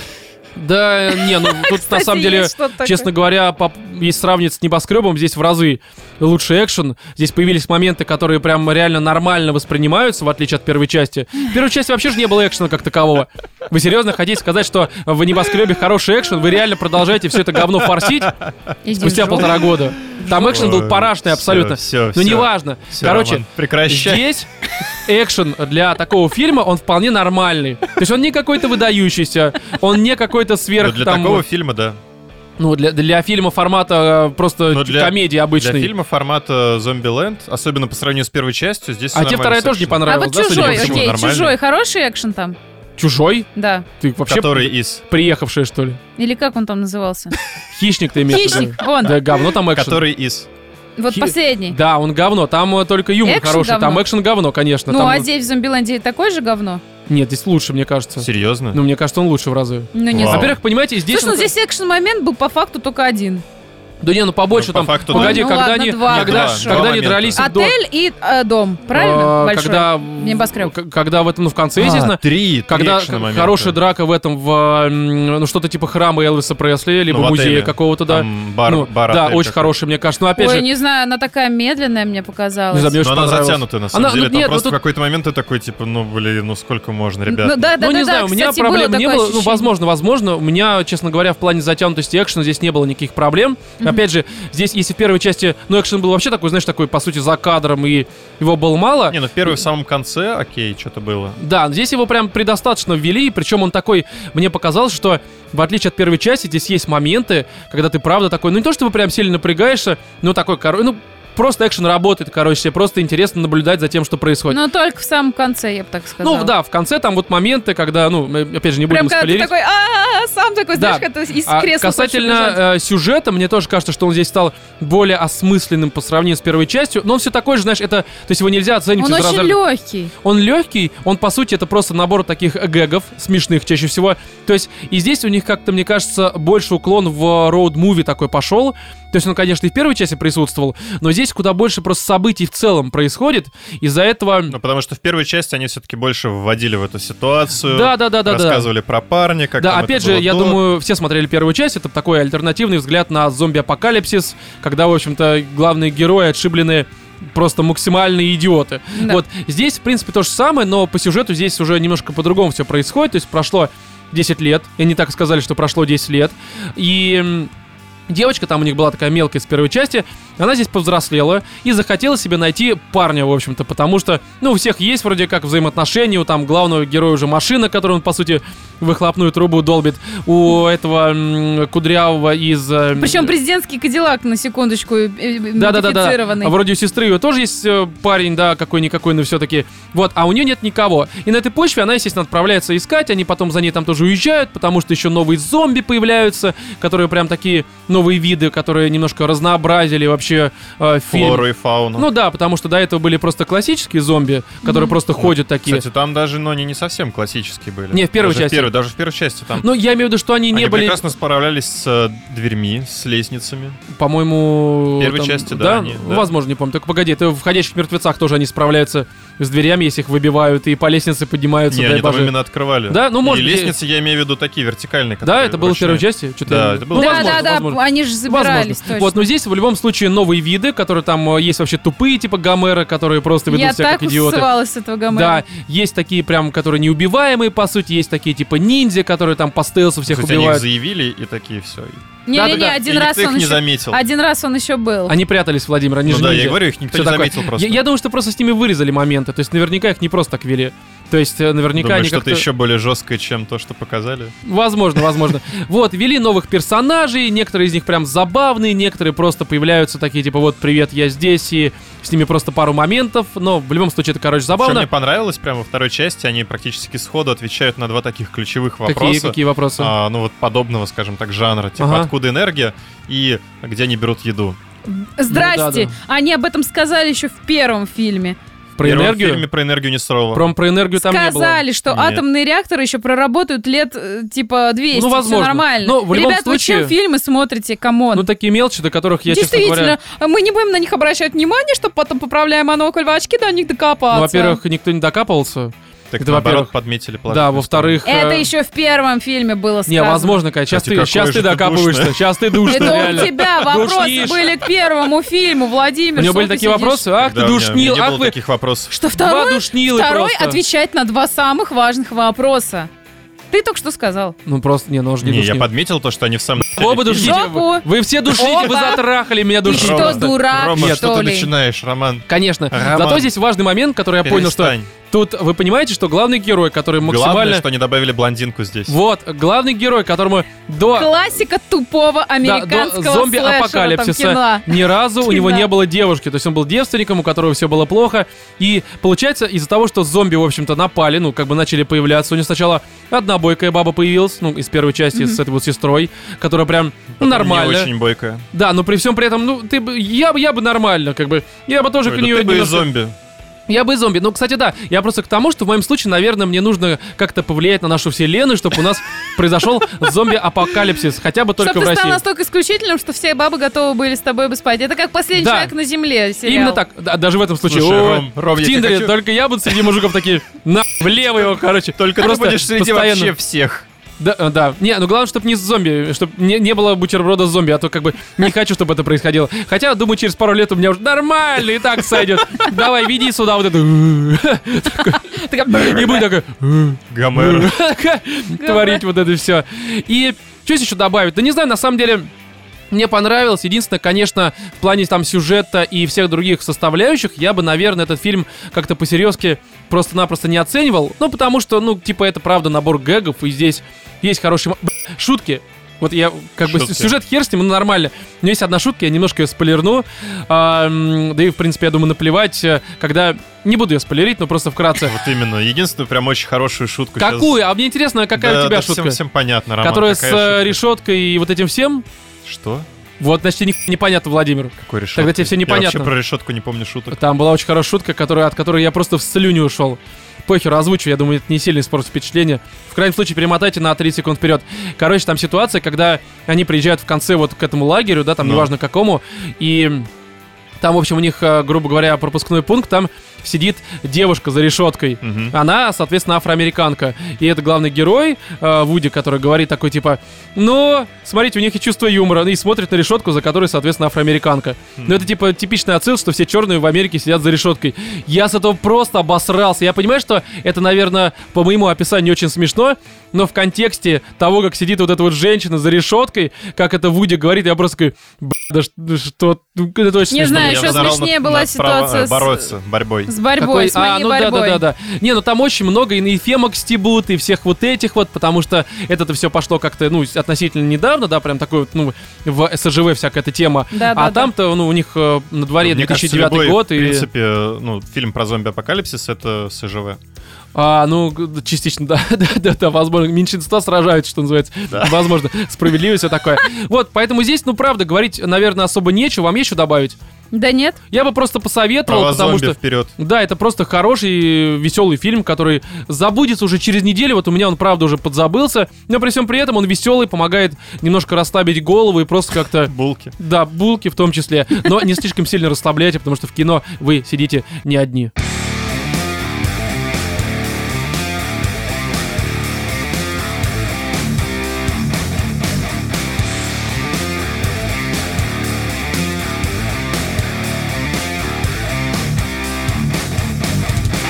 Speaker 1: Да, не, ну тут на
Speaker 3: Кстати,
Speaker 1: самом деле,
Speaker 3: есть что-то такое.
Speaker 1: честно говоря, поп- если сравнивать с небоскребом, здесь в разы лучше экшен. Здесь появились моменты, которые прям реально нормально воспринимаются, в отличие от первой части. В первой части вообще же не было экшена как такового. Вы серьезно хотите сказать, что в небоскребе хороший экшен, вы реально продолжаете все это говно форсить
Speaker 3: Иди в
Speaker 1: спустя
Speaker 3: жопу.
Speaker 1: полтора года? Там экшен был парашный абсолютно.
Speaker 2: Все, все.
Speaker 1: Ну, неважно. Короче,
Speaker 2: прекращай.
Speaker 1: Здесь экшен для такого фильма, он вполне нормальный. То есть он не какой-то выдающийся, он не какой-то
Speaker 2: Ну,
Speaker 1: сверх
Speaker 2: для
Speaker 1: там...
Speaker 2: такого фильма, да.
Speaker 1: Ну, для, для фильма формата э, просто
Speaker 2: Но Ну, для-
Speaker 1: комедии обычной.
Speaker 2: Для фильма формата «Зомбиленд», особенно по сравнению с первой частью, здесь
Speaker 1: А
Speaker 2: всё
Speaker 1: тебе
Speaker 2: нормально
Speaker 1: вторая тоже не
Speaker 2: совершенно.
Speaker 3: А
Speaker 1: понравилась,
Speaker 3: вот
Speaker 1: да, судя по
Speaker 3: чужой,
Speaker 1: всему?
Speaker 3: окей,
Speaker 2: нормально.
Speaker 3: чужой, хороший экшен там,
Speaker 1: Чужой?
Speaker 3: да.
Speaker 1: Ты вообще
Speaker 2: Который из...
Speaker 1: приехавший, что ли?
Speaker 3: Или как он там назывался?
Speaker 1: Хищник ты имеешь в виду?
Speaker 3: Хищник, он.
Speaker 1: Да, говно там экшен.
Speaker 2: Который из...
Speaker 3: Вот
Speaker 1: Хи-
Speaker 3: последний.
Speaker 1: Да, он говно, там э, только юмор
Speaker 3: Экшен
Speaker 1: хороший, там
Speaker 3: говно.
Speaker 1: экшен говно, конечно.
Speaker 3: Ну,
Speaker 1: там-
Speaker 3: а здесь в Зомбиленде такое же говно?
Speaker 1: Нет, здесь лучше, мне кажется.
Speaker 2: Серьезно?
Speaker 1: Ну, мне кажется, он лучше в разы.
Speaker 3: Ну, не
Speaker 2: Вау.
Speaker 3: знаю.
Speaker 1: Во-первых, понимаете, здесь...
Speaker 3: Слушай, ну
Speaker 1: он-
Speaker 3: здесь экшен-момент был по факту только один.
Speaker 1: Да не, ну побольше
Speaker 2: Ну, по
Speaker 1: там...
Speaker 2: факту, да.
Speaker 1: Погоди,
Speaker 3: Ну,
Speaker 1: когда
Speaker 3: ладно,
Speaker 1: они...
Speaker 3: два,
Speaker 1: когда
Speaker 3: хорошо.
Speaker 1: когда
Speaker 2: Два
Speaker 1: они
Speaker 2: момента.
Speaker 1: дрались... в дом-
Speaker 3: Отель и э, дом, правильно?
Speaker 1: А,
Speaker 3: Большой.
Speaker 1: Когда...
Speaker 3: Небоскреб.
Speaker 1: к- Когда в этом, ну, в
Speaker 2: А,
Speaker 1: конце, естественно,
Speaker 2: три, три
Speaker 1: Когда
Speaker 2: экшена
Speaker 1: х-
Speaker 2: момента.
Speaker 1: хорошая драка в этом, в, м, ну, что-то типа храма Элвиса Пресли, либо
Speaker 2: Ну, в
Speaker 1: музея
Speaker 2: отеле.
Speaker 1: какого-то, да.
Speaker 2: Там бар,
Speaker 1: Ну,
Speaker 2: бар
Speaker 1: да,
Speaker 2: отель
Speaker 1: очень
Speaker 2: какой-то.
Speaker 1: хороший, мне кажется. Но опять
Speaker 3: Ой,
Speaker 1: же,
Speaker 3: не знаю, она такая медленная мне показалась.
Speaker 1: Не знаю, мне очень
Speaker 2: Но она
Speaker 1: понравилось.
Speaker 2: затянутая, на самом
Speaker 1: Она-
Speaker 2: деле.
Speaker 1: ну,
Speaker 2: там
Speaker 1: нет,
Speaker 2: просто
Speaker 1: ну,
Speaker 2: в
Speaker 1: тут-
Speaker 2: какой-то момент ты такой, типа, ну, блин, ну сколько можно,
Speaker 3: Ну,
Speaker 2: ребят?
Speaker 3: да, да,
Speaker 1: ну,
Speaker 3: да,
Speaker 1: не
Speaker 3: да,
Speaker 1: знаю, у меня
Speaker 3: кстати,
Speaker 1: проблем
Speaker 3: было
Speaker 1: не
Speaker 3: такое
Speaker 1: было. Ну,
Speaker 3: ощущение.
Speaker 1: возможно, возможно. У меня, честно говоря, в плане затянутости экшена здесь не было никаких проблем. Опять же, здесь, если в первой части, ну, экшен был вообще такой, знаешь, такой, по сути, за кадром, и его было мало.
Speaker 2: Не, ну в первой в самом конце, окей, что-то было.
Speaker 1: Да, но здесь его прям предостаточно ввели, и причем он такой, мне показалось, что в отличие от первой части, здесь есть моменты, когда ты правда такой, ну не то чтобы прям сильно напрягаешься, но такой, короче, ну просто экшен работает, короче, тебе просто интересно наблюдать за тем, что происходит.
Speaker 3: Но только в самом конце, я бы так сказала.
Speaker 1: ну да, в конце там вот моменты, когда, ну, мы, опять же, не
Speaker 3: Прям
Speaker 1: будем
Speaker 3: когда ты
Speaker 1: спойлерить.
Speaker 3: такой, а сам такой,
Speaker 1: Да.
Speaker 3: знаешь, как ты из
Speaker 1: А
Speaker 3: кресла хочешь убежать.
Speaker 1: касательно э, сюжета, мне тоже кажется, что он здесь стал более осмысленным по сравнению с первой частью, но он все такой же, знаешь, это, то есть его нельзя оценивать
Speaker 3: Он
Speaker 1: из
Speaker 3: очень
Speaker 1: разряда-
Speaker 3: легкий.
Speaker 1: Он легкий, он по сути это просто набор таких гэгов, смешных чаще всего. То есть и здесь у них как-то, мне кажется, больше уклон в роуд-муви такой пошел. То есть он, конечно, и в первой части присутствовал, но здесь куда больше просто событий в целом происходит. Из-за этого...
Speaker 2: Ну, потому что в первой части они все-таки больше вводили в эту ситуацию.
Speaker 1: Да, да, да, да, да.
Speaker 2: Рассказывали про парня, как
Speaker 1: Да,
Speaker 2: там
Speaker 1: опять
Speaker 2: это было
Speaker 1: же, я
Speaker 2: до.
Speaker 1: думаю, все смотрели первую часть. Это такой альтернативный взгляд на зомби-апокалипсис, когда, в общем-то, главные герои отшиблены просто максимальные идиоты.
Speaker 3: Да.
Speaker 1: Вот здесь, в принципе, то же самое, но по сюжету здесь уже немножко по-другому все происходит. То есть прошло 10 лет, и они так и сказали, что прошло 10 лет. И м, девочка там у них была такая мелкая с первой части, она здесь повзрослела и захотела себе найти парня, в общем-то, потому что, ну, у всех есть вроде как взаимоотношения, у там главного героя уже машина, которую он, по сути, в выхлопную трубу долбит, у этого м, кудрявого из... э,
Speaker 3: Причем президентский кадиллак, на секундочку, э, э,
Speaker 1: да-да-да-да.
Speaker 3: модифицированный.
Speaker 1: А вроде у сестры ее тоже есть э, парень, да, какой-никакой, но все-таки. Вот, а у нее нет никого. И на этой почве она, естественно, отправляется искать, они потом за ней там тоже уезжают, потому что еще новые зомби появляются, которые прям такие, новые виды, которые немножко разнообразили вообще э, фильм.
Speaker 2: Флору и фауну.
Speaker 1: Ну да, потому что до этого были просто классические зомби, которые просто ходят такие.
Speaker 2: Кстати, там даже, но они не совсем классические были.
Speaker 1: Не, в первой
Speaker 2: Даже
Speaker 1: части.
Speaker 2: первой- даже в первой части там.
Speaker 1: Ну, я имею в виду, что они не
Speaker 2: они
Speaker 1: были,
Speaker 2: прекрасно справлялись с э, дверьми, с лестницами.
Speaker 1: по-моему...
Speaker 2: В первой
Speaker 1: там,
Speaker 2: части, да, они,
Speaker 1: ну,
Speaker 2: да.
Speaker 1: Возможно, не помню. Только погоди, это в «Ходячих мертвецах» тоже они справляются с дверями, если их выбивают, и по лестнице поднимаются,
Speaker 2: Не,
Speaker 1: дай
Speaker 2: они там
Speaker 1: боже.
Speaker 2: именно открывали.
Speaker 1: Да, ну, может
Speaker 2: И
Speaker 1: быть,
Speaker 2: лестницы, я имею в виду, такие вертикальные.
Speaker 1: Да,
Speaker 2: которые
Speaker 1: это было в первой
Speaker 2: ручные.
Speaker 1: части? Что-то...
Speaker 2: Да, это было
Speaker 1: ну,
Speaker 3: да,
Speaker 1: возможно,
Speaker 3: да, да,
Speaker 1: возможно.
Speaker 3: они же
Speaker 1: Возможно.
Speaker 3: забирались точно.
Speaker 1: Вот, но здесь в любом случае новые виды, которые там э, есть вообще тупые, типа Гомера, которые просто ведут
Speaker 3: Я
Speaker 1: себя
Speaker 3: так
Speaker 1: как идиоты.
Speaker 3: усывалась с этого
Speaker 1: Да,
Speaker 3: гомера.
Speaker 1: есть такие прям, которые неубиваемые, по сути, есть такие типа ниндзя, которые там по стелсу всех
Speaker 2: Кстати, они их
Speaker 1: убивают.
Speaker 2: заявили и такие все.
Speaker 3: Не-не-не,
Speaker 1: Да-да-да,
Speaker 3: один раз
Speaker 2: ты их
Speaker 3: он
Speaker 2: не
Speaker 3: еще...
Speaker 2: заметил.
Speaker 3: Один раз он еще был.
Speaker 1: Они прятались, Владимир, они
Speaker 2: Ну
Speaker 1: же
Speaker 2: да, я
Speaker 1: ниндзя.
Speaker 2: и говорю, их никто
Speaker 1: Всё
Speaker 2: не
Speaker 1: такое.
Speaker 2: заметил просто.
Speaker 1: Я, я думаю, что просто с ними вырезали моменты. То есть наверняка их не просто так вели. То есть э, наверняка
Speaker 2: Думаю,
Speaker 1: они
Speaker 2: что-то
Speaker 1: как-то...
Speaker 2: еще более жесткое, чем то, что показали.
Speaker 1: Возможно, возможно. Вот, вели новых персонажей, некоторые из них прям забавные, некоторые просто появляются такие, типа, вот, привет, я здесь, и с ними просто пару моментов, но в любом случае это, короче,
Speaker 2: Что мне
Speaker 1: забавно.
Speaker 2: понравилось прямо во второй части, они практически сходу отвечают на два таких ключевых
Speaker 1: Какие,
Speaker 2: вопроса.
Speaker 1: какие вопросы?
Speaker 2: а, ну вот подобного, скажем так, жанра. Типа,
Speaker 1: Ага.
Speaker 2: откуда энергия и где они берут еду.
Speaker 3: Здрасте.
Speaker 1: Ну, да,
Speaker 3: Они об этом сказали еще в первом фильме.
Speaker 1: Про
Speaker 2: В первом
Speaker 1: энергию?
Speaker 2: фильме про энергию не сурово.
Speaker 1: Про, про энергию там не было.
Speaker 3: Сказали, что
Speaker 2: Нет.
Speaker 3: атомные реакторы еще проработают лет э, типа 200.
Speaker 1: Ну, возможно.
Speaker 3: Все нормально.
Speaker 1: Но в любом
Speaker 3: Ребят, вы
Speaker 1: случае-
Speaker 3: чем фильмы смотрите? Камон.
Speaker 1: Ну, такие мелочи, до которых я, честно
Speaker 3: Действительно,
Speaker 1: говоря... ну,
Speaker 3: мы не будем на них обращать внимание, чтобы потом, поправляя монокль в очки, до них докопаться.
Speaker 1: Ну, во-первых, никто не докапывался.
Speaker 2: Так,
Speaker 1: Это,
Speaker 2: наоборот,
Speaker 1: во-первых.
Speaker 2: подметили
Speaker 1: Да, во-вторых... э,
Speaker 3: это еще в первом фильме было сказано.
Speaker 1: Не, возможно, конечно. Сейчас
Speaker 2: Кстати,
Speaker 1: ты,
Speaker 2: какое
Speaker 1: сейчас
Speaker 2: же
Speaker 1: ты
Speaker 2: ты
Speaker 1: докапываешься,
Speaker 2: душное.
Speaker 1: сейчас ты душно,
Speaker 3: Это
Speaker 1: реально.
Speaker 3: у тебя вопросы
Speaker 1: Душнишь.
Speaker 3: были к первому фильму,
Speaker 1: У
Speaker 3: Владимир.
Speaker 1: меня
Speaker 3: что
Speaker 1: были
Speaker 3: ты
Speaker 1: такие
Speaker 3: сидишь?
Speaker 1: вопросы, ах, ты
Speaker 2: Да, у меня- у меня
Speaker 1: душнил,
Speaker 2: не
Speaker 1: ах,
Speaker 2: было
Speaker 1: вы...
Speaker 2: таких вопросов.
Speaker 1: Два
Speaker 3: Что второй?
Speaker 1: душнилы
Speaker 3: Второй
Speaker 1: просто.
Speaker 3: отвечает на два самых важных вопроса. Ты только что сказал.
Speaker 1: Ну просто, не, ну он же не
Speaker 2: Не, я
Speaker 1: душнил.
Speaker 2: подметил то, что они в самом деле-
Speaker 1: Оба душите.
Speaker 3: Жопу.
Speaker 1: Вы все душите, вы
Speaker 3: Опа.
Speaker 1: затрахали меня
Speaker 3: Ты
Speaker 1: душить.
Speaker 3: что,
Speaker 1: просто.
Speaker 3: дурак,
Speaker 2: Рома,
Speaker 1: Нет.
Speaker 2: что
Speaker 3: что
Speaker 2: ты
Speaker 3: ли?
Speaker 2: начинаешь, Роман?
Speaker 1: Конечно.
Speaker 2: Роман.
Speaker 1: Зато здесь важный момент, который я понял, что
Speaker 2: Перестань.
Speaker 1: тут вы понимаете, что главный герой, который
Speaker 2: Главное,
Speaker 1: максимально...
Speaker 2: что они добавили блондинку здесь.
Speaker 1: Вот, главный герой, которому до...
Speaker 3: Классика тупого
Speaker 1: А. да, до
Speaker 3: американского слэшера, там, кино.
Speaker 1: зомби-апокалипсиса ни разу у него
Speaker 3: Кино.
Speaker 1: не было девушки. То есть он был девственником, у которого все было плохо. И получается, из-за того, что зомби, в общем-то, напали, ну, как бы начали появляться, у него сначала одна бойкая баба появилась, ну, из первой части, с этой вот сестрой, которая прям ну,
Speaker 2: Потом
Speaker 1: нормально.
Speaker 2: Не очень бойкая.
Speaker 1: Да, но при всем при этом, ну, ты бы, я бы, я бы нормально, как бы, я бы тоже
Speaker 2: Ой,
Speaker 1: к
Speaker 2: да
Speaker 1: нее
Speaker 2: ты бы и зомби.
Speaker 1: Я бы и зомби. Ну, кстати, да, я просто к тому, что в моем случае, наверное, мне нужно как-то повлиять на нашу вселенную, чтобы у нас произошел зомби-апокалипсис, хотя бы только
Speaker 3: Чтобы
Speaker 1: в
Speaker 3: ты стал
Speaker 1: России.
Speaker 3: настолько исключительным, что все бабы готовы были с тобой бы спать. Это как последний
Speaker 1: Да.
Speaker 3: человек на земле. сериал.
Speaker 1: Именно так, Да, даже в этом случае.
Speaker 2: Слушай,
Speaker 1: О,
Speaker 2: Ром, Ром,
Speaker 1: в
Speaker 2: я тебе
Speaker 1: Тиндере
Speaker 2: хочу-
Speaker 1: только я буду среди мужиков такие, на, влево его, короче.
Speaker 2: Только ты
Speaker 1: Просто
Speaker 2: будешь среди
Speaker 1: постоянно.
Speaker 2: вообще всех.
Speaker 1: Да, э, да. Не, ну главное, чтобы не с зомби, чтобы не, не было бутерброда с зомби, а то как бы не хочу, чтобы это происходило. Хотя, думаю, через пару лет у меня уже нормально и так сойдет. Давай, веди сюда вот эту... И будет такой...
Speaker 2: Гомер.
Speaker 1: Творить вот это все. И что здесь еще добавить? Да не знаю, на самом деле... Мне понравилось. Единственное, конечно, в плане там сюжета и всех других составляющих, я бы, наверное, этот фильм как-то по-серьезки просто-напросто не оценивал. Ну, потому что, ну, типа, это правда набор гэгов, и здесь есть хорошие... мо- Б- Шутки. Вот я, как бы,
Speaker 2: Шутки.
Speaker 1: сюжет хер с ним, ну, нормально. Но есть одна шутка, я немножко ее спойлерну. А, м, да и, в принципе, я думаю, наплевать, э, когда... Не буду ее спойлерить, но просто вкратце.
Speaker 2: Вот именно. Единственную прям очень хорошую шутку. сейчас-
Speaker 1: Какую? А мне интересно, какая
Speaker 2: Да,
Speaker 1: у тебя
Speaker 2: да
Speaker 1: шутка?
Speaker 2: Всем, всем понятно, Роман.
Speaker 1: которая с э,
Speaker 2: какая шутка?
Speaker 1: решеткой и вот этим всем?
Speaker 2: Что?
Speaker 1: Вот, значит, ни- непонятно Владимиру.
Speaker 2: Какой решетку?
Speaker 1: Тогда тебе всё
Speaker 2: Я вообще
Speaker 1: непонятно.
Speaker 2: про решетку не помню шуток.
Speaker 1: Там была очень хорошая шутка, которая, от которой я просто в слюню ушел. Похер, озвучу, я думаю, это не сильно испортит впечатление. В крайнем случае, перемотайте на 30 секунд вперед. Короче, там ситуация, когда они приезжают в конце вот к этому лагерю, да, там
Speaker 2: Ну.
Speaker 1: неважно какому, и там, в общем, у них, э, грубо говоря, пропускной пункт, там сидит девушка за решеткой.
Speaker 2: Мгм.
Speaker 1: Она, соответственно, афроамериканка. И это главный герой э, Вуди, который говорит такой типа, ну, смотрите, у них и чувство юмора, и смотрит на решетку, за которой, соответственно, афроамериканка. Ну, это типа типичный отсыл, что все черные в Америке сидят за решеткой. Я с этого просто обосрался. Я понимаю, что это, наверное, по моему описанию очень смешно, но в контексте того, как сидит вот эта вот женщина за решеткой, как это Вуди говорит, я просто такой, «Бля, да ш- да что, ну, это очень
Speaker 3: Не
Speaker 1: смешно.
Speaker 3: знаю,
Speaker 2: Я
Speaker 3: еще
Speaker 2: взорвал
Speaker 3: смешнее
Speaker 2: над-
Speaker 3: была
Speaker 2: над право-
Speaker 3: ситуация с-
Speaker 2: Бороться, борьбой.
Speaker 3: С
Speaker 1: Какой-
Speaker 3: борьбой, с моей
Speaker 1: а, ну да,
Speaker 3: борьбой.
Speaker 1: да, да, да. Не, ну там очень много и на эфемок стебут, и всех вот этих вот, потому что это-то все пошло как-то, ну, относительно недавно, да, прям такой вот, ну, в СЖВ всякая эта тема.
Speaker 3: Да,
Speaker 1: а
Speaker 3: да, да.
Speaker 1: там-то, ну, у них э, на дворе
Speaker 2: Мне кажется,
Speaker 1: 2009
Speaker 2: любой,
Speaker 1: год,
Speaker 2: в
Speaker 1: и...
Speaker 2: принципе, ну, фильм про зомби-апокалипсис — это СЖВ.
Speaker 1: А, ну, г- частично, да, да, да, да, возможно, меньшинства сражаются, что называется.
Speaker 2: Да.
Speaker 1: Возможно, справедливость все такое. Вот, поэтому здесь, ну, правда, говорить, наверное, особо нечего. Вам есть что добавить?
Speaker 3: Да нет?
Speaker 1: Я бы просто посоветовал,
Speaker 2: Права
Speaker 1: потому
Speaker 2: зомби
Speaker 1: что...
Speaker 2: вперед.
Speaker 1: Да, это просто хороший, веселый фильм, который забудется уже через неделю. Вот у меня он, правда, уже подзабылся. Но при всем при этом он веселый, помогает немножко расслабить голову и просто как-то...
Speaker 2: Булки.
Speaker 1: Да, булки в том числе. Но не слишком сильно расслабляйте, потому что в кино вы сидите не одни.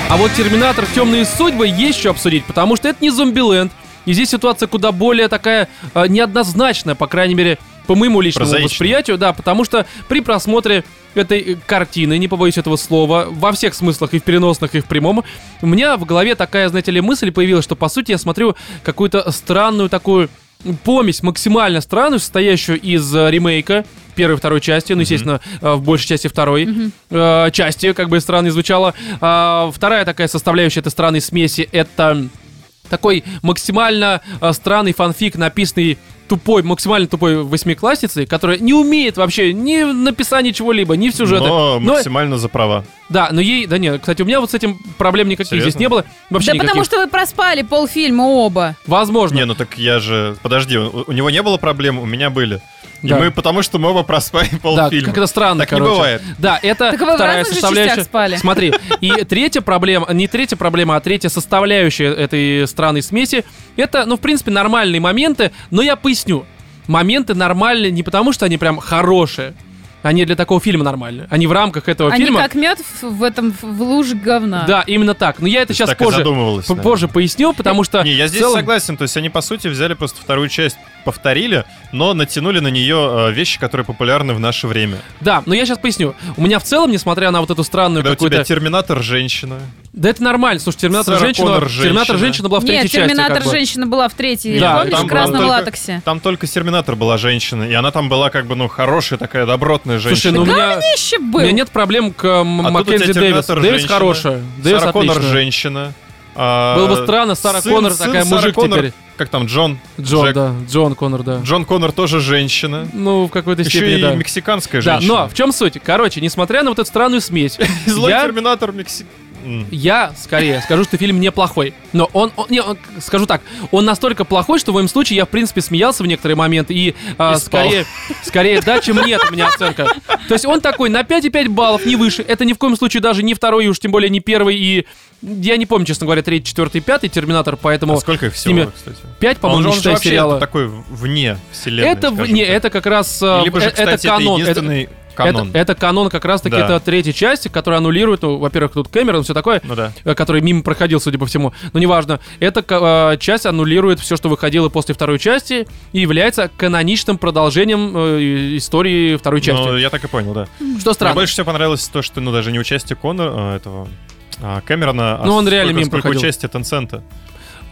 Speaker 1: А вот «Терминатор. Темные судьбы» есть что обсудить, потому что это не «Зомбиленд». И здесь ситуация куда более такая э, неоднозначная, по крайней мере, по моему личному
Speaker 2: Прозаичная.
Speaker 1: восприятию, да, потому что при просмотре этой э, картины, не побоюсь этого слова, во всех смыслах, и в переносных, и в прямом, у меня в голове такая, знаете ли, мысль появилась, что, по сути, я смотрю какую-то странную такую помесь, максимально странную, состоящую из э, ремейка первой и второй части, ну, естественно, э, в большей части второй э, части, как бы странно ни звучало. А, вторая такая составляющая этой странной смеси — это такой максимально э, странный фанфик, написанный тупой, максимально тупой восьмиклассницей, которая не умеет вообще ни в написании чего-либо, ни в сюжетах.
Speaker 2: Но максимально за права.
Speaker 1: да, но ей, да нет, кстати, у меня вот с этим проблем никаких здесь
Speaker 2: Серьезно?
Speaker 1: не было. Вообще
Speaker 3: да
Speaker 1: никаких.
Speaker 3: потому что вы проспали полфильма оба.
Speaker 1: Возможно.
Speaker 2: Не, ну так я же... Подожди, у, у него не было проблем, у меня были.
Speaker 1: Да.
Speaker 2: И мы потому что мы оба проспали
Speaker 1: Да,
Speaker 2: полфильма.
Speaker 1: как это странно,
Speaker 2: Так не
Speaker 1: короче.
Speaker 2: бывает.
Speaker 1: Да, это
Speaker 3: Так вы в
Speaker 1: вторая
Speaker 3: разных же
Speaker 1: составляющая.
Speaker 3: частях спали.
Speaker 1: Смотри, и третья проблема, не третья проблема, а третья составляющая этой странной смеси, это, ну, в принципе, нормальные моменты, но я поясню. Моменты нормальные не потому, что они прям хорошие, они для такого фильма нормальные. Они в рамках этого
Speaker 3: Они
Speaker 1: фильма.
Speaker 3: А как мед в, в этом в- в луже говна.
Speaker 1: Да, именно так. Но я это сейчас
Speaker 2: так и
Speaker 1: позже,
Speaker 2: задумывалось,
Speaker 1: п-
Speaker 2: наверное.
Speaker 1: позже поясню, потому что...
Speaker 2: Не, я
Speaker 1: в
Speaker 2: здесь
Speaker 1: целом-
Speaker 2: согласен. То есть они, по сути, взяли просто вторую часть, повторили, но натянули на нее э, вещи, которые популярны в наше время.
Speaker 1: Да, но я сейчас поясню. У меня в целом, несмотря на вот эту странную
Speaker 2: Когда у тебя
Speaker 1: какую-то...
Speaker 2: Терминатор женщина.
Speaker 1: Да это нормально. Слушай, Терминатор
Speaker 2: Сара
Speaker 1: женщина...
Speaker 2: Коннор женщина.
Speaker 1: Терминатор женщина была в
Speaker 3: Нет,
Speaker 1: третьей части.
Speaker 3: Терминатор
Speaker 1: как бы.
Speaker 3: женщина была в третьей.
Speaker 1: Да,
Speaker 3: Помнишь,
Speaker 1: там
Speaker 3: в
Speaker 1: была
Speaker 3: красном
Speaker 2: только-
Speaker 3: латексе?
Speaker 2: Там только Терминатор была женщина, и она там была как бы, ну, хорошая такая, добротная
Speaker 1: Слушай,
Speaker 2: женщина.
Speaker 1: ну у меня...
Speaker 3: Еще был.
Speaker 1: У меня нет проблем к м,
Speaker 2: А тут у тебя
Speaker 1: Маккензи Дэвис.
Speaker 2: Терминатор
Speaker 1: Дэвис
Speaker 2: женщина,
Speaker 1: хорошая. Дэвис
Speaker 2: Сара Коннор
Speaker 1: отличная.
Speaker 2: женщина. а,
Speaker 1: Было бы странно, Сара
Speaker 2: сын-
Speaker 1: Коннор
Speaker 2: сын
Speaker 1: такая,
Speaker 2: Сары
Speaker 1: мужик
Speaker 2: Коннор,
Speaker 1: теперь.
Speaker 2: Как там, Джон?
Speaker 1: Джон,
Speaker 2: Джек.
Speaker 1: да. Джон Коннор, да.
Speaker 2: Джон Коннор тоже женщина.
Speaker 1: Ну, в какой-то
Speaker 2: Еще
Speaker 1: степени,
Speaker 2: и
Speaker 1: да.
Speaker 2: мексиканская
Speaker 1: Да,
Speaker 2: женщина.
Speaker 1: но в чем суть? Короче, несмотря на вот эту странную смесь,
Speaker 2: Злой
Speaker 1: я,
Speaker 2: Терминатор Мексик... М.
Speaker 1: я скорее скажу, что фильм неплохой. Но он, он- не, он- скажу так, он настолько плохой, что в моем случае я, в принципе, смеялся в некоторые моменты. И, а,
Speaker 2: И спал.
Speaker 1: скорее, скорее да, чем нет у меня оценка. То есть он такой на 5,5 баллов, не выше. Это ни в коем случае даже не второй, и уж тем более не первый. И я не помню, честно говоря, третий, четвертый, пятый Терминатор, поэтому...
Speaker 2: А сколько их всего,
Speaker 1: ними-
Speaker 2: кстати?
Speaker 1: Пять, по-моему,
Speaker 2: он,
Speaker 1: А не
Speaker 2: же
Speaker 1: считая
Speaker 2: вообще
Speaker 1: сериала.
Speaker 2: такой вне вселенной,
Speaker 1: Это, в-
Speaker 2: скажем
Speaker 1: не,
Speaker 2: так.
Speaker 1: это как раз... э,
Speaker 2: Либо
Speaker 1: э,
Speaker 2: же,
Speaker 1: это
Speaker 2: кстати,
Speaker 1: канон.
Speaker 2: это
Speaker 1: это-
Speaker 2: единственный
Speaker 1: Это,
Speaker 2: канон.
Speaker 1: это канон как раз-таки
Speaker 2: Да.
Speaker 1: это третьей части, которая аннулирует, ну, во-первых, тут Кэмерон, все такое,
Speaker 2: Ну да.
Speaker 1: э, который мимо проходил, судя по всему, но неважно. Эта ка- э, часть аннулирует все, что выходило после второй части и является каноничным продолжением э, и- истории второй части.
Speaker 2: Ну, я так и понял, да.
Speaker 1: что
Speaker 2: Мне
Speaker 1: странно.
Speaker 2: больше всего понравилось то, что, ну, даже не участие Коннора, а, этого... а, Кэмерона, а
Speaker 1: Ну, он реально
Speaker 2: сколько-
Speaker 1: мимо
Speaker 2: сколько
Speaker 1: проходил.
Speaker 2: участие Тенсента.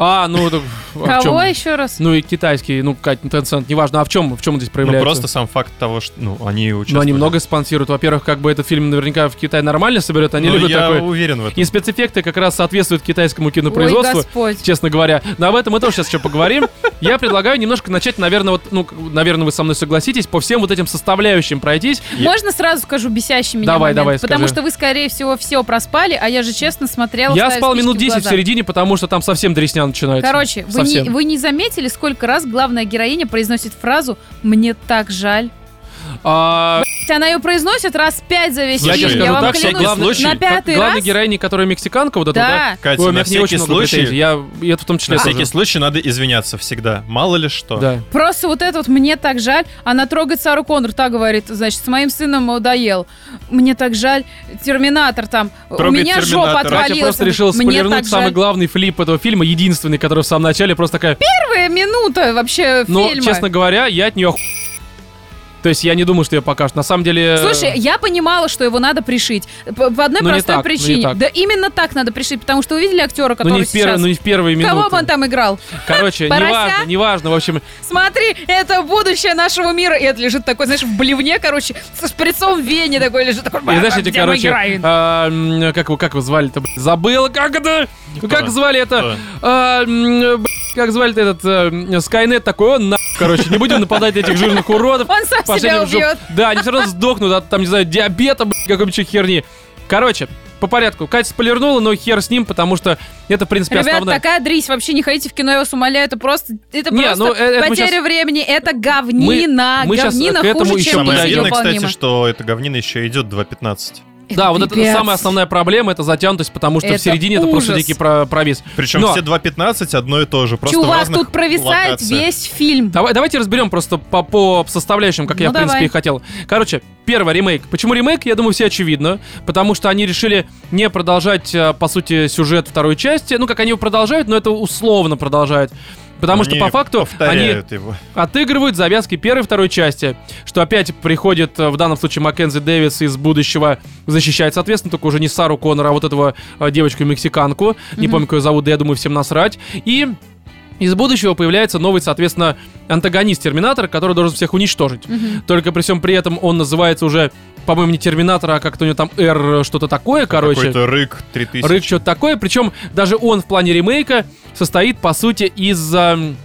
Speaker 1: А, ну, так, а в
Speaker 3: Кого
Speaker 1: чем?
Speaker 3: еще раз?
Speaker 1: Ну и китайский, ну, Кать, Tencent, неважно, а в чем, в чем он здесь
Speaker 2: Ну,
Speaker 1: проявляется?
Speaker 2: просто сам факт того, что, ну, они участвовали.
Speaker 1: Но они много спонсируют. Во-первых, как бы этот фильм наверняка в Китае нормально соберет, они
Speaker 2: Ну,
Speaker 1: любят
Speaker 2: я
Speaker 1: такое.
Speaker 2: уверен в этом.
Speaker 1: И спецэффекты как раз соответствуют китайскому
Speaker 3: Ой,
Speaker 1: кинопроизводству.
Speaker 3: Господь.
Speaker 1: Честно говоря, но об этом мы тоже сейчас еще поговорим. Я предлагаю немножко начать, наверное, вот, ну, к- наверное, вы со мной согласитесь, по всем вот этим составляющим пройтись.
Speaker 2: Я-
Speaker 3: Можно сразу скажу бесящий меня
Speaker 1: Давай,
Speaker 3: момент?
Speaker 1: давай,
Speaker 3: Потому
Speaker 1: скажи.
Speaker 3: что вы, скорее всего, все проспали, а я же честно смотрела.
Speaker 1: Я
Speaker 3: ставя
Speaker 1: спал минут
Speaker 3: спички в
Speaker 1: 10 в
Speaker 3: глаза.
Speaker 1: середине, потому что там совсем дресня начинается.
Speaker 3: Короче, вы не,
Speaker 1: совсем.
Speaker 3: вы не заметили, сколько раз главная героиня произносит фразу «Мне так жаль».
Speaker 1: А,
Speaker 3: Она ее произносит раз пять за весь
Speaker 1: я
Speaker 2: Слушай,
Speaker 1: тебе
Speaker 3: фильм.
Speaker 1: скажу
Speaker 3: я вам
Speaker 1: так, что
Speaker 2: всякий
Speaker 3: клянусь,
Speaker 1: главный,
Speaker 2: случай,
Speaker 3: на пятый
Speaker 1: главной
Speaker 3: раз...
Speaker 1: героине, которая мексиканка, вот эта,
Speaker 3: Да.
Speaker 1: Ой,
Speaker 2: Катя,
Speaker 1: у меня
Speaker 2: на
Speaker 1: к ней очень
Speaker 2: всякий
Speaker 1: много претензий.
Speaker 2: случай,
Speaker 1: Я, и это в том числе
Speaker 2: на
Speaker 1: тоже.
Speaker 2: всякий случай надо извиняться всегда. Мало ли что.
Speaker 1: Да.
Speaker 3: Просто вот это вот «мне так жаль», она трогает Сару Коннор, та говорит, значит, с моим сыном надоел. «Мне так жаль», «Терминатор» там, «У
Speaker 2: Трогает
Speaker 3: меня
Speaker 2: «Терминатора».
Speaker 3: жопа
Speaker 2: Катя
Speaker 1: Катя
Speaker 3: отвалилась».
Speaker 1: просто решила
Speaker 3: «Мне
Speaker 1: спойлернуть
Speaker 3: так
Speaker 1: самый
Speaker 3: жаль».
Speaker 1: главный флип этого фильма, единственный, который в самом начале просто такая...
Speaker 3: Первая минута вообще
Speaker 1: Но,
Speaker 3: фильма.
Speaker 1: честно говоря, я от нее То есть я не думаю, что ее покажут. На самом деле... э,
Speaker 3: Слушай, я понимала, что его надо пришить. П- По одной
Speaker 1: Ну, не
Speaker 3: простой
Speaker 1: так, ну, не
Speaker 3: причине.
Speaker 1: так.
Speaker 3: да именно так надо пришить, потому что вы видели актера,
Speaker 1: ну
Speaker 3: который
Speaker 1: не, в пер-
Speaker 3: сейчас...
Speaker 1: ну не в первые минуты.
Speaker 3: Кого бы он там играл?
Speaker 1: Короче,
Speaker 3: Порося?
Speaker 1: неважно, неважно. В общем,
Speaker 3: Смотри, это будущее нашего мира. И это лежит такой, знаешь, в блевне, короче, со шприцом в вене такой лежит. Такой,
Speaker 1: И знаешь, эти,
Speaker 3: «Где мой
Speaker 1: короче,
Speaker 3: героин?»
Speaker 1: а, м, как его, как его звали-то, блядь? Забыла, как это? Как звали это?
Speaker 2: Кто?
Speaker 1: А, м, блядь, Как звали-то этот э, Скайнет такой, он на... Короче, не будем нападать на этих жирных уродов.
Speaker 3: Он сам
Speaker 1: Пошли
Speaker 3: себя
Speaker 1: в жопу.
Speaker 3: убьет.
Speaker 1: Да, они все равно сдохнут от, там, не знаю, диабета, блядь, какой-нибудь еще херни. Короче, по порядку. Катя сполирнула, но хер с ним, потому что это, в принципе,
Speaker 3: Ребят,
Speaker 1: основное.
Speaker 3: такая дрись, вообще не ходите в кино, я вас умоляю, это просто, это
Speaker 1: Не,
Speaker 3: просто
Speaker 1: ну, э- это мы
Speaker 3: потеря
Speaker 1: щас-
Speaker 3: времени, это говнина,
Speaker 1: Мы- мы щас
Speaker 3: говнина
Speaker 1: к этому
Speaker 3: хуже,
Speaker 1: еще
Speaker 3: чем
Speaker 2: Самое
Speaker 1: подойдем.
Speaker 3: миссия
Speaker 2: обидное, кстати,
Speaker 3: невыполнима.
Speaker 2: что эта говнина еще идет 2.15.
Speaker 1: Да, вот это
Speaker 3: пипец.
Speaker 1: самая основная проблема, это затянутость, потому что
Speaker 3: Это
Speaker 1: в середине это просто
Speaker 3: ужас.
Speaker 1: дикий про- провис.
Speaker 2: Причем
Speaker 1: Но-
Speaker 2: все 2.15 одно и то же. Просто в
Speaker 3: Чувак,
Speaker 2: разных
Speaker 3: тут провисает
Speaker 2: локациях.
Speaker 3: весь фильм.
Speaker 1: Давай, давайте разберем просто по, по составляющим, как я,
Speaker 3: Ну,
Speaker 1: в принципе,
Speaker 3: давай.
Speaker 1: и хотел. Короче, первое, ремейк. Почему ремейк, я думаю, все очевидно. Потому что они решили не продолжать, э, по сути, сюжет второй части. Ну, как они его продолжают, но это условно продолжают. Потому что,
Speaker 2: Они
Speaker 1: по факту, они
Speaker 2: повторяют его.
Speaker 1: отыгрывают завязки первой и второй части. Что опять приходит, э, в данном случае, Маккензи Дэвис из будущего защищает, соответственно, только уже не Сару Коннора, а вот этого э, девочку-мексиканку. Не
Speaker 3: Мгм.
Speaker 1: помню, как ее зовут, да я думаю, всем насрать. И из будущего появляется новый, соответственно, антагонист Терминатора, который должен всех уничтожить.
Speaker 3: Мгм.
Speaker 1: Только при всем при этом он называется уже, по-моему, не Терминатор, а как-то у него там R что-то такое, короче.
Speaker 2: Какой-то рык 3000.
Speaker 1: Рык что-то такое. Причем даже он в плане ремейка состоит, по сути, из... эм,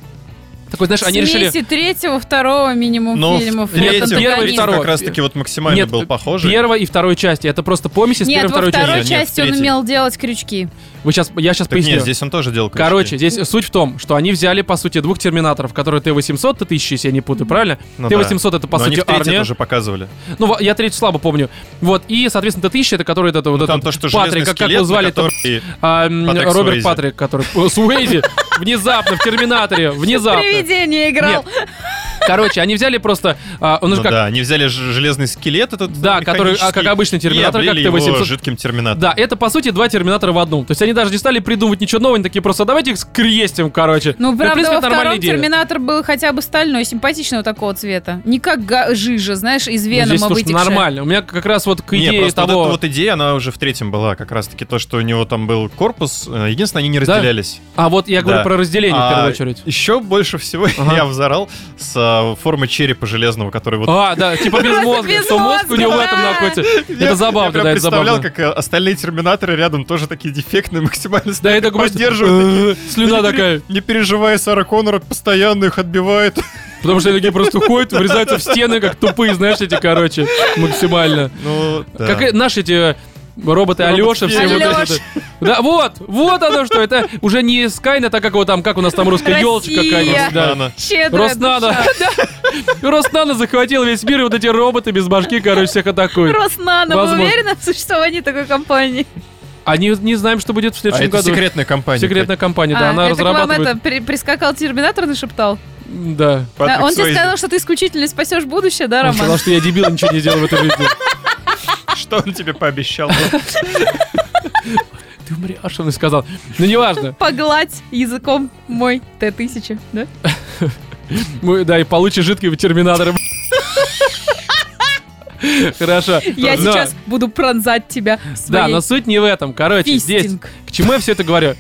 Speaker 1: такой, знаешь, они решили...
Speaker 3: Смеси третьего, второго минимум
Speaker 2: Но в
Speaker 3: Ну, фильмов.
Speaker 1: Нет,
Speaker 2: третьем-
Speaker 1: это Ну, первый и
Speaker 2: в третьем
Speaker 1: второй.
Speaker 2: как раз-таки вот максимально
Speaker 1: Нет, э,
Speaker 2: был похожий.
Speaker 1: Первой и второй части. Это просто помесь из первой
Speaker 3: Нет,
Speaker 1: и
Speaker 3: во
Speaker 1: второй
Speaker 3: второй
Speaker 1: части.
Speaker 2: части.
Speaker 3: части
Speaker 2: Нет, в
Speaker 3: он
Speaker 2: третьей.
Speaker 3: умел делать крючки.
Speaker 1: Вы сейчас, я сейчас
Speaker 2: Так
Speaker 1: поясню.
Speaker 2: нет, здесь он тоже делал крючки.
Speaker 1: Короче, здесь суть в том, что они взяли, по сути, двух терминаторов, которые Т-800, Т-1000, если я не путаю, правильно?
Speaker 2: Ну
Speaker 1: Т-800 это, по
Speaker 2: Но они
Speaker 1: сути,
Speaker 2: в третьем
Speaker 1: армия.
Speaker 2: тоже показывали.
Speaker 1: Ну, во- я третью слабо помню. Вот, и, соответственно, Т-1000, это который вот это вот
Speaker 2: Ну, там
Speaker 1: этот
Speaker 2: то, что
Speaker 1: Патрик,
Speaker 2: железный
Speaker 1: как, как
Speaker 2: скелет,
Speaker 1: его
Speaker 2: на
Speaker 1: звали, это,
Speaker 2: который-
Speaker 1: а, м,
Speaker 2: Патрик
Speaker 1: Роберт
Speaker 2: Суэйзи.
Speaker 1: Патрик, который... О, Суэйзи! Внезапно, в Терминаторе, внезапно.
Speaker 3: Привидение играл.
Speaker 1: Короче, они взяли просто... а, Он
Speaker 2: Ну
Speaker 1: же как...
Speaker 2: да, они взяли ж- железный скелет этот
Speaker 1: Да, который, а,
Speaker 2: механический,
Speaker 1: как обычный терминатор,
Speaker 2: и
Speaker 1: как
Speaker 2: облили его
Speaker 1: Т-800.
Speaker 2: жидким терминатором.
Speaker 1: Да, это, по сути, два Терминатора в одном. То есть они даже не стали придумывать ничего нового, они такие просто, давайте их скрестим, короче.
Speaker 3: Ну,
Speaker 1: в
Speaker 3: правда,
Speaker 1: принципе,
Speaker 3: во
Speaker 1: это нормальная
Speaker 3: втором
Speaker 1: идея.
Speaker 3: Терминатор был хотя бы стальной, симпатичного такого цвета. Не как га- жижа, знаешь, из
Speaker 1: Ну, Здесь,
Speaker 3: Венома
Speaker 1: слушай,
Speaker 3: вытекшая.
Speaker 1: нормально. У меня как раз вот к
Speaker 2: Не,
Speaker 1: идее
Speaker 2: просто
Speaker 1: того...
Speaker 2: вот эта вот идея, она уже в третьем была, как раз-таки то, что у него там был корпус. э, Единственное, они не
Speaker 1: Да?
Speaker 2: разделялись.
Speaker 1: А вот я говорю
Speaker 2: Да.
Speaker 1: про разделение, в первую
Speaker 2: А
Speaker 1: очередь.
Speaker 2: Еще больше всего
Speaker 1: Ага.
Speaker 2: я взорал с э, формы черепа железного, который вот...
Speaker 1: А, да, типа без
Speaker 3: Просто
Speaker 1: мозга,
Speaker 3: без
Speaker 1: что мозг у него в
Speaker 3: мозга,
Speaker 1: этом
Speaker 3: да.
Speaker 1: находится.
Speaker 2: Я-
Speaker 1: Это
Speaker 2: я
Speaker 1: забавно,
Speaker 2: прям
Speaker 1: да, это
Speaker 2: представлял,
Speaker 1: забавно.
Speaker 2: как э, остальные терминаторы рядом тоже такие дефектные, максимально
Speaker 1: Да, я такой
Speaker 2: поддерживают.
Speaker 1: «Э, слюна такая.
Speaker 2: Не переживай, Сара Коннор постоянно их отбивает.
Speaker 1: Потому что они такие просто ходят, врезаются в стены, как тупые, знаешь, эти, короче, максимально.
Speaker 2: Ну, да.
Speaker 1: Как и наши эти э, роботы
Speaker 2: Робот
Speaker 1: Алёша все вот эти
Speaker 3: Алёш.
Speaker 1: вот. Да, вот, вот оно что, это уже не Скайнет, а как его там, как у нас там русская елочка
Speaker 3: Россия.
Speaker 1: какая-нибудь, да.
Speaker 2: Роснана.
Speaker 3: Щедрая
Speaker 1: Роснана.
Speaker 3: душа.
Speaker 1: Да. Роснана захватил весь мир, и вот эти роботы без башки, короче, всех атакуют.
Speaker 3: Роснана, вы
Speaker 1: Возможно.
Speaker 3: уверены в существовании такой компании?
Speaker 1: Они А не знаем, что будет в
Speaker 2: А
Speaker 1: следующем
Speaker 2: это
Speaker 1: году.
Speaker 2: секретная компания.
Speaker 1: Секретная компания, да,
Speaker 3: А,
Speaker 1: она
Speaker 3: это к вам это
Speaker 1: разрабатывает.
Speaker 3: при- прискакал терминатор и нашептал.
Speaker 1: Да.
Speaker 2: Патрик
Speaker 3: Да, он тебе
Speaker 2: Суэйзи.
Speaker 3: сказал, что ты исключительно спасешь будущее, да,
Speaker 1: Он сказал,
Speaker 3: Роман?
Speaker 1: что я дебил, ничего не делал в этой жизни.
Speaker 2: Что он тебе пообещал?
Speaker 1: Ты умрешь, он и сказал. Ну, неважно.
Speaker 3: Погладь языком мой Т-1000, да?
Speaker 1: Мы, да, и получишь жидкого терминатора. Хорошо.
Speaker 3: Я
Speaker 1: Но-
Speaker 3: сейчас буду пронзать тебя
Speaker 1: Да, но
Speaker 3: своей
Speaker 1: суть не в этом. Короче, здесь...
Speaker 3: фистинг.
Speaker 1: К чему я все это говорю?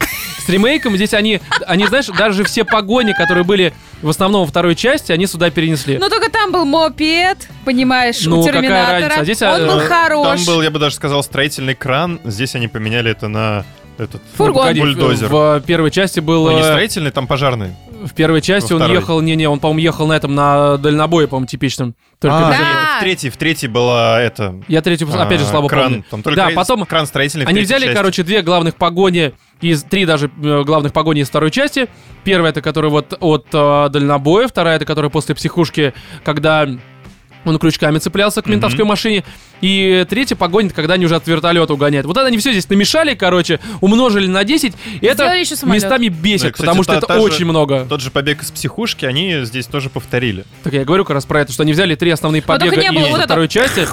Speaker 1: С ремейком здесь они, они, знаешь, даже все погони, которые были в основном во второй части, они сюда перенесли.
Speaker 3: Но Ну, только там был мопед, понимаешь,
Speaker 1: Ну,
Speaker 3: у
Speaker 1: какая
Speaker 3: терминатора.
Speaker 1: разница, а здесь,
Speaker 3: Он
Speaker 1: э,
Speaker 3: был
Speaker 2: Э,
Speaker 3: хорош.
Speaker 2: Там был, я бы даже сказал, строительный кран. Здесь они поменяли это на этот...
Speaker 3: Фургон.
Speaker 1: Ну, погоди,
Speaker 2: Бульдозер.
Speaker 1: В, э, первой части был...
Speaker 2: Ну, не
Speaker 1: э,
Speaker 2: строительный, там пожарный.
Speaker 1: В первой части
Speaker 2: Во
Speaker 1: он
Speaker 2: второй.
Speaker 1: ехал... Не-не, он, по-моему, ехал на этом, на дальнобое, по-моему, типичном. Только
Speaker 2: А,
Speaker 1: без-
Speaker 3: Да.
Speaker 2: это В третьей, в третьей была это...
Speaker 1: Я третью,
Speaker 2: а,
Speaker 1: опять же, слабо
Speaker 2: кран.
Speaker 1: помню.
Speaker 2: Там только
Speaker 1: Да,
Speaker 2: кран-
Speaker 1: потом-
Speaker 2: кран строительный. в
Speaker 1: Они
Speaker 2: третьей
Speaker 1: взяли,
Speaker 2: части.
Speaker 1: короче, две главных погони из три даже э, главных погони из второй части. Первая это которая вот от э, дальнобоя, вторая это которая после психушки, когда он крючками цеплялся к ментовской
Speaker 2: Мгм.
Speaker 1: машине. И третья погоня, это когда они уже от вертолета угоняют. Вот это они все здесь намешали, короче, умножили на 10. И это
Speaker 3: Сделали еще самолет.
Speaker 1: местами бесит,
Speaker 2: Ну и, кстати,
Speaker 1: потому что
Speaker 2: та-
Speaker 1: это
Speaker 2: та же-
Speaker 1: очень много.
Speaker 2: Тот же побег из психушки они здесь тоже повторили.
Speaker 1: Так я говорю как раз про это, что они взяли три основные
Speaker 3: только
Speaker 1: побега
Speaker 3: не было
Speaker 1: из
Speaker 3: вот
Speaker 1: второй части.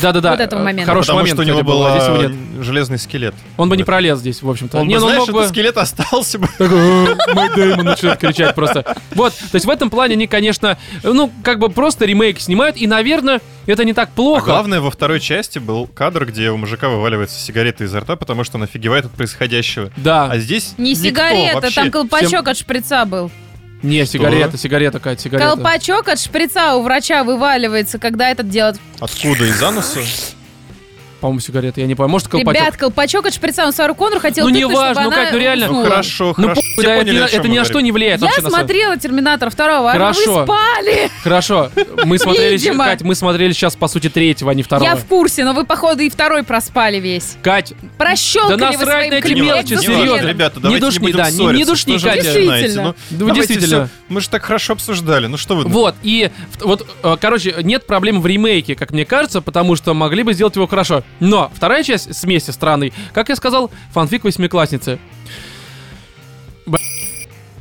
Speaker 1: Да-да-да.
Speaker 3: Вот этого
Speaker 1: э,
Speaker 3: момента.
Speaker 1: Хороший
Speaker 2: Потому
Speaker 1: момент,
Speaker 2: что у него
Speaker 1: кстати, был, а здесь его
Speaker 2: был э,
Speaker 1: нет.
Speaker 2: железный скелет.
Speaker 1: Он бы не пролез здесь, в общем-то.
Speaker 2: Он
Speaker 1: Не,
Speaker 2: бы,
Speaker 1: ну
Speaker 2: знаешь,
Speaker 1: мог бы-
Speaker 2: этот скелет остался бы.
Speaker 1: Такой, «Э, Мэтт Дэймон начинает кричать просто. Вот, то есть в этом плане они, конечно, ну, как бы просто ремейк снимают, и, наверное, это не так
Speaker 2: А
Speaker 1: плохо.
Speaker 2: главное, во второй части был кадр, где у мужика вываливается сигарета изо рта, потому что он офигевает от происходящего.
Speaker 1: Да.
Speaker 2: А здесь
Speaker 3: Не
Speaker 2: никто
Speaker 3: сигарета,
Speaker 2: вообще.
Speaker 3: там колпачок
Speaker 1: Всем-
Speaker 3: от шприца был.
Speaker 1: Не, сигарета, сигарета какая-то, сигарета.
Speaker 3: Колпачок от шприца у врача вываливается, когда этот делает.
Speaker 2: Откуда? Из ануса?
Speaker 1: По-моему, сигарета, я не понимаю. Может, колпачок.
Speaker 3: Ребят, колпачок от шприца, он Сару Коннору хотел
Speaker 1: Ну, не
Speaker 3: тыкнуть, чтобы
Speaker 1: важно, ну,
Speaker 3: она
Speaker 1: Кать, ну, реально.
Speaker 2: Ну
Speaker 3: уснула.
Speaker 2: хорошо,
Speaker 1: ну,
Speaker 2: хорошо.
Speaker 1: пусть, да, это, ни- это ни на что не влияет
Speaker 3: Я
Speaker 1: вообще на самом-
Speaker 3: смотрела «Терминатор 2», а вы
Speaker 1: Хорошо.
Speaker 3: спали!
Speaker 1: Хорошо, мы смотрели, щ-
Speaker 3: Видимо.
Speaker 1: Кать, мы смотрели сейчас, по сути, третьего, а не второго.
Speaker 3: Я в курсе, но вы, походу, и второй проспали весь.
Speaker 1: Кать,
Speaker 3: Прощелкали
Speaker 1: Да
Speaker 3: вы
Speaker 1: насрать на
Speaker 3: своим ну,
Speaker 1: эти
Speaker 3: клипом.
Speaker 1: мелочи,
Speaker 3: Экзоскелетом.
Speaker 1: серьезно.
Speaker 2: ребята,
Speaker 1: Не
Speaker 2: давайте
Speaker 1: душни,
Speaker 2: не будем
Speaker 1: да, не- не
Speaker 2: ссориться,
Speaker 1: душни,
Speaker 2: что же вы
Speaker 1: Катя.
Speaker 2: начинаете?
Speaker 3: Действительно.
Speaker 2: Ну,
Speaker 1: Да,
Speaker 2: давайте
Speaker 1: действительно.
Speaker 2: всё- Мы же так хорошо обсуждали, ну что вы...
Speaker 1: Вот, и в- вот, э, короче, нет проблем в ремейке, как мне кажется, потому что могли бы сделать его хорошо. Но вторая часть смеси странной, как я сказал, фанфик восьмиклассницы. Б-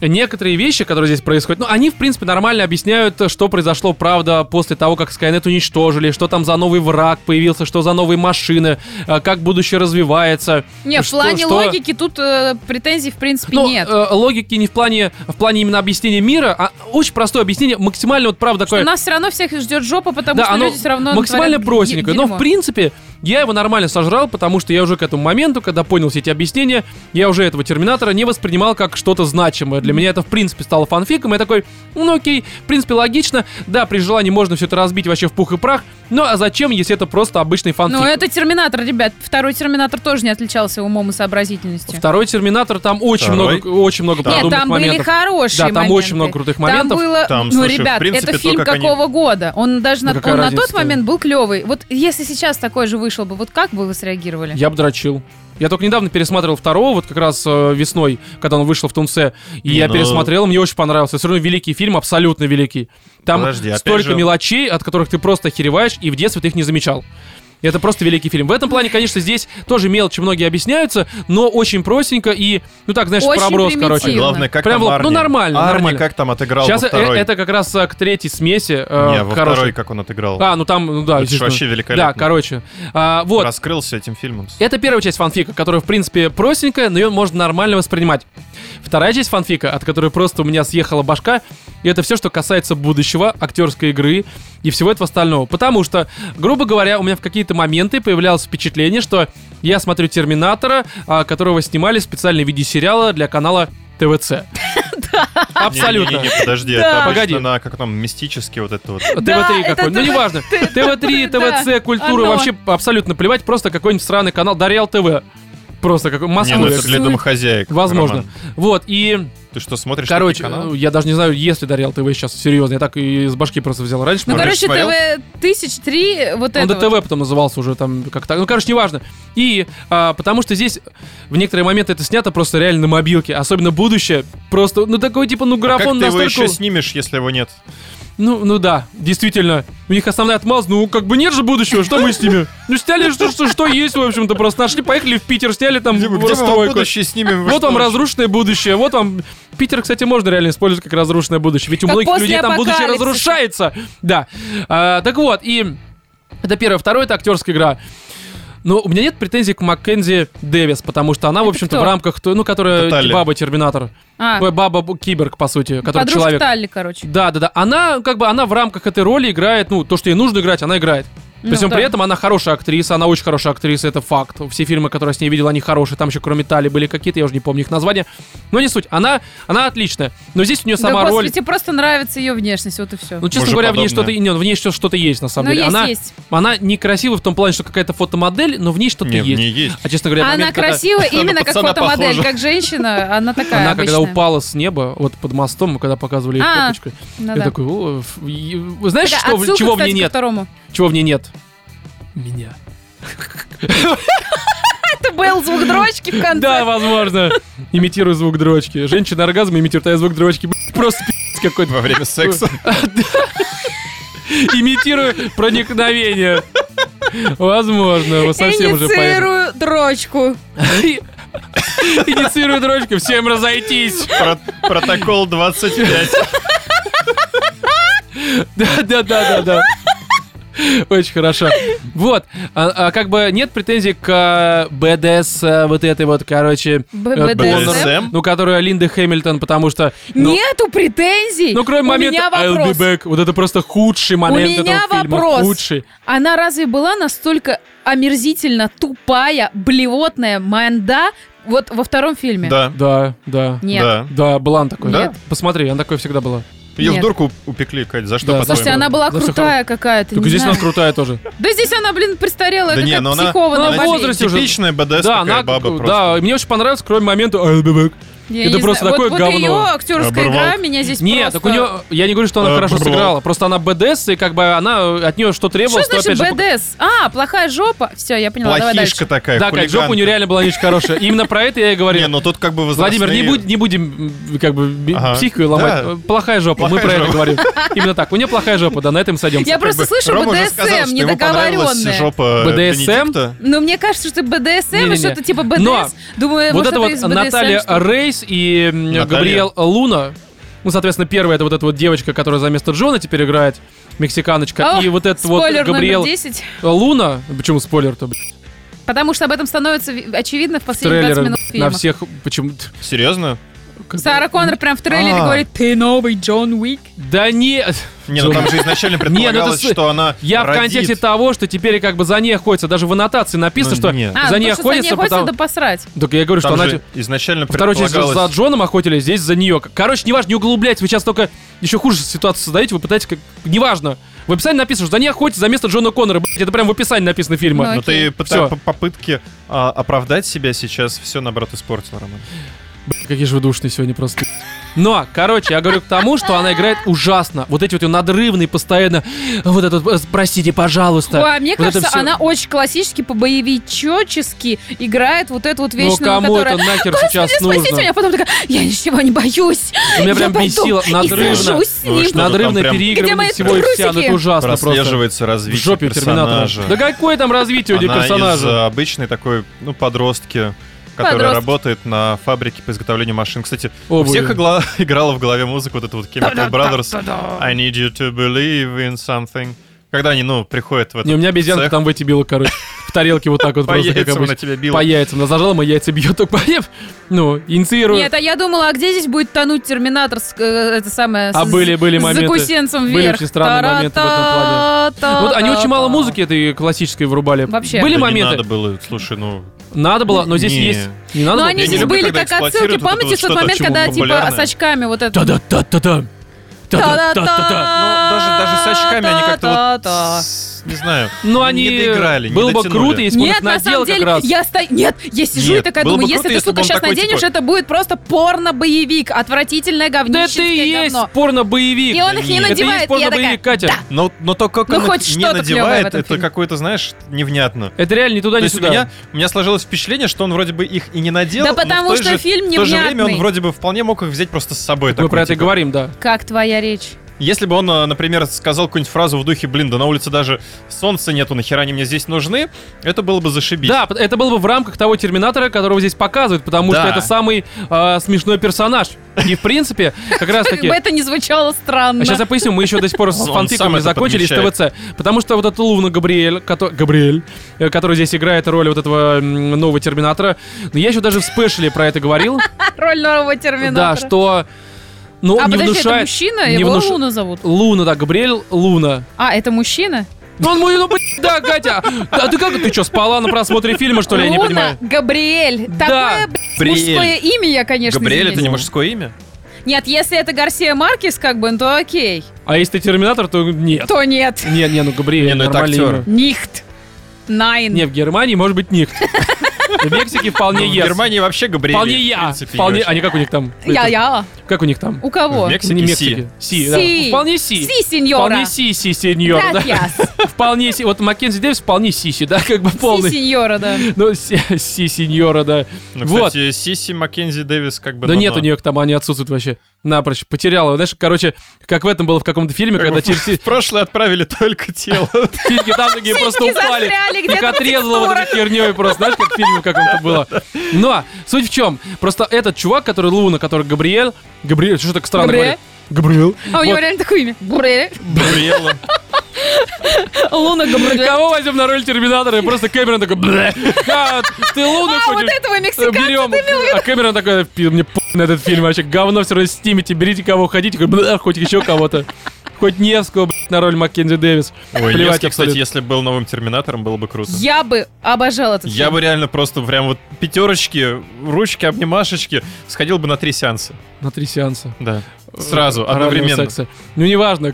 Speaker 1: Некоторые вещи, которые здесь происходят, ну, они, в принципе, нормально объясняют, э, что произошло, правда, после того, как Skynet уничтожили, что там за новый враг появился, что за новые машины, э, как будущее развивается.
Speaker 3: Не, в
Speaker 1: Ну что-
Speaker 3: плане
Speaker 1: что-
Speaker 3: логики тут э, претензий, в принципе,
Speaker 1: ну,
Speaker 3: нет.
Speaker 1: э, логики не в плане, в плане именно объяснения мира, а очень простое объяснение, максимально вот правда
Speaker 3: Что
Speaker 1: такое.
Speaker 3: нас все равно всех ждет жопа, потому
Speaker 1: Да,
Speaker 3: что
Speaker 1: оно
Speaker 3: люди все равно
Speaker 1: максимально
Speaker 3: творят
Speaker 1: простенькое.
Speaker 3: дерьмо.
Speaker 1: Но, в принципе, я его нормально сожрал, потому что я уже к этому моменту, когда понял все эти объяснения, я уже этого Терминатора не воспринимал как что-то значимое. Для меня это, в принципе, стало фанфиком. Я такой, ну окей, в принципе, логично. Да, при желании можно все это разбить вообще в пух и прах. Ну а зачем, если это просто обычный фанфик?
Speaker 3: Ну, это Терминатор, ребят. Второй Терминатор тоже не отличался умом и сообразительностью.
Speaker 1: Второй Терминатор, там очень
Speaker 2: Второй?
Speaker 1: много, очень много
Speaker 2: Да.
Speaker 3: Нет,
Speaker 1: продуманных
Speaker 3: там были
Speaker 1: моментов.
Speaker 3: хорошие
Speaker 1: Да, там
Speaker 3: моменты.
Speaker 1: очень много крутых моментов.
Speaker 3: Там было,
Speaker 2: Там,
Speaker 3: ну,
Speaker 2: слушай, в
Speaker 3: ребят,
Speaker 2: принципе,
Speaker 3: это
Speaker 2: то,
Speaker 3: фильм
Speaker 2: как они-
Speaker 3: какого года? Он даже
Speaker 1: Ну,
Speaker 3: на,
Speaker 1: какая
Speaker 3: он на тот
Speaker 1: разница-то?
Speaker 3: момент был клевый. Вот если сейчас такой же вышел бы, вот как бы вы среагировали?
Speaker 1: Я бы дрочил. Я только недавно пересматривал второго, вот как раз э, весной, когда он вышел в Тунце. И
Speaker 2: Не,
Speaker 1: я
Speaker 2: ну-
Speaker 1: пересмотрел, мне очень понравился. Все равно великий фильм, абсолютно великий. Там
Speaker 2: Подожди, опять
Speaker 1: столько
Speaker 2: же-
Speaker 1: мелочей, от которых ты просто охереваешь, и в детстве ты их не замечал. Это просто великий фильм. В этом плане, конечно, здесь тоже мелочи многие объясняются, но очень простенько и, ну так, знаешь,
Speaker 3: Очень
Speaker 1: проброс,
Speaker 2: А
Speaker 1: короче.
Speaker 3: примитивно.
Speaker 2: главное, как
Speaker 1: Прям
Speaker 2: там
Speaker 1: вот, ну,
Speaker 2: Арни?
Speaker 1: нормально,
Speaker 2: Арни
Speaker 1: нормально.
Speaker 2: как там отыграл
Speaker 1: Сейчас
Speaker 2: во
Speaker 1: э,
Speaker 2: второй?
Speaker 1: это как раз э, к третьей смеси. э,
Speaker 2: Не, во
Speaker 1: хорошей.
Speaker 2: второй как он отыграл.
Speaker 1: А, ну там, ну да,
Speaker 2: Это ж
Speaker 1: естественно.
Speaker 2: вообще
Speaker 1: Да,
Speaker 2: великолепно.
Speaker 1: короче. А, вот.
Speaker 2: Раскрылся этим фильмом.
Speaker 1: Это первая часть фанфика, которая, в принципе, простенькая, но ее можно нормально воспринимать. Вторая часть фанфика, от которой просто у меня съехала башка, и это все, что касается будущего, актерской игры и всего этого остального. Потому что, грубо говоря, у меня в какие-то моменты появлялось впечатление, что я смотрю Терминатора, а, которого снимали специально в виде сериала для канала ТВЦ. Абсолютно.
Speaker 2: Не-не-не, подожди,
Speaker 3: Да.
Speaker 2: это
Speaker 1: Погоди. Э,
Speaker 2: обычно на как там мистический вот это вот.
Speaker 3: Да,
Speaker 1: ТВ-3
Speaker 3: это
Speaker 1: какой. Ну,
Speaker 3: ТВ-3,
Speaker 1: неважно. ТВ-3,
Speaker 3: да,
Speaker 1: ТВЦ, культура,
Speaker 3: оно.
Speaker 1: вообще абсолютно плевать. Просто какой-нибудь сраный канал. Дарьял ТВ. Просто какой
Speaker 2: Не, ну
Speaker 1: Москву.
Speaker 2: это для домохозяек.
Speaker 1: Возможно.
Speaker 2: Роман.
Speaker 1: Вот, и,
Speaker 2: Ты что, смотришь
Speaker 1: короче,
Speaker 2: такие каналы?
Speaker 1: э, я даже не знаю, есть ли Дарьял ТВ сейчас, серьезно, я так и из башки просто взял раньше.
Speaker 3: Ну,
Speaker 1: по-моему.
Speaker 2: Короче,
Speaker 3: короче, ТВ тысяч три, вот
Speaker 1: он
Speaker 3: это вот.
Speaker 1: ДТВ потом назывался уже там как-то. Ну, короче, неважно. И а, потому что здесь в некоторые моменты это снято просто реально на мобилке. Особенно будущее. Просто, ну такой типа, ну
Speaker 2: А как
Speaker 1: графон
Speaker 2: ты его
Speaker 1: настолько.
Speaker 2: еще снимешь, если его нет?
Speaker 1: Ну, ну да, действительно. У них основная отмаз, ну как бы нет же будущего, что мы с ними? Ну сняли что, что, что есть, в общем-то, просто нашли, поехали в Питер, сняли там
Speaker 2: Где мы где мы вам
Speaker 1: расстройку.
Speaker 2: будущее снимем? Вы
Speaker 1: Вот
Speaker 2: что,
Speaker 1: вам
Speaker 2: вы
Speaker 1: разрушенное будущее, вот вам... Питер, кстати, можно реально использовать как разрушенное будущее, ведь у
Speaker 3: Как
Speaker 1: многих
Speaker 3: после
Speaker 1: людей там будущее
Speaker 3: апокалипсиса.
Speaker 1: разрушается. Да. А, так вот, и... Это первое. Второе — это актерская игра. Но у меня нет претензий к Маккензи Дэвис, потому что она, в
Speaker 3: Это
Speaker 1: общем-то,
Speaker 3: кто?
Speaker 1: в рамках, той- ну, которая
Speaker 2: Это Талли.
Speaker 1: баба Терминатор.
Speaker 3: А,
Speaker 1: Ой, Баба Киберг, по сути, который
Speaker 3: подружка
Speaker 1: человек.
Speaker 3: Талли, короче.
Speaker 1: Да, да, да. Она, как бы, она в рамках этой роли играет, ну, то, что ей нужно играть, она играет. При
Speaker 3: Ну,
Speaker 1: всем
Speaker 3: да.
Speaker 1: при этом она хорошая актриса, она очень хорошая актриса, это факт. Все фильмы, которые я с ней видел, они хорошие. Там еще кроме Тали были какие-то, я уже не помню их названия. Но не суть, она, она отличная. Но здесь у нее сама
Speaker 3: да,
Speaker 1: роль.
Speaker 3: господи, тебе просто нравится ее внешность, вот и все.
Speaker 1: Ну, честно говоря, в ней что-то, не, в ней еще что-то есть на самом
Speaker 3: Ну,
Speaker 1: деле.
Speaker 3: есть,
Speaker 1: она,
Speaker 3: есть.
Speaker 1: она некрасивая в том плане, что какая-то фотомодель, но в ней что-то
Speaker 2: Не,
Speaker 1: есть.
Speaker 2: не есть.
Speaker 1: А честно говоря,
Speaker 3: она
Speaker 1: момент, когда-
Speaker 3: красивая именно как
Speaker 2: пацана
Speaker 3: фотомодель,
Speaker 2: похожа.
Speaker 3: как женщина, она такая
Speaker 1: Она
Speaker 3: обычная.
Speaker 1: когда упала с неба, вот под мостом, когда показывали
Speaker 3: А,
Speaker 1: ее фоточку,
Speaker 3: Ну,
Speaker 1: я
Speaker 3: да.
Speaker 1: такой, «О, ф- и- знаешь,
Speaker 3: Такая
Speaker 1: что, в-
Speaker 3: отсылка,
Speaker 1: чего в
Speaker 3: кстати,
Speaker 1: ней
Speaker 3: ко
Speaker 1: нет?
Speaker 3: второму.
Speaker 1: Чего в ней нет? Меня.
Speaker 3: Это был звук дрочки в конце.
Speaker 1: Да, возможно. Имитирую звук дрочки. Женщина оргазм имитирует, а я звук дрочки. Блин, Просто пи***ц какой-то.
Speaker 2: Во время секса.
Speaker 1: Имитирую проникновение. Возможно, вы совсем уже поехали.
Speaker 3: Инициирую дрочку.
Speaker 1: Инициирую дрочку, всем разойтись.
Speaker 2: Про- Протокол 25.
Speaker 1: Да, да, да, да, да. Очень хорошо. Вот. А, а, Как бы нет претензий к а, БДС, вот этой вот, короче,
Speaker 3: Б-
Speaker 1: э,
Speaker 3: BDSM?
Speaker 1: Коннор, ну, которая Линда Хэмилтон, потому что... ну,
Speaker 3: Нету претензий.
Speaker 1: Ну, кроме
Speaker 3: У
Speaker 1: момента
Speaker 3: меня
Speaker 1: I'll be
Speaker 3: вопрос.
Speaker 1: back. Вот это просто худший момент
Speaker 3: меня
Speaker 1: этого фильма.
Speaker 3: вопрос.
Speaker 1: Худший.
Speaker 3: Она разве была настолько омерзительно тупая, блевотная манда вот во втором фильме?
Speaker 2: Да.
Speaker 1: Да, да.
Speaker 3: Нет.
Speaker 2: Да.
Speaker 1: Да, была она такой.
Speaker 2: Да?
Speaker 1: Посмотри, она такой всегда была.
Speaker 2: Ее
Speaker 3: Нет.
Speaker 2: в дурку упекли, Кать, за
Speaker 1: Да,
Speaker 2: что,
Speaker 1: за
Speaker 2: по-твоему?
Speaker 3: Слушайте, она была
Speaker 1: Да всё
Speaker 3: крутая какая-то,
Speaker 1: Только
Speaker 3: не
Speaker 1: здесь
Speaker 3: знаю.
Speaker 1: она крутая тоже.
Speaker 3: Да здесь она, блин, престарелая,
Speaker 2: Да не,
Speaker 3: какая
Speaker 2: но она- типа-
Speaker 3: психованная.
Speaker 1: она в
Speaker 3: болезнь.
Speaker 1: возрасте уже.
Speaker 2: Типичная БДС
Speaker 1: Да,
Speaker 2: такая
Speaker 1: она...
Speaker 2: баба просто.
Speaker 1: Да, и мне очень понравилось, кроме момента I'll be back.
Speaker 3: Я
Speaker 1: Это
Speaker 3: не
Speaker 1: просто
Speaker 3: знаю.
Speaker 1: такое
Speaker 3: вот,
Speaker 1: говно.
Speaker 3: Вот ее актерская
Speaker 2: Оборвал.
Speaker 3: игра меня здесь
Speaker 1: Нет, так у
Speaker 3: просто...
Speaker 1: нее... Я не говорю, что она
Speaker 2: Э,
Speaker 1: хорошо
Speaker 2: пробовал.
Speaker 1: сыграла. Просто она БДС, и как бы она... э, От нее что
Speaker 3: Что
Speaker 1: требовалось, то опять
Speaker 3: значит
Speaker 1: же... пока-
Speaker 3: БДС? А, плохая жопа. Все, я поняла, давай
Speaker 2: Плохишка
Speaker 3: дальше.
Speaker 2: такая,
Speaker 1: ну, Да, как
Speaker 2: хулиганка.
Speaker 1: жопа у нее реально была не очень хорошая. Именно про это я и говорил.
Speaker 2: Не, ну, но тут как бы возрастные...
Speaker 1: Владимир, не, будь- не будем м, как бы б-
Speaker 2: Ага.
Speaker 1: психику ломать.
Speaker 2: Да.
Speaker 1: Плохая жопа, мы
Speaker 2: Плохая
Speaker 1: про это
Speaker 2: жопа.
Speaker 1: говорим. Именно так. У нее плохая жопа, да, на этом сойдемся.
Speaker 3: Я
Speaker 2: Как
Speaker 3: просто
Speaker 2: бы
Speaker 3: слышу
Speaker 2: Рома уже сказал,
Speaker 3: БДСМ,
Speaker 2: что ему понравилась
Speaker 3: недоговоренное.
Speaker 2: жопа
Speaker 1: BDSM?
Speaker 2: Бенедикта.
Speaker 3: Но мне кажется, что БДСМ
Speaker 1: Не-не-не.
Speaker 3: и что-то типа БДС.
Speaker 1: Но
Speaker 3: Думаю,
Speaker 1: Вот
Speaker 3: Э, может,
Speaker 1: это вот
Speaker 3: из BDSM
Speaker 1: Наталья
Speaker 3: что-то.
Speaker 1: Рейс и м,
Speaker 2: Наталья.
Speaker 1: Габриэль Луна. Ну, соответственно, первая это вот эта вот девочка, которая за место Джона теперь играет, мексиканочка.
Speaker 3: О,
Speaker 1: и вот этот вот
Speaker 3: Спойлер номер
Speaker 1: Габриэл
Speaker 3: 10.
Speaker 1: Луна. Почему спойлер-то? блядь?
Speaker 3: Потому что об этом становится ви- очевидно в последние 20
Speaker 1: Трейлеры
Speaker 3: минут фильма.
Speaker 1: на всех почему-то.
Speaker 2: Серьезно?
Speaker 1: как-
Speaker 3: Сара Коннор прям в трейлере
Speaker 2: А.
Speaker 3: говорит, ты новый Джон Уик.
Speaker 1: Да не...
Speaker 2: Не, ну там же изначально
Speaker 1: ну это
Speaker 2: предполагалось,
Speaker 1: с-
Speaker 2: что она
Speaker 1: Я в
Speaker 2: родит.
Speaker 1: контексте того, что теперь как бы за ней охотятся. Даже в аннотации написано,
Speaker 2: Ну,
Speaker 1: что
Speaker 2: нет.
Speaker 3: А,
Speaker 1: за
Speaker 3: потому
Speaker 1: ней
Speaker 3: что за ней
Speaker 1: охотятся,
Speaker 3: охотятся,
Speaker 1: потому...
Speaker 3: да посрать.
Speaker 1: Так я говорю, что
Speaker 2: Там
Speaker 1: она... типа
Speaker 2: же изначально
Speaker 1: Во Второй части за
Speaker 2: предполагалось...
Speaker 1: Джоном охотились, здесь за нее. Короче, неважно, не углубляйте. Вы сейчас только еще хуже ситуацию создаете, вы пытаетесь как... Неважно. В описании написано, что за ней охотятся за место Джона Коннора. Блядь, это прям в описании написано фильма.
Speaker 3: Ну,
Speaker 2: Но
Speaker 3: Окей.
Speaker 2: ты пыта-
Speaker 1: Всё.
Speaker 2: по- попытки а, оправдать себя сейчас все наоборот испортил, Роман.
Speaker 1: Блядь, какие же вы душные сегодня просто. Но, короче, я говорю к тому, что она играет ужасно. Вот эти вот ее надрывные постоянно... Вот этот, э, простите, пожалуйста.
Speaker 3: Ой, а мне
Speaker 1: Вот это
Speaker 3: кажется,
Speaker 1: всё.
Speaker 3: она очень классически, по-боевичочески играет вот эту вот
Speaker 1: Ну,
Speaker 3: вечную,
Speaker 1: кому
Speaker 3: которая...
Speaker 1: это нахер
Speaker 3: «Господи,
Speaker 1: сейчас
Speaker 3: спасите
Speaker 1: нужно?
Speaker 3: меня, а потом такая, я ничего не боюсь.
Speaker 1: У меня
Speaker 3: я
Speaker 1: прям
Speaker 3: пойду
Speaker 1: бесило
Speaker 3: и
Speaker 1: надрывно.
Speaker 3: сражусь с
Speaker 2: Ну,
Speaker 3: ним».
Speaker 2: что?
Speaker 1: Надрывное
Speaker 2: Там прям-
Speaker 1: переигрывание
Speaker 3: Где мои
Speaker 1: всего и вся, ну это
Speaker 3: трусики?
Speaker 1: ужасно просто.
Speaker 2: Прослеживается
Speaker 1: В
Speaker 2: развитие
Speaker 1: жопе у Терминатора.
Speaker 2: персонажа.
Speaker 1: Да какое там развитие у нее
Speaker 2: Она из
Speaker 1: персонажа?
Speaker 2: э, обычной такой, ну, подростки, которая
Speaker 3: Подростки.
Speaker 2: работает на фабрике по изготовлению машин. Кстати, у
Speaker 1: Обуви.
Speaker 2: всех игла- играла в голове музыка вот эта вот Chemical Brothers. I need you to believe in something. Когда они, ну, приходят в этот
Speaker 1: Не, у меня обезьянка
Speaker 2: цех,
Speaker 1: там в эти била, короче. В тарелке вот так вот
Speaker 2: по
Speaker 1: просто, как
Speaker 2: яйцам на
Speaker 1: обычно.
Speaker 2: тебя била.
Speaker 1: По яйцам. Она зажала, мои яйца бьет, только поев. Ну, инициирую.
Speaker 3: Нет, а я думала, а где здесь будет тонуть терминатор, с, э, это самое,
Speaker 1: А
Speaker 3: с-
Speaker 1: были- были
Speaker 3: с
Speaker 1: моменты.
Speaker 3: закусенцем
Speaker 1: Были
Speaker 3: вверх.
Speaker 1: очень странные моменты в этом плане.
Speaker 3: Та-та-та-та-та.
Speaker 1: Вот они очень мало музыки этой классической врубали.
Speaker 3: э, Вообще.
Speaker 1: Были
Speaker 2: Да не
Speaker 1: моменты?
Speaker 2: надо было, слушай, ну...
Speaker 1: Надо было, но здесь
Speaker 2: Не.
Speaker 1: есть... Не надо
Speaker 3: Но
Speaker 1: было?
Speaker 3: они
Speaker 2: Я не
Speaker 3: здесь
Speaker 2: люблю,
Speaker 3: были
Speaker 2: когда
Speaker 3: как отсылки,
Speaker 2: эксплуатируют вот это
Speaker 3: помните
Speaker 2: вот
Speaker 3: тот
Speaker 2: что-то,
Speaker 3: момент,
Speaker 2: чего
Speaker 3: когда типа
Speaker 2: популярное?
Speaker 3: с очками вот это.
Speaker 1: Та-да-та-та-та. Та-да-та-та-та.
Speaker 3: А,
Speaker 2: Ну, даже, даже с очками они как-то вот...
Speaker 3: Та-та-та.
Speaker 2: с- Не знаю,
Speaker 1: Ну, они...
Speaker 2: не доиграли, не
Speaker 1: Было бы
Speaker 2: дотянули.
Speaker 1: круто, если бы он
Speaker 3: Нет,
Speaker 1: их
Speaker 3: на
Speaker 1: надел
Speaker 3: самом
Speaker 1: как
Speaker 3: деле,
Speaker 1: раз.
Speaker 3: я ста- Нет, я сижу и
Speaker 2: Нет,
Speaker 3: такая
Speaker 2: было бы
Speaker 3: думаю, если
Speaker 2: круто,
Speaker 3: ты,
Speaker 2: если бы
Speaker 3: сука,
Speaker 2: он
Speaker 3: сейчас
Speaker 2: такой,
Speaker 3: наденешь,
Speaker 2: типа-
Speaker 3: это будет просто порно-боевик, отвратительное
Speaker 1: Да это и
Speaker 3: говнище
Speaker 1: есть порно-боевик.
Speaker 3: И он их не
Speaker 1: Это и есть
Speaker 3: надевает, и я
Speaker 1: порно-боевик,
Speaker 3: такая,
Speaker 1: Катя.
Speaker 3: да.
Speaker 2: Но, но то, как
Speaker 3: Ну,
Speaker 2: он
Speaker 3: хоть
Speaker 2: их не
Speaker 3: что-то клевое в
Speaker 2: надевает,
Speaker 3: этом
Speaker 2: это
Speaker 3: фильме.
Speaker 2: какое-то, знаешь, невнятно.
Speaker 1: Это реально не туда,
Speaker 2: То
Speaker 1: не
Speaker 2: есть у
Speaker 1: сюда.
Speaker 2: меня, у меня сложилось впечатление, что он вроде бы их и не надел.
Speaker 3: Да
Speaker 2: но в
Speaker 3: потому
Speaker 2: той
Speaker 3: что
Speaker 2: же-
Speaker 3: фильм
Speaker 2: В то же время он
Speaker 3: невнятный.
Speaker 2: вроде бы вполне мог их взять просто с собой.
Speaker 1: Мы
Speaker 2: такой,
Speaker 1: про это и
Speaker 2: типа.
Speaker 1: говорим, да.
Speaker 3: Как твоя речь?
Speaker 2: Если бы он, э, например, сказал какую-нибудь фразу в духе, блин, да на улице даже солнца нету, нахера они мне здесь нужны, это было бы зашибись.
Speaker 1: Да, это было бы в рамках того Терминатора, которого здесь показывают, потому
Speaker 2: Да.
Speaker 1: что это самый э, смешной персонаж. И в принципе, как раз
Speaker 3: Как
Speaker 1: таки...
Speaker 3: бы это не звучало странно.
Speaker 1: Сейчас а я поясню, мы еще до сих пор с
Speaker 2: Он
Speaker 1: фанфиком
Speaker 2: сам
Speaker 1: не
Speaker 2: это
Speaker 1: закончили из
Speaker 2: подмечает.
Speaker 1: ТВЦ. Потому что вот этот Лувна Габриэль, кото- Габриэль, э, который здесь играет роль вот этого м, нового Терминатора, но я еще даже в спешле про это говорил,
Speaker 3: Роль нового терминатора.
Speaker 1: да, что... Ну,
Speaker 3: А,
Speaker 1: он не
Speaker 3: подожди, это
Speaker 1: внушает...
Speaker 3: мужчина?
Speaker 1: не
Speaker 3: Его
Speaker 1: внуш-
Speaker 3: Луну зовут.
Speaker 1: Луна, да, Габриэль Луна.
Speaker 3: А, это мужчина?
Speaker 1: Ну, он мой, ну, блин, да, Катя, а ты как, ты что, спала на просмотре фильма, что ли, я не
Speaker 3: Луна
Speaker 1: понимаю?
Speaker 3: Габриэль.
Speaker 1: Да,
Speaker 3: Такое, блядь,
Speaker 2: Габриэль.
Speaker 3: мужское имя я, конечно,
Speaker 2: Габриэль это
Speaker 3: извиняюсь.
Speaker 2: не мужское имя?
Speaker 3: Нет, если это Гарсия Маркис, как бы, ну, то окей.
Speaker 1: А если ты Терминатор, то нет.
Speaker 3: То нет.
Speaker 1: Не, не, ну Габриэль,
Speaker 2: Не, ну это
Speaker 1: нормальное
Speaker 2: актер.
Speaker 1: имя.
Speaker 3: Нихт. Найн.
Speaker 1: Не, в Германии может быть них. В Мексике
Speaker 2: Ну,
Speaker 1: вполне
Speaker 2: в
Speaker 1: yes.
Speaker 2: Германии вообще Габриэль.
Speaker 1: Вполне я. Вполне. А не как у них там?
Speaker 3: Я-я.
Speaker 1: Как у них там?
Speaker 3: У кого?
Speaker 2: В Мексике
Speaker 1: Не
Speaker 2: Си.
Speaker 1: Мексики. Си, да.
Speaker 3: Си.
Speaker 1: Вполне си.
Speaker 3: Си, сеньора.
Speaker 1: Вполне си, си, сеньор. да.
Speaker 3: Gracias.
Speaker 1: Вполне си. Вот Маккензи Дэвис вполне сиси, да, как бы
Speaker 3: Си,
Speaker 1: полный.
Speaker 3: сеньора, да.
Speaker 1: Ну, си, си, сеньора, да.
Speaker 2: Ну,
Speaker 1: Вот.
Speaker 2: кстати, Сиси Маккензи Дэвис как бы...
Speaker 1: Да
Speaker 2: ну-ну.
Speaker 1: нет у нее там, они отсутствуют вообще. Напрочь. Потеряла. Знаешь, короче, как в этом было в каком-то фильме, когда
Speaker 2: В
Speaker 1: через
Speaker 2: прошлое отправили только тело.
Speaker 1: Сиськи там такие просто
Speaker 3: Сиськи
Speaker 1: упали.
Speaker 3: застряли
Speaker 1: Их
Speaker 3: где-то в
Speaker 1: отрезало вот этой херней просто, знаешь, как в фильме каком-то было. Но суть в чем, просто этот чувак, который Луна, который Габриэль, Габриэль, что так странно
Speaker 3: Габриэль?
Speaker 1: говорит? Габриэл.
Speaker 3: А у него
Speaker 1: Вот.
Speaker 3: реально такое имя. Буре.
Speaker 2: Брелла.
Speaker 3: Луна Габриэль.
Speaker 1: Кого возьмем на роль Терминатора? И просто Кэмерон такой, бля, а, ты луну
Speaker 3: А, вот
Speaker 1: хочешь?
Speaker 3: этого мексиканца.
Speaker 1: Берем. А Кэмерон такой, «Пи- мне п- на этот фильм вообще, говно все равно снимите, берите кого хотите, хоть, бля, хоть еще кого-то. Хоть Невского, блядь, на роль Маккензи Дэвис.
Speaker 2: Ой,
Speaker 1: Плевать
Speaker 2: Невский, кстати,
Speaker 1: абсолютно.
Speaker 2: если был новым Терминатором, было бы круто.
Speaker 3: Я бы обожал этот
Speaker 2: Я
Speaker 3: фильм.
Speaker 2: бы реально просто прям вот пятерочки, ручки, обнимашечки, сходил бы на три сеанса.
Speaker 1: На три сеанса.
Speaker 2: Да. Сразу,
Speaker 1: Орального
Speaker 2: одновременно.
Speaker 1: секса. Ну, неважно.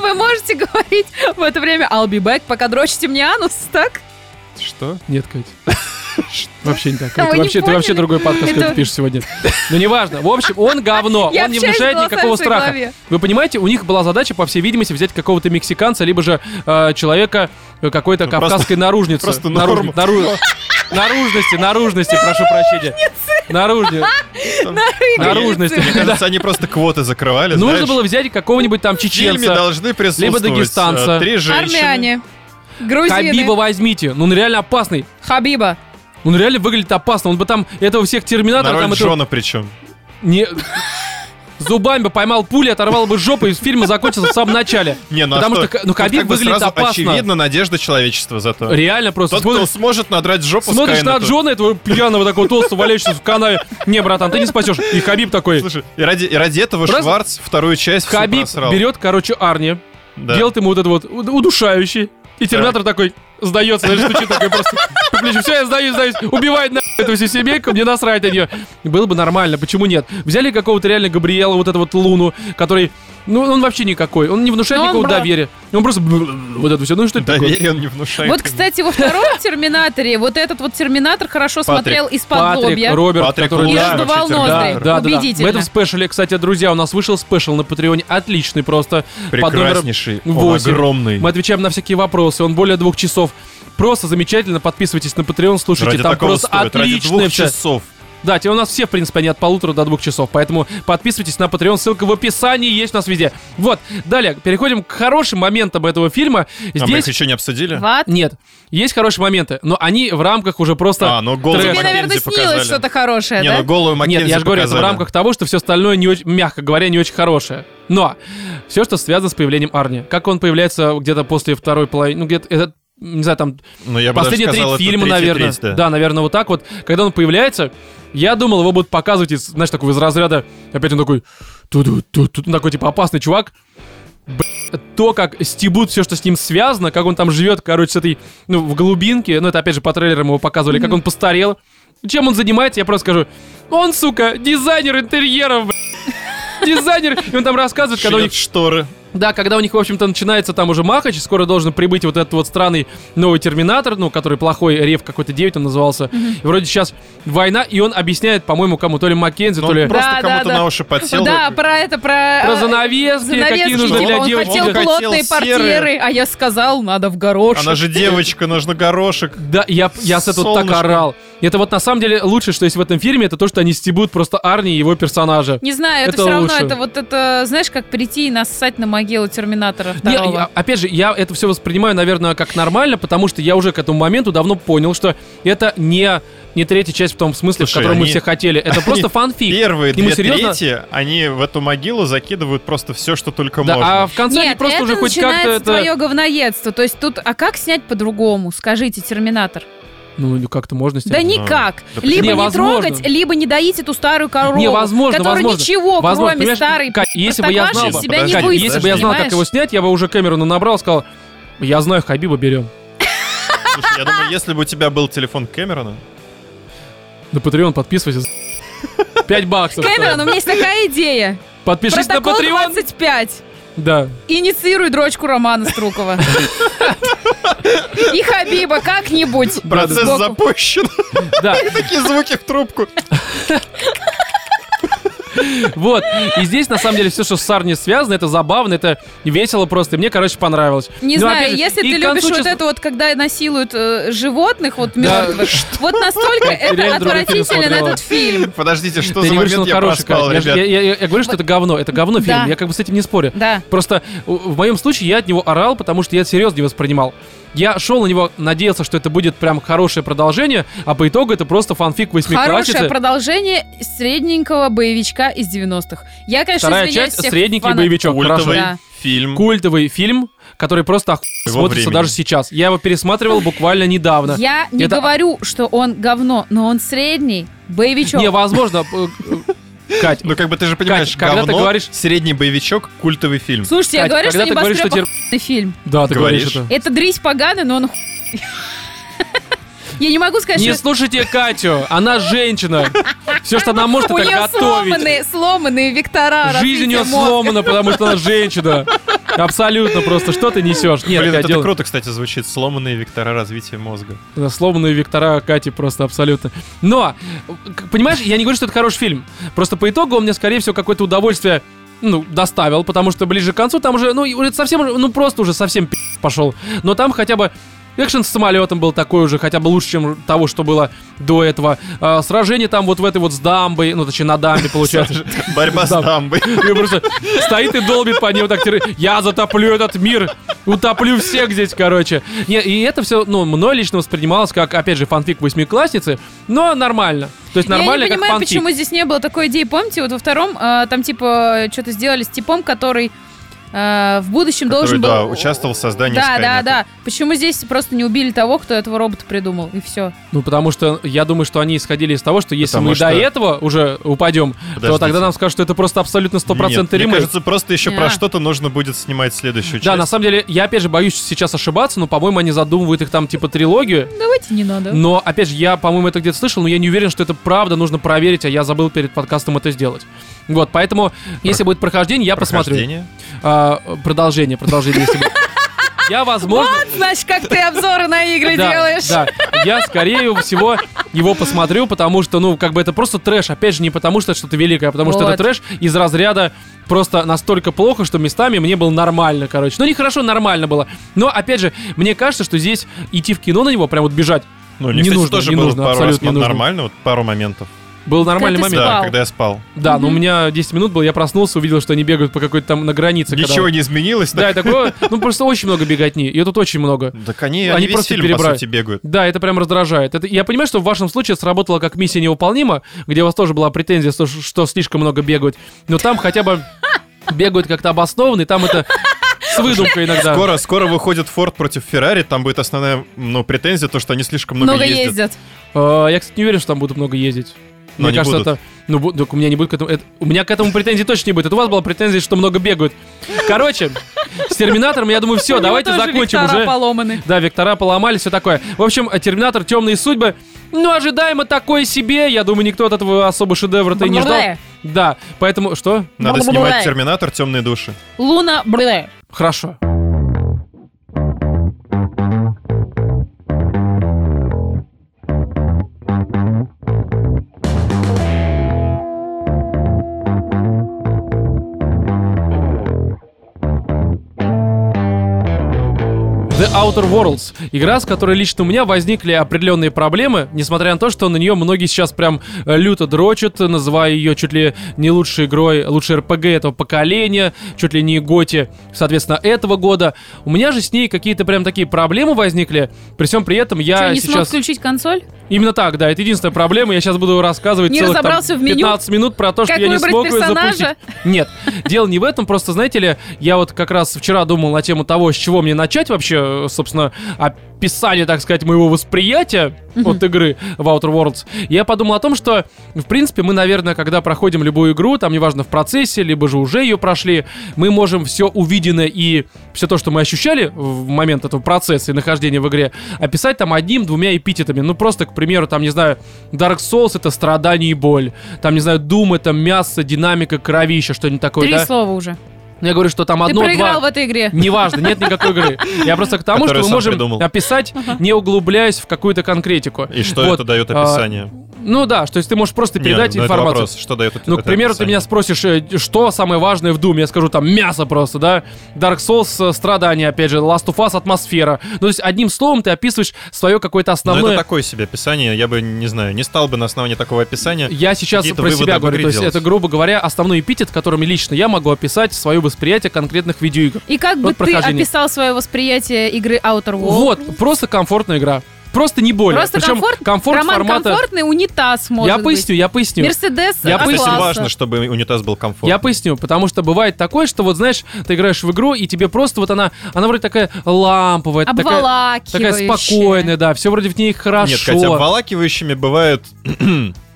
Speaker 3: Вы можете говорить в это время I'll be back, пока дрочите мне анус, так?
Speaker 2: Что?
Speaker 1: Нет, Кать. Вообще не так.
Speaker 3: А вы
Speaker 1: Это
Speaker 3: не
Speaker 1: вообще, ты
Speaker 3: поняли?
Speaker 1: вообще другой подкаст,
Speaker 3: Это-
Speaker 1: который ты пишешь сегодня. Ну, неважно. В общем, он говно.
Speaker 3: Я
Speaker 1: Он не
Speaker 3: общаюсь
Speaker 1: внушает
Speaker 3: голосами
Speaker 1: никакого
Speaker 3: в своей
Speaker 1: страха.
Speaker 3: голове.
Speaker 1: Вы понимаете, у них была задача, по всей видимости, взять какого-то мексиканца, либо же э, человека э, какой-то
Speaker 2: Ну, просто-
Speaker 1: кавказской наружницы.
Speaker 2: просто
Speaker 1: Наружни-
Speaker 2: норм. Ну.
Speaker 1: нару- Наружности, наружности, прошу прощения. Наружни-
Speaker 3: А,
Speaker 1: Наружности.
Speaker 2: Мне
Speaker 1: Да.
Speaker 2: кажется, они просто квоты закрывали.
Speaker 1: Нужно
Speaker 2: знаешь.
Speaker 1: было взять какого-нибудь там
Speaker 2: В фильме
Speaker 1: чеченца.
Speaker 2: должны присутствовать
Speaker 1: либо дагестанца.
Speaker 2: э, три женщины.
Speaker 3: Армяне. Грузины.
Speaker 1: Хабиба возьмите. Ну, он реально опасный.
Speaker 3: Хабиба.
Speaker 1: Ну, Он реально выглядит опасно. Он бы там этого всех
Speaker 2: На
Speaker 1: терминаторов...
Speaker 2: роль
Speaker 1: там этого-
Speaker 2: Джона причем.
Speaker 1: Не... Зубами бы поймал пули, оторвал бы жопу, и фильм закончился в самом начале.
Speaker 2: Не, ну а
Speaker 1: Потому
Speaker 2: что?
Speaker 1: что, ну,
Speaker 2: Тут
Speaker 1: Хабиб
Speaker 2: как бы
Speaker 1: выглядит
Speaker 2: сразу
Speaker 1: опасно.
Speaker 2: очевидно надежда человечества зато.
Speaker 1: Реально просто.
Speaker 2: Тот, кто
Speaker 1: Смотришь,
Speaker 2: сможет надрать жопу
Speaker 1: смотришь на
Speaker 2: Скайнету.
Speaker 1: Джона, этого пьяного такого толстого, валяющегося в канаве. Не, братан, ты не спасешь. И Хабиб такой.
Speaker 2: Слушай, и ради, и ради этого
Speaker 1: Просто-
Speaker 2: Шварц вторую часть всю
Speaker 1: Хабиб
Speaker 2: просрал.
Speaker 1: берет, короче, Арни,
Speaker 2: Да.
Speaker 1: делает ему вот это вот уд- удушающий. И терминатор такой сдается, знаешь, стучит такой просто по плечу. Все, я сдаюсь, сдаюсь. Убивает на эту всю семейку, мне насрать на нее. Было бы нормально, почему нет? Взяли какого-то реально Габриэла, вот этого вот Луну, который... Ну, он вообще никакой, он не внушает
Speaker 3: Ну, он
Speaker 1: никакого
Speaker 3: бра-
Speaker 1: доверия. Он просто бл- вот это все. Ну, что это такое?
Speaker 2: Доверие он не внушает.
Speaker 3: Вот, кстати, во втором Терминаторе вот этот вот Терминатор хорошо
Speaker 2: Патрик.
Speaker 3: смотрел из-под
Speaker 1: Патрик,
Speaker 3: лобья.
Speaker 1: Роберт,
Speaker 2: Патрик
Speaker 1: который...
Speaker 3: И
Speaker 2: Луна,
Speaker 1: Да,
Speaker 3: раздувал
Speaker 2: вообще
Speaker 3: ноздри.
Speaker 2: терминатор.
Speaker 1: да, да, да.
Speaker 3: Убедительно.
Speaker 1: В этом спешале, кстати, друзья, у нас вышел спешл на Патреоне, отличный просто. под номером
Speaker 2: Прекраснейший, он
Speaker 1: восемь.
Speaker 2: огромный.
Speaker 1: Мы отвечаем на всякие вопросы, он более двух часов. Просто замечательно, подписывайтесь на Patreon, слушайте,
Speaker 2: Ради
Speaker 1: там
Speaker 2: такого
Speaker 1: просто
Speaker 2: стоит, ради
Speaker 1: отличное
Speaker 2: двух
Speaker 1: всё.
Speaker 2: часов. А,
Speaker 1: Да, те у нас все, в принципе, они от полутора до двух часов, поэтому подписывайтесь на Patreon, ссылка в описании, есть у нас везде. Вот, далее, переходим к хорошим моментам этого фильма.
Speaker 2: А мы их
Speaker 1: Здесь...
Speaker 2: еще не обсудили?
Speaker 3: Ват.
Speaker 1: Нет, есть хорошие моменты, но они в рамках уже просто...
Speaker 2: А, ну голую
Speaker 1: Тебе,
Speaker 3: Тебе,
Speaker 2: Маккензи
Speaker 3: наверное,
Speaker 2: показали.
Speaker 3: снилось что-то хорошее,
Speaker 2: Не,
Speaker 3: да?
Speaker 2: ну голую Маккензи
Speaker 1: Нет, я же говорю, это в
Speaker 2: показали.
Speaker 1: рамках того, что все остальное, не очень, мягко говоря, не очень хорошее. Но все, что связано с появлением Арни. Как он появляется где-то после второй половины, ну где-то, это, не знаю, там
Speaker 2: Ну, я бы даже
Speaker 1: Последний треть
Speaker 2: сказал, это
Speaker 1: фильма,
Speaker 2: третий
Speaker 1: наверное.
Speaker 2: треть, да.
Speaker 1: да. наверное, вот так вот. Когда он появляется, я думал, его будут показывать, из, знаешь, такого из разряда. Опять он такой, тут, тут, тут, такой типа опасный чувак. Б***ь, То, как стебут все, что с ним связано, как он там живет, короче, с этой, ну, в глубинке, ну, это опять же по трейлерам его показывали, как он постарел. Чем он занимается, я просто скажу, он, сука, дизайнер интерьеров, б***ь. дизайнер. И он там рассказывает, когда у них
Speaker 2: Шьет шторы.
Speaker 1: да, когда у них, в общем-то, начинается там уже махач, скоро должен прибыть вот этот вот странный новый терминатор, ну, который плохой рев какой-то 9 он назывался. И вроде сейчас война, и он объясняет, по-моему, кому, то ли Маккензи,
Speaker 2: Ну,
Speaker 1: то ли
Speaker 2: он просто
Speaker 3: Да, да,
Speaker 2: кому-то
Speaker 3: да.
Speaker 2: на уши подсел.
Speaker 3: Да, про это, про...
Speaker 1: про
Speaker 3: а,
Speaker 1: занавески, какие
Speaker 3: занавески,
Speaker 1: нужны
Speaker 3: типа,
Speaker 1: для
Speaker 3: он
Speaker 1: девочек.
Speaker 3: хотел
Speaker 2: Он хотел
Speaker 3: плотные
Speaker 2: серые.
Speaker 3: портьеры, а я сказал, надо в горошек.
Speaker 2: Она А же девочка, нужно горошек.
Speaker 1: Да, я, я с этого так
Speaker 2: Солнышко.
Speaker 1: орал. Это вот на самом деле лучшее, что есть в этом фильме, это то, что они стебут просто Арни и его персонажа.
Speaker 3: Не знаю, это,
Speaker 1: Это
Speaker 3: все равно,
Speaker 1: лучше.
Speaker 3: это вот это, знаешь, как прийти и нассать на могилу Терминатора
Speaker 1: Не,
Speaker 3: второго.
Speaker 1: я- опять же, я это все воспринимаю, наверное, как нормально, потому что я уже к этому моменту давно понял, что это не, не третья часть в том смысле, в
Speaker 2: Слушай,
Speaker 1: котором мы
Speaker 2: они-
Speaker 1: все хотели. Это просто фанфик.
Speaker 2: Первые
Speaker 1: Ему
Speaker 2: две
Speaker 1: серьезно?
Speaker 2: трети, они в эту могилу закидывают просто все, что только
Speaker 1: Да,
Speaker 2: типа, можно.
Speaker 1: а в конце они
Speaker 3: Нет,
Speaker 1: просто
Speaker 3: это
Speaker 1: уже хоть как-то
Speaker 3: начинается
Speaker 1: это...
Speaker 3: твое говноедство. То есть тут, а как снять по-другому? Скажите, Терминатор.
Speaker 1: Ну, ну, как-то можно снять.
Speaker 3: Да никак.
Speaker 2: Да почему?
Speaker 3: либо не
Speaker 1: Невозможно.
Speaker 3: трогать, либо не доить эту старую корову,
Speaker 1: Невозможно,
Speaker 3: которая
Speaker 1: возможно.
Speaker 3: ничего,
Speaker 1: Возможно,
Speaker 3: кроме
Speaker 1: понимаешь,
Speaker 3: старой
Speaker 1: Кать, если бы я знал,
Speaker 3: из
Speaker 1: бы-
Speaker 3: себя не
Speaker 2: Кать,
Speaker 1: Кать,
Speaker 3: выйдет.
Speaker 1: если бы я знал, как
Speaker 3: понимаешь?
Speaker 1: его снять, я бы уже Кэмерону набрал, сказал, я знаю, Хабиба берем.
Speaker 2: Слушай, я думаю, если бы у тебя был телефон Кэмерона,
Speaker 1: На Patreon подписывайся. за- Пять баксов.
Speaker 3: Кэмерон, у меня есть такая идея.
Speaker 1: Подпишись на
Speaker 3: Протокол
Speaker 1: Patreon.
Speaker 3: 25.
Speaker 1: Да.
Speaker 3: Инициируй дрочку Романа Струкова. И Хабиба как-нибудь.
Speaker 2: процесс
Speaker 3: Сбоку.
Speaker 2: запущен.
Speaker 1: Да.
Speaker 2: Такие звуки в трубку.
Speaker 1: Вот. И здесь, на самом деле, все, что с Сарни связано, это забавно, это весело просто. И мне, короче, понравилось.
Speaker 3: Не
Speaker 1: Ну, опять
Speaker 3: знаю,
Speaker 1: же,
Speaker 3: если
Speaker 1: и
Speaker 3: ты
Speaker 1: к концу
Speaker 3: любишь вот
Speaker 1: числа-
Speaker 3: это вот, когда насилуют э, животных, вот
Speaker 1: Да,
Speaker 3: мертвых, вот настолько это
Speaker 1: реально другой фильм
Speaker 3: отвратительно
Speaker 1: смотрела.
Speaker 3: этот фильм.
Speaker 2: Подождите, что
Speaker 1: Ты
Speaker 2: за
Speaker 1: не говоришь, что
Speaker 2: момент
Speaker 1: он
Speaker 2: я
Speaker 1: хороший,
Speaker 2: проспал,
Speaker 1: Кать. Я, же-
Speaker 2: ребят?
Speaker 1: я- я- я говорю, что это говно. Это говно фильм.
Speaker 3: Да.
Speaker 1: Я как бы с этим не спорю.
Speaker 3: Да.
Speaker 1: Просто у- в моем случае я от него орал, потому что я это серьезно не воспринимал. Я шел на него, надеялся, что это будет прям хорошее продолжение, а по итогу это просто фанфик
Speaker 3: Хорошее
Speaker 1: восьмиклассницы.
Speaker 3: продолжение средненького боевичка из 90-х. Я, конечно,
Speaker 1: Вторая
Speaker 3: извиняюсь
Speaker 1: часть
Speaker 3: всех
Speaker 1: средненький
Speaker 3: фанат-
Speaker 1: боевичок. Хорошо.
Speaker 2: Культовый
Speaker 3: Да.
Speaker 2: фильм.
Speaker 1: Культовый фильм, который просто оху-
Speaker 2: Его
Speaker 1: смотрится
Speaker 2: времени.
Speaker 1: даже сейчас. Я его пересматривал буквально недавно.
Speaker 3: Я не
Speaker 1: Это-
Speaker 3: говорю, что он говно, но он средний боевичок.
Speaker 1: Невозможно. э, э, Кать,
Speaker 2: Ну, как бы ты же понимаешь,
Speaker 1: Кать, когда ты
Speaker 2: говно,
Speaker 1: говоришь-
Speaker 2: средний боевичок, культовый фильм.
Speaker 3: Слушайте, я
Speaker 1: Кать,
Speaker 3: говорю, что
Speaker 1: когда ты говоришь, что
Speaker 3: небоскреб охуенный фильм.
Speaker 1: да, ты говоришь
Speaker 2: Говоришь.
Speaker 1: это.
Speaker 3: Это дрись поганый, но он охуенный. Я не могу сказать,
Speaker 1: Не
Speaker 3: что...
Speaker 1: слушайте Катю, она женщина. Все, что она может,
Speaker 3: У
Speaker 1: это
Speaker 3: нее
Speaker 1: готовить.
Speaker 3: сломанные, сломанные вектора.
Speaker 1: Жизнь у
Speaker 3: развития
Speaker 1: нее
Speaker 3: А, мозга.
Speaker 1: сломана, потому что она женщина. Абсолютно просто. Что ты несешь? Нет,
Speaker 2: Блин,
Speaker 1: Кать,
Speaker 2: это
Speaker 1: дело-
Speaker 2: круто, кстати, звучит. Сломанные вектора развития мозга.
Speaker 1: Сломанные вектора Кати просто абсолютно. Но, к- понимаешь, я не говорю, что это хороший фильм. Просто по итогу он мне, скорее всего, какое-то удовольствие ну, доставил, потому что ближе к концу там уже, ну, и уже совсем, уже, ну, просто уже совсем пи*** пошел. Но там хотя бы экшен с самолетом был такой уже, хотя бы лучше, чем того, что было до этого. А, сражение там вот в этой вот с дамбой, ну, точнее, на дамбе, получается.
Speaker 2: Борьба с
Speaker 1: Да.
Speaker 2: дамбой.
Speaker 1: И просто стоит и долбит по ним так тире. Я затоплю этот мир, утоплю всех здесь, короче. Не, и это все, ну, мной лично воспринималось как, опять же, фанфик восьмиклассницы, но нормально. То есть нормально,
Speaker 3: Я не
Speaker 1: как
Speaker 3: понимаю,
Speaker 1: фанфик.
Speaker 3: почему здесь не было такой идеи. Помните, вот во втором э, там типа что-то сделали с типом, который э, в будущем должен был...
Speaker 2: Который, да, участвовал в создании
Speaker 3: Да, да,
Speaker 2: Скайнета.
Speaker 3: да. Почему здесь просто не убили того, кто этого робота придумал, и все.
Speaker 1: Ну, потому что я думаю, что они исходили из того, что если
Speaker 2: Потому
Speaker 1: мы
Speaker 2: что-
Speaker 1: до этого уже упадем, то
Speaker 2: Подождите.
Speaker 1: тогда нам скажут, что это просто абсолютно
Speaker 2: Нет,
Speaker 1: стопроцентный
Speaker 2: Мне
Speaker 1: ремейк.
Speaker 2: кажется, просто еще
Speaker 3: Да.
Speaker 2: про что-то нужно будет снимать следующую часть.
Speaker 1: Да, на самом деле, я опять же боюсь сейчас ошибаться, но, по-моему, они задумывают их там типа трилогию.
Speaker 3: Давайте не надо.
Speaker 1: Но, опять же, я, по-моему, это где-то слышал, но я не уверен, что это правда, нужно проверить, а я забыл перед подкастом это сделать. Вот, поэтому, если будет прохождение, я посмотрю.
Speaker 2: Прохождение.
Speaker 1: А, продолжение, продолжение, если будет. Я, возможно...
Speaker 3: Значит, как ты обзоры на игры
Speaker 1: Да,
Speaker 3: делаешь.
Speaker 1: да, я, скорее всего, его посмотрю, потому что, ну, как бы это просто трэш. Опять же, не потому что это что-то великое, а потому что
Speaker 3: Вот.
Speaker 1: это трэш из разряда просто настолько плохо, что местами мне было нормально, короче. Ну, нехорошо, нормально было. Но, опять же, мне кажется, что здесь идти в кино на него, прям вот бежать,
Speaker 2: Ну, мне,
Speaker 1: Не
Speaker 2: кстати,
Speaker 1: нужно,
Speaker 2: тоже
Speaker 1: не
Speaker 2: было
Speaker 1: нужно,
Speaker 2: пару раз
Speaker 1: абсолютно не нужно.
Speaker 2: нормально, вот пару моментов.
Speaker 1: был нормальный
Speaker 3: ты
Speaker 1: момент.
Speaker 3: Спал.
Speaker 2: Да, когда я спал.
Speaker 1: Да, но у меня 10 минут было, я проснулся, увидел, что они бегают по какой-то там на границе. когда-
Speaker 2: Ничего не изменилось.
Speaker 1: Да, и такое, ну просто очень много беготни, и тут очень много.
Speaker 2: Так они,
Speaker 1: Они
Speaker 2: они весь
Speaker 1: просто
Speaker 2: фильм,
Speaker 1: перебрали.
Speaker 2: по сути, бегают.
Speaker 1: Да, это прям раздражает. Это, я понимаю, что в вашем случае сработало как миссия невыполнима, где у вас тоже была претензия, что, что слишком много бегают. Но там хотя бы бегают как-то обоснованно, и там это с выдумкой иногда.
Speaker 2: Скоро, скоро выходит Форд против Феррари, там будет основная, ну, претензия, то, что они слишком много,
Speaker 3: Много
Speaker 2: ездят.
Speaker 3: ездят.
Speaker 1: Э, я, кстати, не уверен, что там будут много ездить. Мне
Speaker 2: Но они
Speaker 1: кажется,
Speaker 2: будут.
Speaker 1: это... Ну, бу- так у меня не будет к этому... это- у меня к этому претензий точно не будет. Это у вас была претензия, что много бегают. Короче, с Терминатором, я думаю,
Speaker 3: У
Speaker 1: все,
Speaker 3: него
Speaker 1: давайте
Speaker 3: тоже
Speaker 1: закончим
Speaker 3: вектора
Speaker 1: уже.
Speaker 3: поломаны.
Speaker 1: Да, вектора поломали, все такое. В общем, э, Терминатор, темные судьбы. Ну, ожидаемо такое себе. Я думаю, никто от этого особо шедевра-то и не ждал.
Speaker 3: Бля.
Speaker 1: Да, поэтому что?
Speaker 2: Надо
Speaker 3: Бла-бла-бла.
Speaker 2: снимать Терминатор, Темные души.
Speaker 3: Луна, бля.
Speaker 1: Хорошо. The Outer Worlds. Игра, с которой лично у меня возникли определенные проблемы, несмотря на то, что на нее многие сейчас прям э, люто дрочат, э, называя ее чуть ли не лучшей игрой, лучшей РПГ этого поколения, чуть ли не Готи, соответственно, этого года. У меня же с ней какие-то прям такие проблемы возникли. При всем при этом я
Speaker 3: Что, не смог
Speaker 1: сейчас...
Speaker 3: включить консоль?
Speaker 1: Именно так, да, это единственная проблема. Я сейчас буду рассказывать
Speaker 3: Не
Speaker 1: целых там,
Speaker 3: разобрался в меню?
Speaker 1: 15 минут про то,
Speaker 3: Как
Speaker 1: что я не
Speaker 3: выбрать
Speaker 1: смог её
Speaker 3: персонажа?
Speaker 1: запустить. Нет, дело не в этом, просто, знаете ли, я вот как раз вчера думал на тему того, с чего мне начать вообще, собственно, описание, так сказать, моего восприятия от игры в Outer Worlds. Я подумал о том, что, в принципе, мы, наверное, когда проходим любую игру, там, неважно, в процессе, либо же уже ее прошли, мы можем все увиденное и все то, что мы ощущали в момент этого процесса и нахождения в игре, описать там одним-двумя эпитетами. Ну, просто, к примеру, там, не знаю, Dark Souls — это страдание и боль. Там, не знаю, Doom — это мясо, динамика, кровища, что-нибудь такое,
Speaker 3: Три
Speaker 1: да?
Speaker 3: слова уже.
Speaker 1: Ну, Я говорю, что там
Speaker 3: Ты
Speaker 1: одно,
Speaker 3: проиграл
Speaker 1: два...
Speaker 3: в этой игре.
Speaker 1: Неважно, нет никакой игры. Я просто к тому, что
Speaker 2: Которую
Speaker 1: мы
Speaker 2: сам
Speaker 1: можем
Speaker 2: придумал.
Speaker 1: описать, не углубляясь в какую-то конкретику.
Speaker 2: И что
Speaker 1: Вот,
Speaker 2: это дает
Speaker 1: а,
Speaker 2: описание?
Speaker 1: Ну да, что, то есть ты можешь просто
Speaker 2: Не,
Speaker 1: передать
Speaker 2: ну это
Speaker 1: информацию.
Speaker 2: вопрос, что дает это-
Speaker 1: Ну, к
Speaker 2: это
Speaker 1: примеру, ты
Speaker 2: описание?
Speaker 1: меня спросишь, э, что самое важное в Doom? Я скажу, там, мясо просто, да? Dark Souls, э, страдания, опять же, Last of Us, атмосфера. Ну, то есть, одним словом ты описываешь свое какое-то
Speaker 2: Ну,
Speaker 1: основное...
Speaker 2: это такое себе описание, я бы, не знаю, не стал бы на основании такого описания.
Speaker 1: Я сейчас
Speaker 2: какие-то
Speaker 1: про
Speaker 2: выводы
Speaker 1: себя
Speaker 2: об игре
Speaker 1: говорю, то есть,
Speaker 2: делать.
Speaker 1: это, грубо говоря, основной эпитет, которыми лично я могу описать свое восприятие конкретных видеоигр.
Speaker 3: И как бы
Speaker 1: Вот
Speaker 3: ты
Speaker 1: прохождение.
Speaker 3: описал свое восприятие игры Outer Worlds?
Speaker 1: Вот, просто комфортная игра. Просто не более.
Speaker 3: Просто
Speaker 1: Причем
Speaker 3: комфорт,
Speaker 1: комфорт
Speaker 3: Роман
Speaker 1: формата...
Speaker 3: комфортный, унитаз может
Speaker 1: я
Speaker 3: быть.
Speaker 1: поясню, я поясню.
Speaker 3: Мерседес
Speaker 1: Я
Speaker 3: от
Speaker 2: Кстати,
Speaker 1: поясню.
Speaker 3: класса.
Speaker 2: важно, чтобы унитаз был комфортным.
Speaker 1: Я поясню, потому что бывает такое, что вот знаешь, ты играешь в игру, и тебе просто вот она, она вроде такая ламповая, такая, такая
Speaker 3: Обволакивающее.
Speaker 1: спокойная, да, все вроде в ней хорошо.
Speaker 2: Нет, Катя, обволакивающими бывают...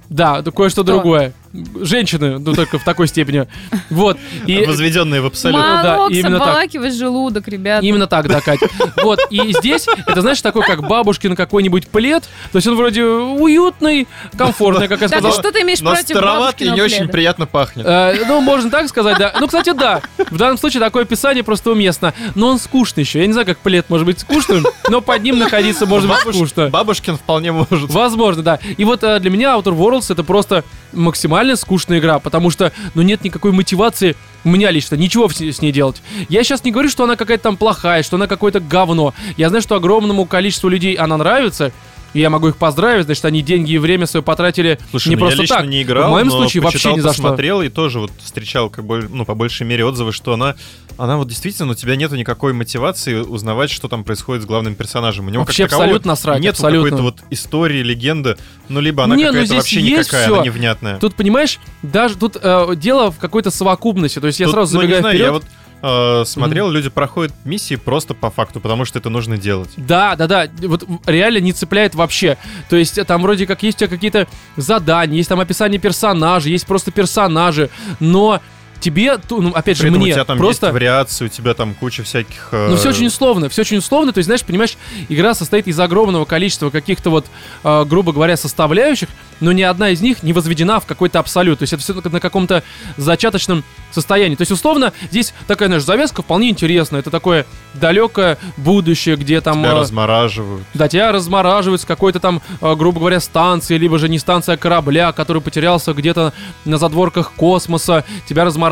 Speaker 1: Да, да, кое-что другое. Женщины, ну только в такой степени. Вот. И
Speaker 2: возведенные в абсолют.
Speaker 1: Ма- да,
Speaker 3: Молок,
Speaker 1: именно так.
Speaker 3: обволакивает желудок, ребят.
Speaker 1: именно так, да, Катя. Вот. И здесь это, знаешь, такой, как бабушкин какой-нибудь плед. То есть он вроде уютный, комфортный, как я
Speaker 3: Так, и
Speaker 1: сказал.
Speaker 3: что ты имеешь
Speaker 2: Но
Speaker 3: против
Speaker 2: староват и
Speaker 3: бабушкиного
Speaker 2: не очень
Speaker 3: пледа?
Speaker 2: приятно пахнет.
Speaker 1: Э, ну, можно так сказать, да. Ну, кстати, да. В данном случае такое описание просто уместно. Но он скучный еще. Я не знаю, как плед может быть скучным, но под ним находиться может быть
Speaker 2: Бабуш-
Speaker 1: скучно.
Speaker 2: Бабушкин вполне может.
Speaker 1: Возможно, да. И вот э, для меня Outer Worlds это просто максимально скучная игра, потому что, ну, нет никакой мотивации у меня лично ничего в- с ней делать. Я сейчас не говорю, что она какая-то там плохая, что она какое-то говно. Я знаю, что огромному количеству людей она нравится, и я могу их поздравить, значит, они деньги и время свое потратили
Speaker 2: Слушай,
Speaker 1: не
Speaker 2: ну,
Speaker 1: просто
Speaker 2: я лично
Speaker 1: так.
Speaker 2: не играл,
Speaker 1: в моем
Speaker 2: но
Speaker 1: случае вообще
Speaker 2: почитал,
Speaker 1: ни за что.
Speaker 2: посмотрел и тоже вот встречал как бы, ну, по большей мере отзывы, что она, она вот действительно, у тебя нету никакой мотивации узнавать, что там происходит с главным персонажем. У него
Speaker 1: Вообще
Speaker 2: как такового
Speaker 1: абсолютно насрать,
Speaker 2: нету
Speaker 1: абсолютно.
Speaker 2: какой-то вот истории, легенды, ну, либо она
Speaker 1: Не, ну,
Speaker 2: какая-то
Speaker 1: здесь
Speaker 2: вообще
Speaker 1: есть
Speaker 2: никакая,
Speaker 1: всё.
Speaker 2: она невнятная.
Speaker 1: Тут, понимаешь, даже тут э, дело в какой-то совокупности. То есть я
Speaker 2: Тут,
Speaker 1: сразу
Speaker 2: ну, не
Speaker 1: забегаю
Speaker 2: знаю, я
Speaker 1: вперед.
Speaker 2: вот э, смотрел, люди проходят миссии просто по факту, потому что это нужно делать.
Speaker 1: Да, да, да, вот в- реально не цепляет вообще. То есть э, там вроде как есть у тебя какие-то задания, есть там описание персонажей, есть просто персонажи, но тебе, ту- ну, опять же,
Speaker 2: При этом
Speaker 1: мне
Speaker 2: у тебя там
Speaker 1: просто...
Speaker 2: есть вариации, у тебя там куча всяких... э,
Speaker 1: Ну, все очень условно, все очень условно. То есть, знаешь, понимаешь, игра состоит из огромного количества каких-то вот, э, грубо говоря, составляющих, но ни одна из них не возведена в какой-то абсолют. То есть это все на каком-то зачаточном состоянии. То есть, условно, здесь такая, знаешь, завязка вполне интересная. Это такое далекое будущее, где там...
Speaker 2: Тебя
Speaker 1: э,
Speaker 2: размораживают.
Speaker 1: да, тебя размораживают с какой-то там, э, грубо говоря, станции, либо же не станция а корабля, который потерялся где-то на задворках космоса. Тебя размораживает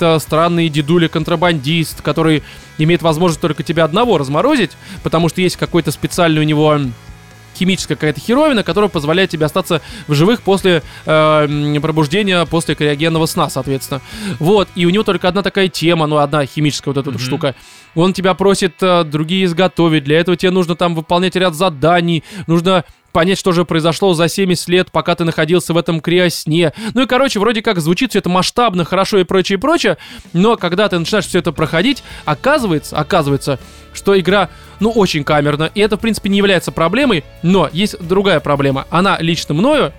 Speaker 1: э, странный дедуля-контрабандист, который имеет возможность только тебя одного разморозить, потому что есть какой-то специальный у него м, химическая какая-то херовина, которая позволяет тебе остаться в живых после э, м, пробуждения, после криогенного сна, соответственно. Вот, и у него только одна такая тема, ну, одна химическая вот эта вот
Speaker 2: Мгм.
Speaker 1: штука. Он тебя просит э, другие изготовить, для этого тебе нужно там выполнять ряд заданий, нужно понять, что же произошло за 70 лет, пока ты находился в этом криосне. Ну и, короче, вроде как звучит все это масштабно, хорошо и прочее, и прочее, но когда ты начинаешь все это проходить, оказывается, оказывается, что игра, ну, очень камерна, и это, в принципе, не является проблемой, но есть другая проблема. Она лично мною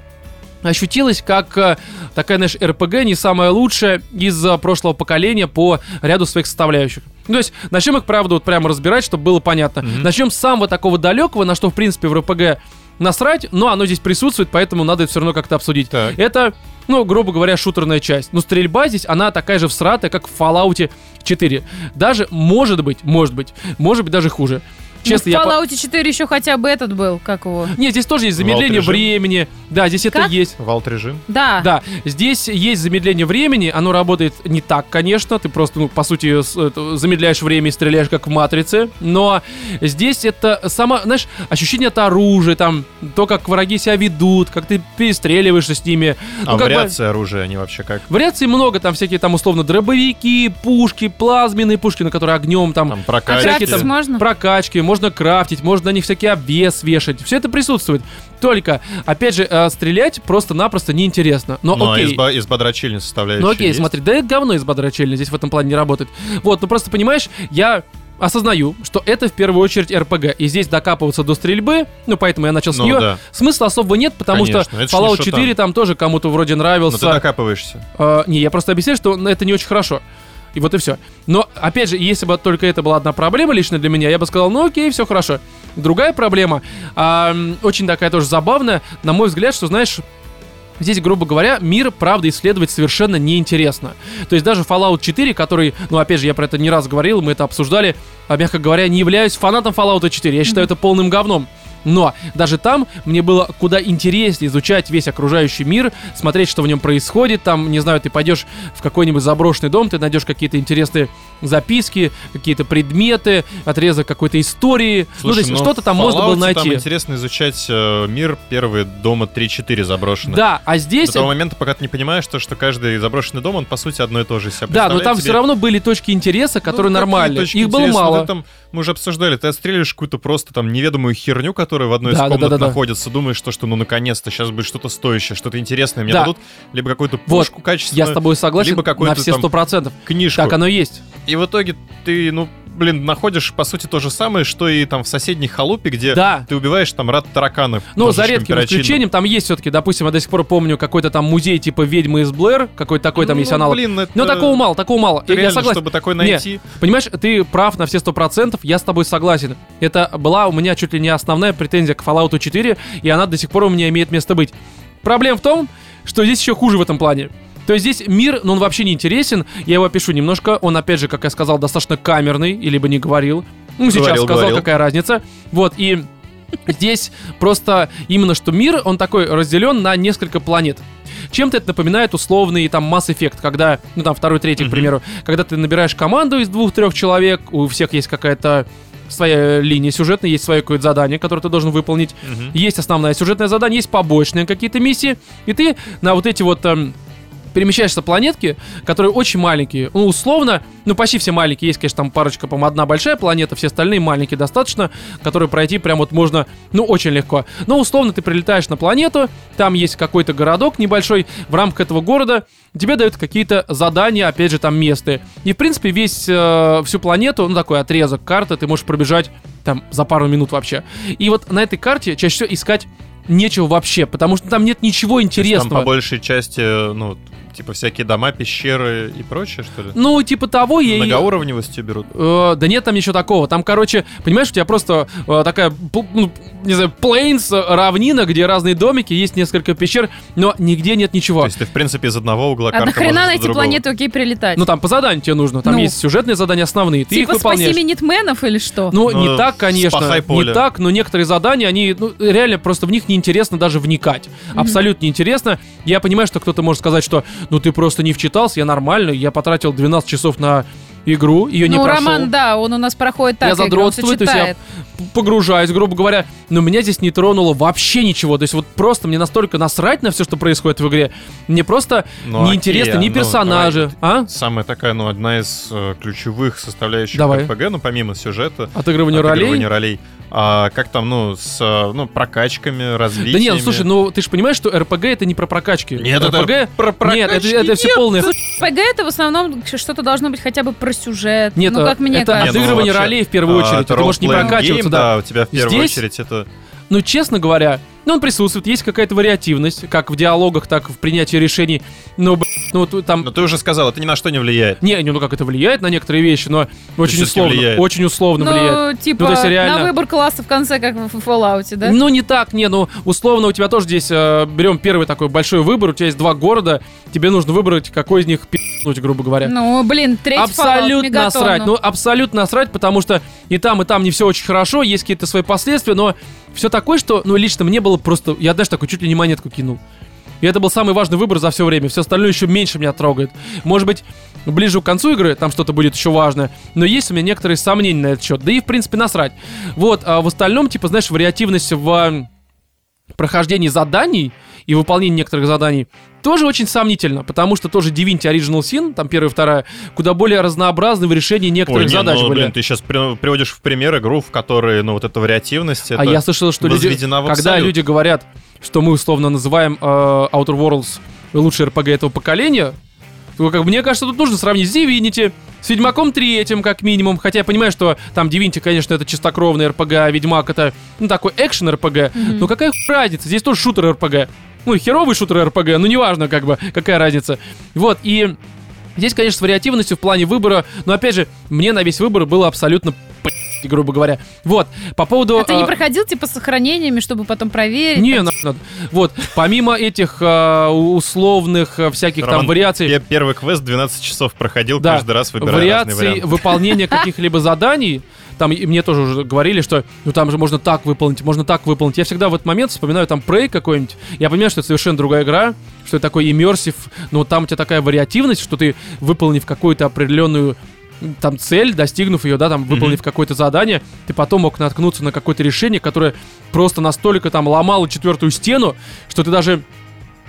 Speaker 1: ощутилась как э, такая, знаешь, РПГ не самая лучшая из э, прошлого поколения по ряду своих составляющих. Ну, То есть, начнем их, правда, вот прямо разбирать, чтобы было понятно.
Speaker 2: Мгм.
Speaker 1: Начнем с самого такого далекого, на что, в принципе, в РПГ насрать, но оно здесь присутствует, поэтому надо это все равно как-то обсудить.
Speaker 2: Так.
Speaker 1: Это, ну, грубо говоря, шутерная часть. Но стрельба здесь, она такая же всратая, как в Fallout 4. Даже, может быть, может быть, может быть, даже хуже.
Speaker 3: Ну,
Speaker 1: Честно, я...
Speaker 3: в
Speaker 1: по-
Speaker 3: Fallout 4 еще хотя бы этот был, как его.
Speaker 1: Нет, здесь тоже есть замедление
Speaker 2: Валт-режим.
Speaker 1: времени. Да, здесь это
Speaker 3: Как?
Speaker 1: есть.
Speaker 2: Валт режим.
Speaker 3: Да.
Speaker 1: Да, здесь есть замедление времени, оно работает не так, конечно, ты просто, ну, по сути, с- это, замедляешь время и стреляешь, как в «Матрице», но здесь это сама, знаешь, ощущение от оружия, там, то, как враги себя ведут, как ты перестреливаешься с ними.
Speaker 2: А
Speaker 1: Ну, как бы-
Speaker 2: вариации оружия они вообще как?
Speaker 1: Вариаций много, там всякие там условно дробовики, пушки, плазменные пушки, на которые огнем там,
Speaker 2: Там
Speaker 3: А
Speaker 1: всякие
Speaker 2: прокачки.
Speaker 3: тратить
Speaker 1: там-
Speaker 3: можно?
Speaker 1: прокачки, можно крафтить, можно на них всякий обвес вешать. Все это присутствует. Только, опять же, э, стрелять просто-напросто неинтересно. Но
Speaker 2: Ну, а
Speaker 1: окей.
Speaker 2: изба- избодрачильня составляющая
Speaker 1: Ну окей,
Speaker 2: есть?
Speaker 1: смотри, да это говно из Бодрачельни, здесь в этом плане не работает. Вот, ну просто понимаешь, я осознаю, что это в первую очередь РПГ, и здесь докапываться до стрельбы, ну поэтому я начал с
Speaker 2: Ну
Speaker 1: нее.
Speaker 2: да.
Speaker 1: Смысла особо нет, потому что
Speaker 2: Конечно, это ж не
Speaker 1: Fallout
Speaker 2: шутан. Ну,
Speaker 1: 4 там тоже кому-то вроде
Speaker 2: Но ты
Speaker 1: нравился.
Speaker 2: докапываешься.
Speaker 1: Э, не, я просто объясняю, что это не очень хорошо. И вот и все. Но, опять же, если бы только это была одна проблема лично для меня, я бы сказал, ну окей, все хорошо. Другая проблема, а, м, очень такая тоже забавная, на мой взгляд, что, знаешь, здесь, грубо говоря, мир, правда, исследовать совершенно неинтересно. То есть даже Fallout 4, который, ну, опять же, я про это не раз говорил, мы это обсуждали, а, мягко говоря, не являюсь фанатом Fallout 4, я считаю это полным говном. Но даже там мне было куда интереснее изучать весь окружающий мир, смотреть, что в нем происходит. Там, не знаю, ты пойдешь в какой-нибудь заброшенный дом, ты найдешь какие-то интересные записки, какие-то предметы, отрезок какой-то истории. ну, то
Speaker 2: Слушай,
Speaker 1: есть
Speaker 2: ну,
Speaker 1: что-то
Speaker 2: в
Speaker 1: там можно было
Speaker 2: Fallout'е Там
Speaker 1: найти.
Speaker 2: интересно изучать э, мир первые дома 3-4 заброшенных.
Speaker 1: Да, а здесь...
Speaker 2: До того момента, пока ты не понимаешь, то, что каждый заброшенный дом, он по сути одно и то же из себя
Speaker 1: Да, но
Speaker 2: представляет
Speaker 1: там
Speaker 2: тебе.
Speaker 1: все равно были точки интереса, которые
Speaker 2: Ну, какие
Speaker 1: нормальные.
Speaker 2: точки
Speaker 1: Их было
Speaker 2: интереса? Вот
Speaker 1: мало.
Speaker 2: это мы уже обсуждали, ты отстреливаешь какую-то просто там неведомую херню, которая в одной
Speaker 1: Да,
Speaker 2: из
Speaker 1: да,
Speaker 2: комнат
Speaker 1: да, да, да.
Speaker 2: находится, думаешь, то, что ну наконец-то сейчас будет что-то стоящее, что-то интересное мне
Speaker 1: Да.
Speaker 2: дадут, либо какую-то
Speaker 1: Вот,
Speaker 2: пушку качественную,
Speaker 1: Я с тобой согласен
Speaker 2: либо
Speaker 1: на
Speaker 2: какую-то
Speaker 1: все
Speaker 2: там
Speaker 1: сто процентов.
Speaker 2: книжку.
Speaker 1: Так оно и есть.
Speaker 2: И в итоге ты, ну, блин, находишь по сути то же самое, что и там в соседней халупе, где
Speaker 1: Да.
Speaker 2: ты убиваешь там рад тараканов.
Speaker 1: Ну, за
Speaker 2: ножичком
Speaker 1: редким
Speaker 2: перочинным.
Speaker 1: исключением, там есть все-таки, допустим, я до сих пор помню какой-то там музей типа «Ведьмы из Блэр», какой-то такой там
Speaker 2: Ну,
Speaker 1: есть аналог.
Speaker 2: Блин, это...
Speaker 1: Но такого мало, такого мало.
Speaker 2: это
Speaker 1: Я- я
Speaker 2: реально,
Speaker 1: согласен.
Speaker 2: чтобы такой
Speaker 1: Не,
Speaker 2: найти.
Speaker 1: Понимаешь, ты прав на все сто процентов, я с тобой согласен. Это была у меня чуть ли не основная претензия к Fallout 4, и она до сих пор у меня имеет место быть. Проблема в том, что здесь еще хуже в этом плане. То есть здесь мир, ну он вообще не интересен, я его опишу немножко, он опять же, как я сказал, достаточно камерный, и либо не говорил. Ну, сейчас
Speaker 2: Говорил,
Speaker 1: сказал,
Speaker 2: говорил.
Speaker 1: какая разница. Вот, и здесь просто именно что мир, он такой разделен на несколько планет. Чем-то это напоминает условный там Mass Effect, когда, ну там второй, третий, к
Speaker 2: Мгм.
Speaker 1: примеру, когда ты набираешь команду из двух-трех человек, у всех есть какая-то своя линия сюжетная, есть свое какое-то задание, которое ты должен выполнить.
Speaker 2: Мгм.
Speaker 1: Есть основное сюжетное задание, есть побочные какие-то миссии, и ты на вот эти вот эм, перемещаешься планетки, которые очень маленькие. Ну, условно, ну, почти все маленькие. Есть, конечно, там парочка, по-моему, одна большая планета, все остальные маленькие достаточно, которые пройти прям вот можно, ну, очень легко. Но, условно, ты прилетаешь на планету, там есть какой-то городок небольшой, в рамках этого города тебе дают какие-то задания, опять же, там местные. И, в принципе, весь, э, всю планету, ну, такой отрезок карты ты можешь пробежать там за пару минут вообще. И вот на этой карте чаще всего искать нечего вообще, потому что там нет ничего
Speaker 2: То есть Там
Speaker 1: интересного.
Speaker 2: по большей части, ну, типа всякие дома, пещеры и прочее, что ли?
Speaker 1: Ну, типа того, я...
Speaker 2: Многоуровневость тебе берут.
Speaker 1: Э, да нет там ничего такого. Там, короче, понимаешь, у тебя просто э, такая, пл- ну, не знаю, плейнс, э, равнина, где разные домики, есть несколько пещер, но нигде нет ничего.
Speaker 2: То есть ты, в принципе, из одного угла
Speaker 3: А
Speaker 2: карты
Speaker 3: нахрена
Speaker 2: можешь до
Speaker 3: найти
Speaker 2: другого.
Speaker 3: планету, окей, прилетать?
Speaker 1: Ну, там по заданию тебе нужно. Там
Speaker 3: Ну.
Speaker 1: есть сюжетные задания основные, ты
Speaker 3: типа
Speaker 1: их выполняешь.
Speaker 3: спаси минитменов или что?
Speaker 1: Ну,
Speaker 2: Ну,
Speaker 1: не так, конечно,
Speaker 2: спахай
Speaker 1: не
Speaker 2: поле.
Speaker 1: так, но некоторые задания, они, ну, реально просто в них неинтересно даже вникать. Абсолютно неинтересно. Я понимаю, что кто-то может сказать, что, ну, ты просто не вчитался, я нормально, я потратил 12 часов на игру, ее не
Speaker 3: Ну,
Speaker 1: прошел.
Speaker 3: Роман, да, он у нас проходит так,
Speaker 1: я
Speaker 3: игры, он
Speaker 1: задротствую,
Speaker 3: всё
Speaker 1: то есть я
Speaker 3: читает.
Speaker 1: п- погружаюсь, грубо говоря, но меня здесь не тронуло вообще ничего. То есть вот просто мне настолько насрать на все, что происходит в игре, мне просто
Speaker 2: Ну,
Speaker 1: неинтересно
Speaker 2: окей,
Speaker 1: ни
Speaker 2: ну,
Speaker 1: персонажи, а?
Speaker 2: Самая такая, ну, одна из э, ключевых составляющих
Speaker 1: Давай.
Speaker 2: РПГ, ну, помимо сюжета,
Speaker 1: Отыгрывание ролей.
Speaker 2: отыгрывания ролей. А как там, ну, с э, ну, прокачками, развитием?
Speaker 1: Да нет, ну, слушай, ну ты же понимаешь, что РПГ это не про прокачки.
Speaker 2: Нет, это
Speaker 1: РПГ...
Speaker 2: про прокачки
Speaker 1: Нет, это, это все полное...
Speaker 3: ПГ это в основном что-то должно быть хотя бы про сюжет.
Speaker 1: Нет,
Speaker 3: ну,
Speaker 1: э,
Speaker 3: как мне
Speaker 1: это
Speaker 3: кажется.
Speaker 1: отдых- отыгрывание
Speaker 2: ну,
Speaker 1: ролей в первую очередь,
Speaker 2: А, это
Speaker 1: ты можешь не
Speaker 2: role-playing
Speaker 1: прокачиваться,
Speaker 2: game,
Speaker 1: да.
Speaker 2: да. у тебя в первую
Speaker 1: Здесь-
Speaker 2: очередь это...
Speaker 1: Ну, честно говоря, ну, он присутствует, есть какая-то вариативность, как в диалогах, так и в принятии решений. Ну, б***ь, ну, вот там...
Speaker 2: Но ты уже сказал, это ни на что не влияет.
Speaker 1: Не, ну как это влияет на некоторые вещи, но очень
Speaker 2: всё-таки
Speaker 1: условно,
Speaker 2: влияет.
Speaker 1: очень условно влияет.
Speaker 3: Ну, типа,
Speaker 1: Ну, то есть реально-
Speaker 3: на выбор класса в конце, как в Fallout, да?
Speaker 1: Ну, не так, не, ну, условно, у тебя тоже здесь э, берем первый такой большой выбор, у тебя есть два города, тебе нужно выбрать, какой из них пи***нуть, грубо говоря.
Speaker 3: Ну, блин, третий Fallout,
Speaker 1: абсолютно
Speaker 3: мегатон,
Speaker 1: насрать, ну, абсолютно насрать, потому что и там, и там не все очень хорошо, есть какие-то свои последствия, но все такое, что, ну, лично мне было просто, я, знаешь, такой чуть ли не монетку кинул. И это был самый важный выбор за все время. Все остальное еще меньше меня трогает. Может быть, ближе к концу игры там что-то будет еще важное. Но есть у меня некоторые сомнения на этот счет. Да и, в принципе, насрать. Вот, а в остальном, типа, знаешь, вариативность в м, прохождении заданий и выполнении некоторых заданий тоже очень сомнительно, потому что тоже Divinity Original Sin, там первая и вторая, куда более разнообразны в решении некоторых
Speaker 2: не,
Speaker 1: задач
Speaker 2: ну,
Speaker 1: были.
Speaker 2: блин, ты сейчас приводишь в пример игру, в которой, ну, вот эта вариативность, это...
Speaker 1: А я слышал, что люди,
Speaker 2: возведена в
Speaker 1: когда
Speaker 2: абсолют.
Speaker 1: люди говорят, что мы условно называем э, Outer Worlds лучший RPG этого поколения, то, как мне кажется, тут нужно сравнить с Divinity, с Ведьмаком третьим, как минимум. Хотя я понимаю, что там Divinity, конечно, это чистокровный RPG, а Ведьмак это, ну, такой экшен RPG. Но какая хуй разница? Здесь тоже шутер RPG. Ну, херовый шутер RPG, ну, неважно, как бы, какая разница. Вот, и здесь, конечно, с вариативностью в плане выбора, но, опять же, мне на весь выбор было абсолютно п***, грубо говоря. Вот, по поводу...
Speaker 3: А ты не
Speaker 1: а,
Speaker 3: проходил, типа, с сохранениями, чтобы потом проверить?
Speaker 1: не, на- надо. Вот, помимо этих а, у- условных а, всяких
Speaker 2: Роман,
Speaker 1: там вариаций,
Speaker 2: Я первый квест 12 часов проходил,
Speaker 1: Да.
Speaker 2: каждый раз выбирая разные
Speaker 1: вариаций
Speaker 2: варианты.
Speaker 1: выполнения каких-либо заданий, Там и мне тоже уже говорили, что ну там же можно так выполнить, можно так выполнить. Я всегда в этот момент вспоминаю там Prey какой-нибудь. Я понимаю, что это совершенно другая игра, что это такой иммерсив, но там у тебя такая вариативность, что ты, выполнив какую-то определенную м, там цель, достигнув ее, да, там, выполнив какое-то задание, ты потом мог наткнуться на какое-то решение, которое просто настолько там ломало четвертую стену, что ты даже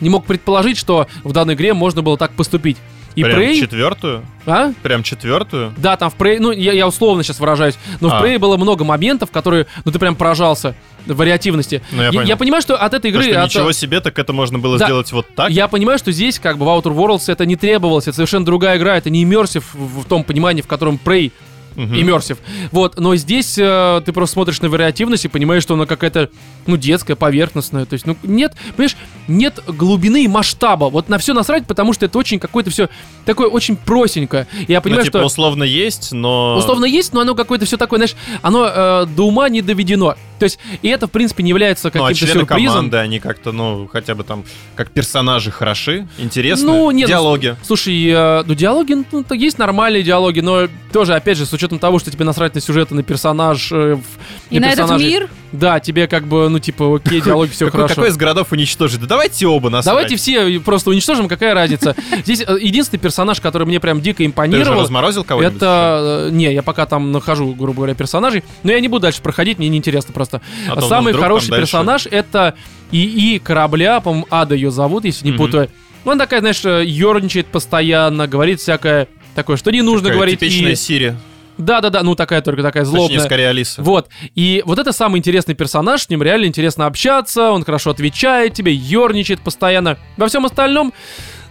Speaker 1: не мог предположить, что в данной игре можно было так поступить. И
Speaker 2: прям
Speaker 1: Prey,
Speaker 2: четвертую?
Speaker 1: а?
Speaker 2: Прям четвертую?
Speaker 1: Да, там в Prey, ну, я, я условно сейчас выражаюсь, но
Speaker 2: А.
Speaker 1: в Prey было много моментов, которые, ну, ты прям поражался вариативности.
Speaker 2: Ну, я понял.
Speaker 1: понимаю, что от этой
Speaker 2: Потому
Speaker 1: игры...
Speaker 2: что
Speaker 1: от-
Speaker 2: ничего себе, так это можно было
Speaker 1: Да.
Speaker 2: сделать вот так.
Speaker 1: Я понимаю, что здесь, как бы, в Outer Worlds это не требовалось, это совершенно другая игра, это не иммерсив в, в том понимании, в котором Prey
Speaker 2: Мгм. Ну,
Speaker 1: иммерсив. Вот, но здесь э, ты просто смотришь на вариативность и понимаешь, что она какая-то, ну, детская, поверхностная. То есть, ну, нет, понимаешь, нет глубины и масштаба. Вот на все насрать, потому что это очень какое-то все такое очень простенькое. Я
Speaker 2: Ну,
Speaker 1: понимаю,
Speaker 2: типа,
Speaker 1: что...
Speaker 2: условно есть, но...
Speaker 1: Условно есть, но оно какое-то все такое, знаешь, оно э, до ума не доведено. То есть, и это, в принципе, не является
Speaker 2: Ну,
Speaker 1: каким-то
Speaker 2: а члены
Speaker 1: сюрпризом.
Speaker 2: команды, они как-то, ну, хотя бы там, как персонажи хороши, интересны,
Speaker 1: Ну, нет,
Speaker 2: диалоги.
Speaker 1: Слушай, э, ну диалоги, ну, то есть нормальные диалоги, но тоже, опять же, с учетом того, что тебе насрать на сюжет и на персонаж... э, в-
Speaker 3: И на этот
Speaker 1: персонажей.
Speaker 3: мир
Speaker 1: Да, тебе как бы, ну типа, окей, диалоги, все
Speaker 2: какой,
Speaker 1: хорошо.
Speaker 2: какой из городов уничтожить? Да давайте оба нас.
Speaker 1: Давайте все просто уничтожим, какая разница. Здесь э, единственный персонаж, который мне прям дико
Speaker 2: Ты уже
Speaker 1: импонировал,
Speaker 2: разморозил кого-нибудь?
Speaker 1: это... э, Не, я пока там нахожу, грубо говоря, персонажей, но я не буду дальше проходить, мне неинтересно просто.
Speaker 2: А то
Speaker 1: Самый
Speaker 2: вдруг там
Speaker 1: хороший
Speaker 2: дальше.
Speaker 1: персонаж это ИИ корабля, по-моему, Ада ее зовут, если не
Speaker 2: Мгм.
Speaker 1: путаю. Ну, Она такая, знаешь, э, ерничает постоянно, говорит всякое такое, что не нужно
Speaker 2: Такая
Speaker 1: говорить.
Speaker 2: Типичная
Speaker 1: и-
Speaker 2: Сири.
Speaker 1: Да-да-да, ну такая только такая
Speaker 2: Точнее,
Speaker 1: злобная.
Speaker 2: скорее Алиса.
Speaker 1: Вот. И вот это самый интересный персонаж, с ним реально интересно общаться, он хорошо отвечает тебе, ерничает постоянно. Во всем остальном,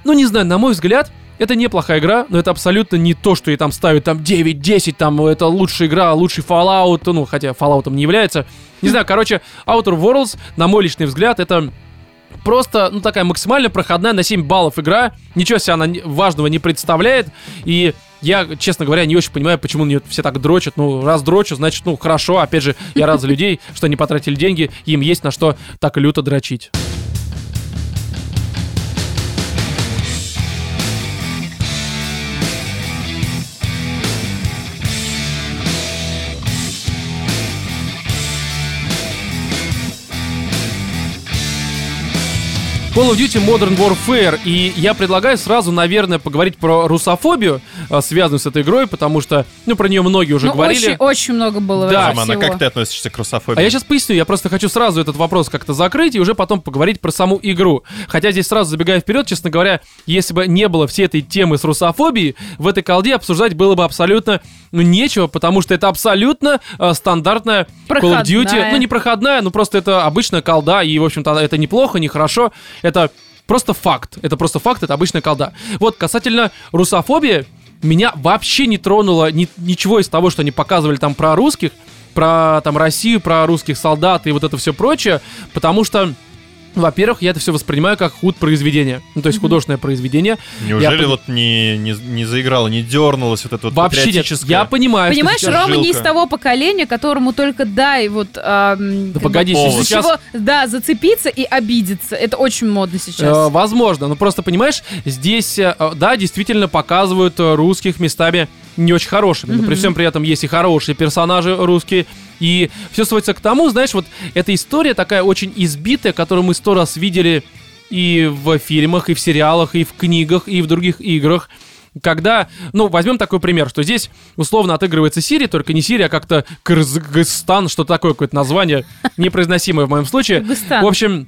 Speaker 1: ну не знаю, на мой взгляд, это неплохая игра, но это абсолютно не то, что ей там ставят там 9-10, там э, это лучшая игра, лучший Fallout, ну хотя Fallout не является. Не знаю, короче, Outer Worlds, на мой личный взгляд, это просто, ну, такая максимально проходная на 7 баллов игра. Ничего себе она не- важного не представляет. И я, честно говоря, не очень понимаю, почему на нее все так дрочат. Ну, раз дрочат, значит, ну, хорошо. Опять же, я рад за людей, что они потратили деньги, и им есть на что так люто дрочить. Call of Duty Modern Warfare. И я предлагаю сразу, наверное, поговорить про русофобию, э, связанную с этой игрой, потому что, ну, про нее многие уже
Speaker 3: ну,
Speaker 1: говорили.
Speaker 3: очень, очень много было
Speaker 1: Да,
Speaker 3: всего.
Speaker 2: Роман, а как ты относишься к русофобии?
Speaker 1: А я сейчас поясню, я просто хочу сразу этот вопрос как-то закрыть и уже потом поговорить про саму игру. Хотя здесь сразу забегая вперед, честно говоря, если бы не было всей этой темы с русофобией, в этой колде обсуждать было бы абсолютно ну, нечего, потому что это абсолютно э, стандартная Call of Duty.
Speaker 3: Проходная.
Speaker 1: Ну, не проходная, ну просто это обычная колда, и, в общем-то, это неплохо, нехорошо. Это просто факт. Это просто факт, это обычная колда. Вот, касательно русофобии, меня вообще не тронуло ни- ничего из того, что они показывали там про русских, про там Россию, про русских солдат и вот это все прочее, потому что во-первых, я это все воспринимаю как худ произведение, ну, то есть художественное произведение. Я
Speaker 2: Неужели
Speaker 1: пони-
Speaker 2: вот не, не, не заиграла, не дернулась вот это вот
Speaker 1: Вообще нет.
Speaker 2: патриотическое?
Speaker 1: Я понимаю, что
Speaker 3: Понимаешь,
Speaker 1: сейчас-
Speaker 3: Рома не из
Speaker 2: жилка.
Speaker 3: того поколения, которому только дай вот... ам,
Speaker 1: Да
Speaker 3: как бы,
Speaker 1: погоди,
Speaker 2: повод.
Speaker 3: из-за
Speaker 1: сейчас
Speaker 3: чего, да, зацепиться и обидеться. Это очень модно
Speaker 1: Э,
Speaker 3: сейчас.
Speaker 1: возможно, но просто понимаешь, здесь, э, да, действительно показывают э, русских местами не очень хорошими. Но при всем при этом есть и хорошие персонажи русские. И все сводится к тому, знаешь, вот эта история такая очень избитая, которую мы сто раз видели и в фильмах, и в сериалах, и в книгах, и в других играх. Когда, ну, возьмем такой пример, что здесь условно отыгрывается Сирия, только не Сирия, а как-то Кыргызстан, что такое какое-то название, непроизносимое в моем случае.
Speaker 3: Кыргызстан.
Speaker 1: В общем,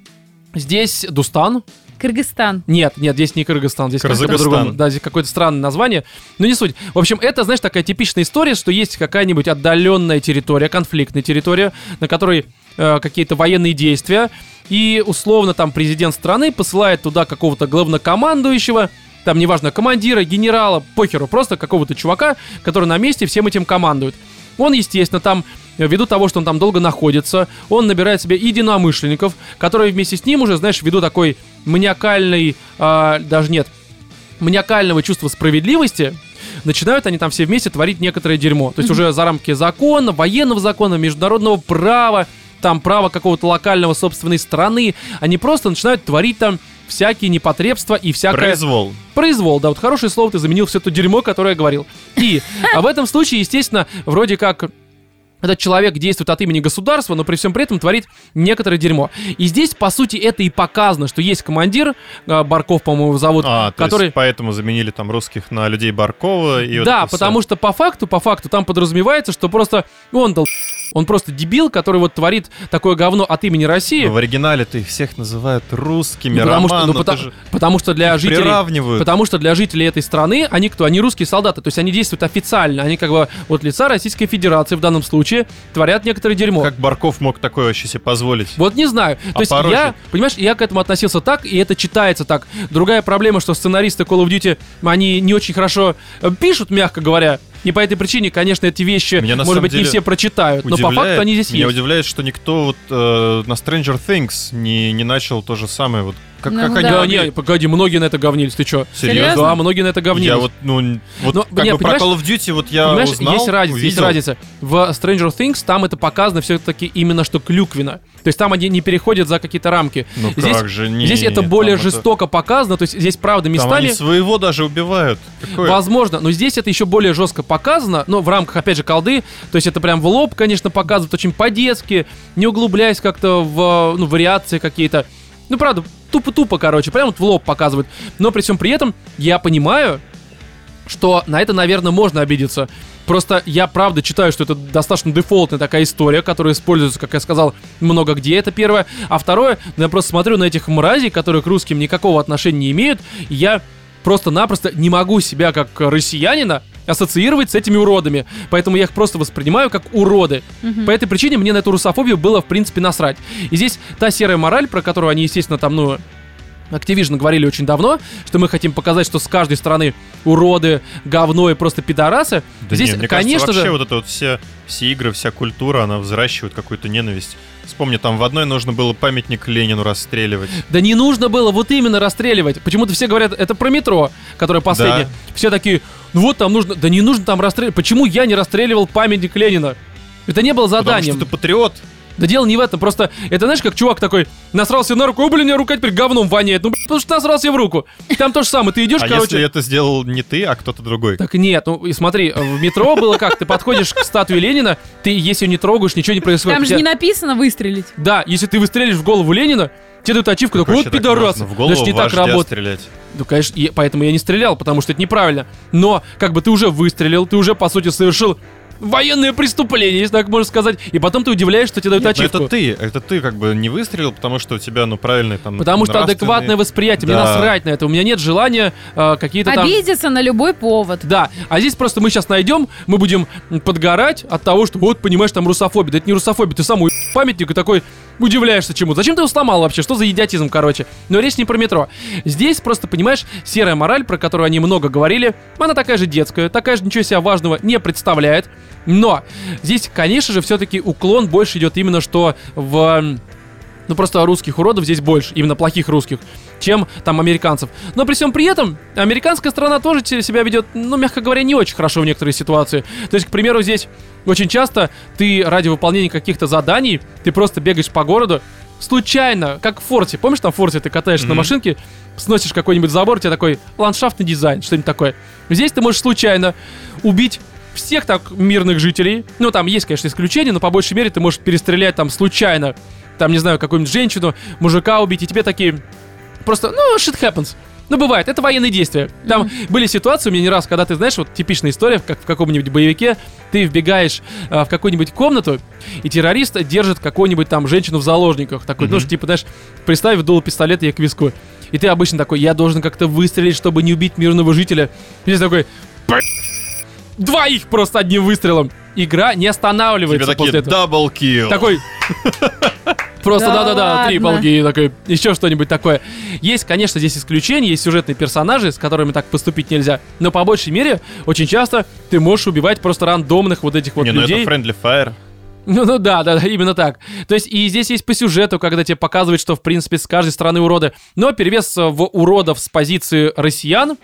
Speaker 1: здесь Дустан,
Speaker 3: Кыргызстан.
Speaker 1: нет, нет, здесь не Кыргызстан, здесь как-то
Speaker 2: Кыргызстан.
Speaker 1: по-другому. Да, здесь какое-то странное название. Но не суть. В общем, это, знаешь, такая типичная история, что есть какая-нибудь отдаленная территория, конфликтная территория, на которой э, какие-то военные действия. И условно там президент страны посылает туда какого-то главнокомандующего, там, неважно, командира, генерала, похеру, просто какого-то чувака, который на месте всем этим командует. Он, естественно, там, э, ввиду того, что он там долго находится, он набирает себе единомышленников, которые вместе с ним уже, знаешь, ввиду такой маниакальной, а, даже нет, маниакального чувства справедливости, начинают они там все вместе творить некоторое дерьмо. То есть уже за рамки закона, военного закона, международного права, там права какого-то локального собственной страны. Они просто начинают творить там всякие непотребства и всякое...
Speaker 2: Произвол.
Speaker 1: Произвол, да, вот хорошее слово ты заменил все то дерьмо, которое я говорил. И а в этом случае, естественно, вроде как этот человек действует от имени государства, но при всем при этом творит некоторое дерьмо. И здесь, по сути, это и показано, что есть командир, э, Барков, по-моему, его зовут,
Speaker 2: А, то
Speaker 1: который...
Speaker 2: есть поэтому заменили там русских на людей Баркова и вот
Speaker 1: да,
Speaker 2: это всё.
Speaker 1: потому что по факту, по факту там подразумевается, что просто ну, он дал... Он просто дебил, который вот творит такое говно от имени России.
Speaker 2: Ну, В оригинале ты их всех называют русскими,
Speaker 1: Ну, потому, что,
Speaker 2: Роман,
Speaker 1: ну,
Speaker 2: но
Speaker 1: пота-
Speaker 2: ты же
Speaker 1: потому что для
Speaker 2: их
Speaker 1: жителей...
Speaker 2: приравнивают.
Speaker 1: Потому что для жителей этой страны они кто? Они русские солдаты. То есть они действуют официально. Они как бы от лица Российской Федерации в данном случае творят некоторое дерьмо.
Speaker 2: Как Барков мог такое вообще себе позволить?
Speaker 1: Вот не знаю. То
Speaker 2: А
Speaker 1: есть
Speaker 2: порой
Speaker 1: я,
Speaker 2: же-
Speaker 1: понимаешь, я к этому относился так, и это читается так. Другая проблема, что сценаристы Call of Duty, они не очень хорошо э, пишут, мягко говоря. И по этой причине, конечно, эти вещи,
Speaker 2: Меня на
Speaker 1: может
Speaker 2: самом
Speaker 1: быть, не
Speaker 2: деле
Speaker 1: все прочитают, но по факту они здесь
Speaker 2: меня
Speaker 1: есть.
Speaker 2: удивляет, что никто вот э, на Stranger Things не, не начал то же самое. Вот как, как
Speaker 3: Ну да.
Speaker 2: они
Speaker 1: Да
Speaker 2: могли?
Speaker 1: не, погоди, многие на это говнились, ты чё?
Speaker 2: Серьезно?
Speaker 1: Да, многие на это говнились.
Speaker 2: Я вот, ну, н- вот
Speaker 1: Но,
Speaker 2: как
Speaker 1: не,
Speaker 2: бы про
Speaker 1: понимаешь-
Speaker 2: Call of Duty вот я
Speaker 1: Понимаешь,
Speaker 2: узнал,
Speaker 1: есть разница, есть
Speaker 2: увидел.
Speaker 1: разница. В Stranger Things там это показано все-таки именно что клюквина. То есть там они не переходят за какие-то рамки.
Speaker 2: Ну
Speaker 1: Здесь-
Speaker 2: как же, не,
Speaker 1: Здесь это
Speaker 2: там
Speaker 1: более жестоко показано, то есть здесь правда
Speaker 2: Там
Speaker 1: местами...
Speaker 2: они своего даже убивают. Какое-
Speaker 1: Возможно, но здесь это еще более жестко показано, но в рамках, опять же, колды, то есть это прям в лоб, конечно, показывают очень по-детски, не углубляясь как-то в ну, вариации какие-то. Ну, правда, тупо-тупо, короче, прям вот в лоб показывают. Но при всем при этом я понимаю, что на это, наверное, можно обидеться. Просто я правда читаю, что это достаточно дефолтная такая история, которая используется, как я сказал, много где, это первое. А второе, ну, я просто смотрю на этих мразей, которые к русским никакого отношения не имеют, и я просто-напросто не могу себя как россиянина ассоциировать с этими уродами. Поэтому я их просто воспринимаю как уроды.
Speaker 3: Мгм.
Speaker 1: По этой причине мне на эту русофобию было, в принципе, насрать. И здесь та серая мораль, про которую они, естественно, там, ну, Activision говорили очень давно, что мы хотим показать, что с каждой стороны уроды, говно и просто пидорасы.
Speaker 2: Да
Speaker 1: Здесь,
Speaker 2: не, мне
Speaker 1: конечно
Speaker 2: кажется, вообще
Speaker 1: же,
Speaker 2: вот это вот все, все игры, вся культура, она взращивает какую-то ненависть. Вспомни, там в одной нужно было памятник Ленину расстреливать.
Speaker 1: да не нужно было вот именно расстреливать. Почему-то все говорят, это про метро, которое последнее. Все такие, ну вот там нужно, да не нужно там расстреливать. Почему я не расстреливал памятник Ленина? Это не было
Speaker 2: Потому
Speaker 1: заданием.
Speaker 2: что ты патриот.
Speaker 1: Да дело не в этом, просто это знаешь, как чувак такой насрался на руку, «Ой, блин, у меня рука теперь говном воняет, ну блин, потому что насрался в руку. Там то же самое, ты идешь,
Speaker 2: а
Speaker 1: Ну, короче.
Speaker 2: если это сделал не ты, а кто-то другой?
Speaker 1: Так нет, ну и смотри, в метро было как, ты подходишь к статуе Ленина, ты если ее не трогаешь, ничего не происходит.
Speaker 3: Там же
Speaker 1: Хотя-
Speaker 3: не написано выстрелить.
Speaker 1: Да, если ты выстрелишь в голову Ленина, тебе дают ачивку, такой,
Speaker 2: Вообще
Speaker 1: вот пидорас.
Speaker 2: можно В голову
Speaker 1: Значит, не так
Speaker 2: вождя
Speaker 1: работает.
Speaker 2: стрелять.
Speaker 1: Ну, конечно, и поэтому я не стрелял, потому что это неправильно. Но, как бы ты уже выстрелил, ты уже, по сути, совершил военное преступление, если так можно сказать. И потом ты удивляешься, что тебе дают
Speaker 2: Нет, но
Speaker 1: ачивку.
Speaker 2: Ну, это ты, это ты как бы не выстрелил, потому что у тебя, ну, правильный там
Speaker 1: Потому что
Speaker 2: нравственный-
Speaker 1: адекватное восприятие. Мне
Speaker 2: Да.
Speaker 1: насрать на это. У меня нет желания э, какие-то там...
Speaker 3: Обидеться на любой повод.
Speaker 1: Да, а здесь просто мы сейчас найдем, мы будем подгорать от того, что вот, понимаешь, там русофобия. Да это не русофобия, ты сам уеб памятник и такой удивляешься чему. Зачем ты его сломал вообще? Что за идиотизм, короче? Но речь не про метро. Здесь просто, понимаешь, серая мораль, про которую они много говорили, она такая же детская, такая же ничего себя важного не представляет. Но здесь, конечно же, все-таки уклон больше идет именно что в... м, Ну, просто русских уродов здесь больше, именно плохих русских, чем там американцев. Но при всем при этом, американская страна тоже те- себя ведет, ну, мягко говоря, не очень хорошо в некоторые ситуации. То есть, к примеру, здесь очень часто ты ради выполнения каких-то заданий, ты просто бегаешь по городу, случайно, как в Форте. Помнишь, там в Форте ты катаешься на
Speaker 2: Мгм.
Speaker 1: машинке, сносишь какой-нибудь забор, у тебя такой ландшафтный дизайн, что-нибудь такое. Здесь ты можешь случайно убить всех так мирных жителей. Ну, там есть, конечно, исключения, но по большей мере ты можешь перестрелять там случайно, там, не знаю, какую-нибудь женщину, мужика убить, и тебе такие просто, ну, shit happens. Ну, бывает, это военные действия. Там были ситуации у меня не раз, когда ты, знаешь, вот типичная история, как в каком-нибудь боевике, ты вбегаешь э, в какую-нибудь комнату, и террорист держит какую-нибудь там женщину в заложниках. Такой, ну,
Speaker 2: Мгм.
Speaker 1: что, типа, знаешь, приставив дуло пистолета ей к виску. И ты обычно такой, я должен как-то выстрелить, чтобы не убить мирного жителя. И здесь такой, «Пи***». двоих просто одним выстрелом. Игра не
Speaker 2: Тебе
Speaker 1: останавливается
Speaker 2: такие
Speaker 1: после этого.
Speaker 2: дабл килл.
Speaker 1: Такой. Просто
Speaker 3: Да
Speaker 1: да-да-да, три
Speaker 3: ладно.
Speaker 1: полги, такой, еще что-нибудь такое. Есть, конечно, здесь исключения, есть сюжетные персонажи, с которыми так поступить нельзя. Но по большей мере, очень часто ты можешь убивать просто рандомных вот этих вот
Speaker 2: не, ну это
Speaker 1: людей.
Speaker 2: Friendly Fire.
Speaker 1: Ну, ну да, да, да, именно так. То есть и здесь есть по сюжету, когда тебе показывают, что в принципе с каждой стороны уроды. Но перевес э, в уродов с позиции россиян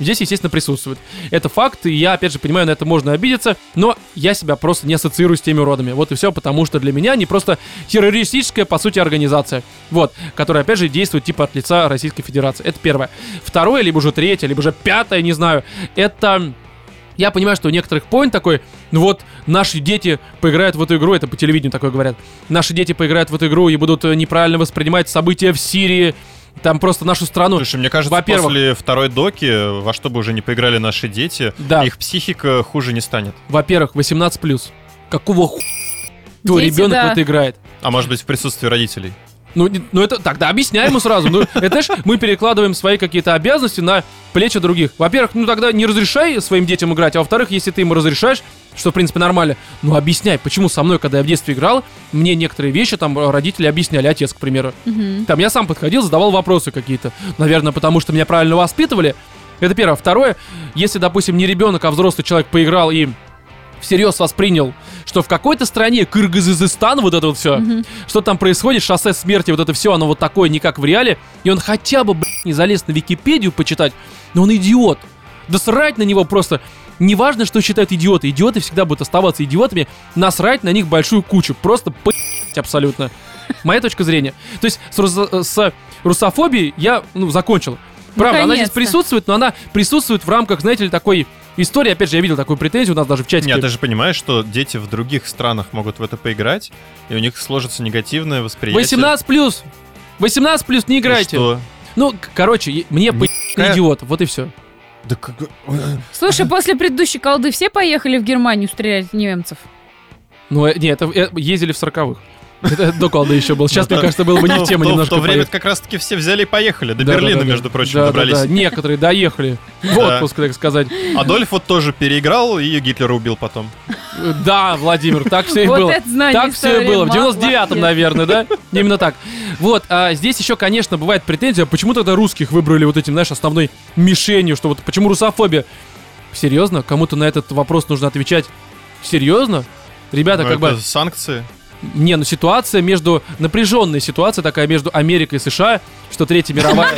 Speaker 1: здесь, естественно, присутствует. Это факт, и я, опять же, понимаю, на это можно обидеться, но я себя просто не ассоциирую с теми уродами. Вот и все, потому что для меня они просто террористическая, по сути, организация. Вот, которая, опять же, действует типа от лица Российской Федерации. Это первое. Второе, либо уже третье, либо уже пятое, не знаю, это Я понимаю, что у некоторых point такой, ну вот, наши дети поиграют в эту игру, это по телевидению такое говорят, наши дети поиграют в эту игру и будут э, неправильно воспринимать события в Сирии, там просто нашу страну.
Speaker 2: Слушай, мне кажется,
Speaker 1: во-первых-
Speaker 2: после второй доки, во что бы уже не поиграли наши дети,
Speaker 1: Да.
Speaker 2: их психика хуже не станет.
Speaker 1: Во-первых, 18+. Какого ху... твой
Speaker 3: Дети,
Speaker 1: ребенок
Speaker 3: да.
Speaker 1: в это играет?
Speaker 2: А может быть, в присутствии родителей.
Speaker 1: Ну, не- ну это тогда объясняй ему сразу. Ну, это знаешь, мы перекладываем свои какие-то обязанности на плечи других. Во-первых, ну тогда не разрешай своим детям играть, а во-вторых, если ты ему разрешаешь, что в принципе нормально, ну объясняй, почему со мной, когда я в детстве играл, мне некоторые вещи там э, родители объясняли, отец, к примеру.
Speaker 3: Мгм.
Speaker 1: Там я сам подходил, задавал вопросы какие-то. Наверное, потому что меня правильно воспитывали. Это первое. Второе, если, допустим, не ребенок, а взрослый человек поиграл и всерьез воспринял, что в какой-то стране Кыргызстан, вот это вот все, что там происходит, шоссе смерти, вот это все, оно вот такое, не как в реале, и он хотя бы, блядь, не залез на Википедию почитать, но он идиот. Да срать на него просто. Неважно, что считают идиоты. Идиоты всегда будут оставаться идиотами. Насрать на них большую кучу. Просто п***ть абсолютно. Моя точка зрения. То есть с, рус- э, с русофобией я ну, закончил. Правда, она здесь
Speaker 3: Наконец-то.
Speaker 1: присутствует, но она присутствует в рамках, знаете ли, такой истории. Опять же, я видел такую претензию у нас даже в чате.
Speaker 2: Нет, ты же понимаешь, что дети в других странах могут в это поиграть, и у них сложится негативное восприятие.
Speaker 1: 18 плюс! 18 плюс не
Speaker 2: И
Speaker 1: играйте.
Speaker 2: что?
Speaker 1: Ну, к- короче, е- мне по
Speaker 2: Никакая-
Speaker 1: идиот, вот и все.
Speaker 2: Да как...
Speaker 3: Слушай, после предыдущей колды все поехали в Германию стрелять в немцев?
Speaker 1: Ну, э, не, это э, ездили в сороковых. Это до колды еще был. Сейчас,
Speaker 2: Ну,
Speaker 1: мне
Speaker 2: да.
Speaker 1: кажется, было бы не в
Speaker 2: Ну,
Speaker 1: тему
Speaker 2: то-
Speaker 1: немножко.
Speaker 2: В то время
Speaker 1: поехать.
Speaker 2: как раз-таки все взяли и поехали. До
Speaker 1: Да, да,
Speaker 2: Берлина,
Speaker 1: да, да.
Speaker 2: между прочим,
Speaker 1: Да, да,
Speaker 2: добрались.
Speaker 1: да, некоторые доехали. В
Speaker 2: Да.
Speaker 1: отпуск, так сказать.
Speaker 2: Адольф вот тоже переиграл и Гитлера убил потом.
Speaker 1: Э, Да, Владимир, так все и
Speaker 3: вот
Speaker 1: было.
Speaker 3: это знание
Speaker 1: Так все и
Speaker 3: истории,
Speaker 1: было. В 99-м,
Speaker 3: молодец.
Speaker 1: наверное, да? Именно так. Вот, а здесь еще, конечно, бывает претензия, почему тогда русских выбрали вот этим, знаешь, основной мишенью, что вот почему русофобия? Серьезно? Кому-то на этот вопрос нужно отвечать? Серьезно? Ребята,
Speaker 2: Ну,
Speaker 1: как бы...
Speaker 2: это Санкции.
Speaker 1: Не, ну ситуация между... Напряженная ситуация такая между Америкой и США, что Третья мировая...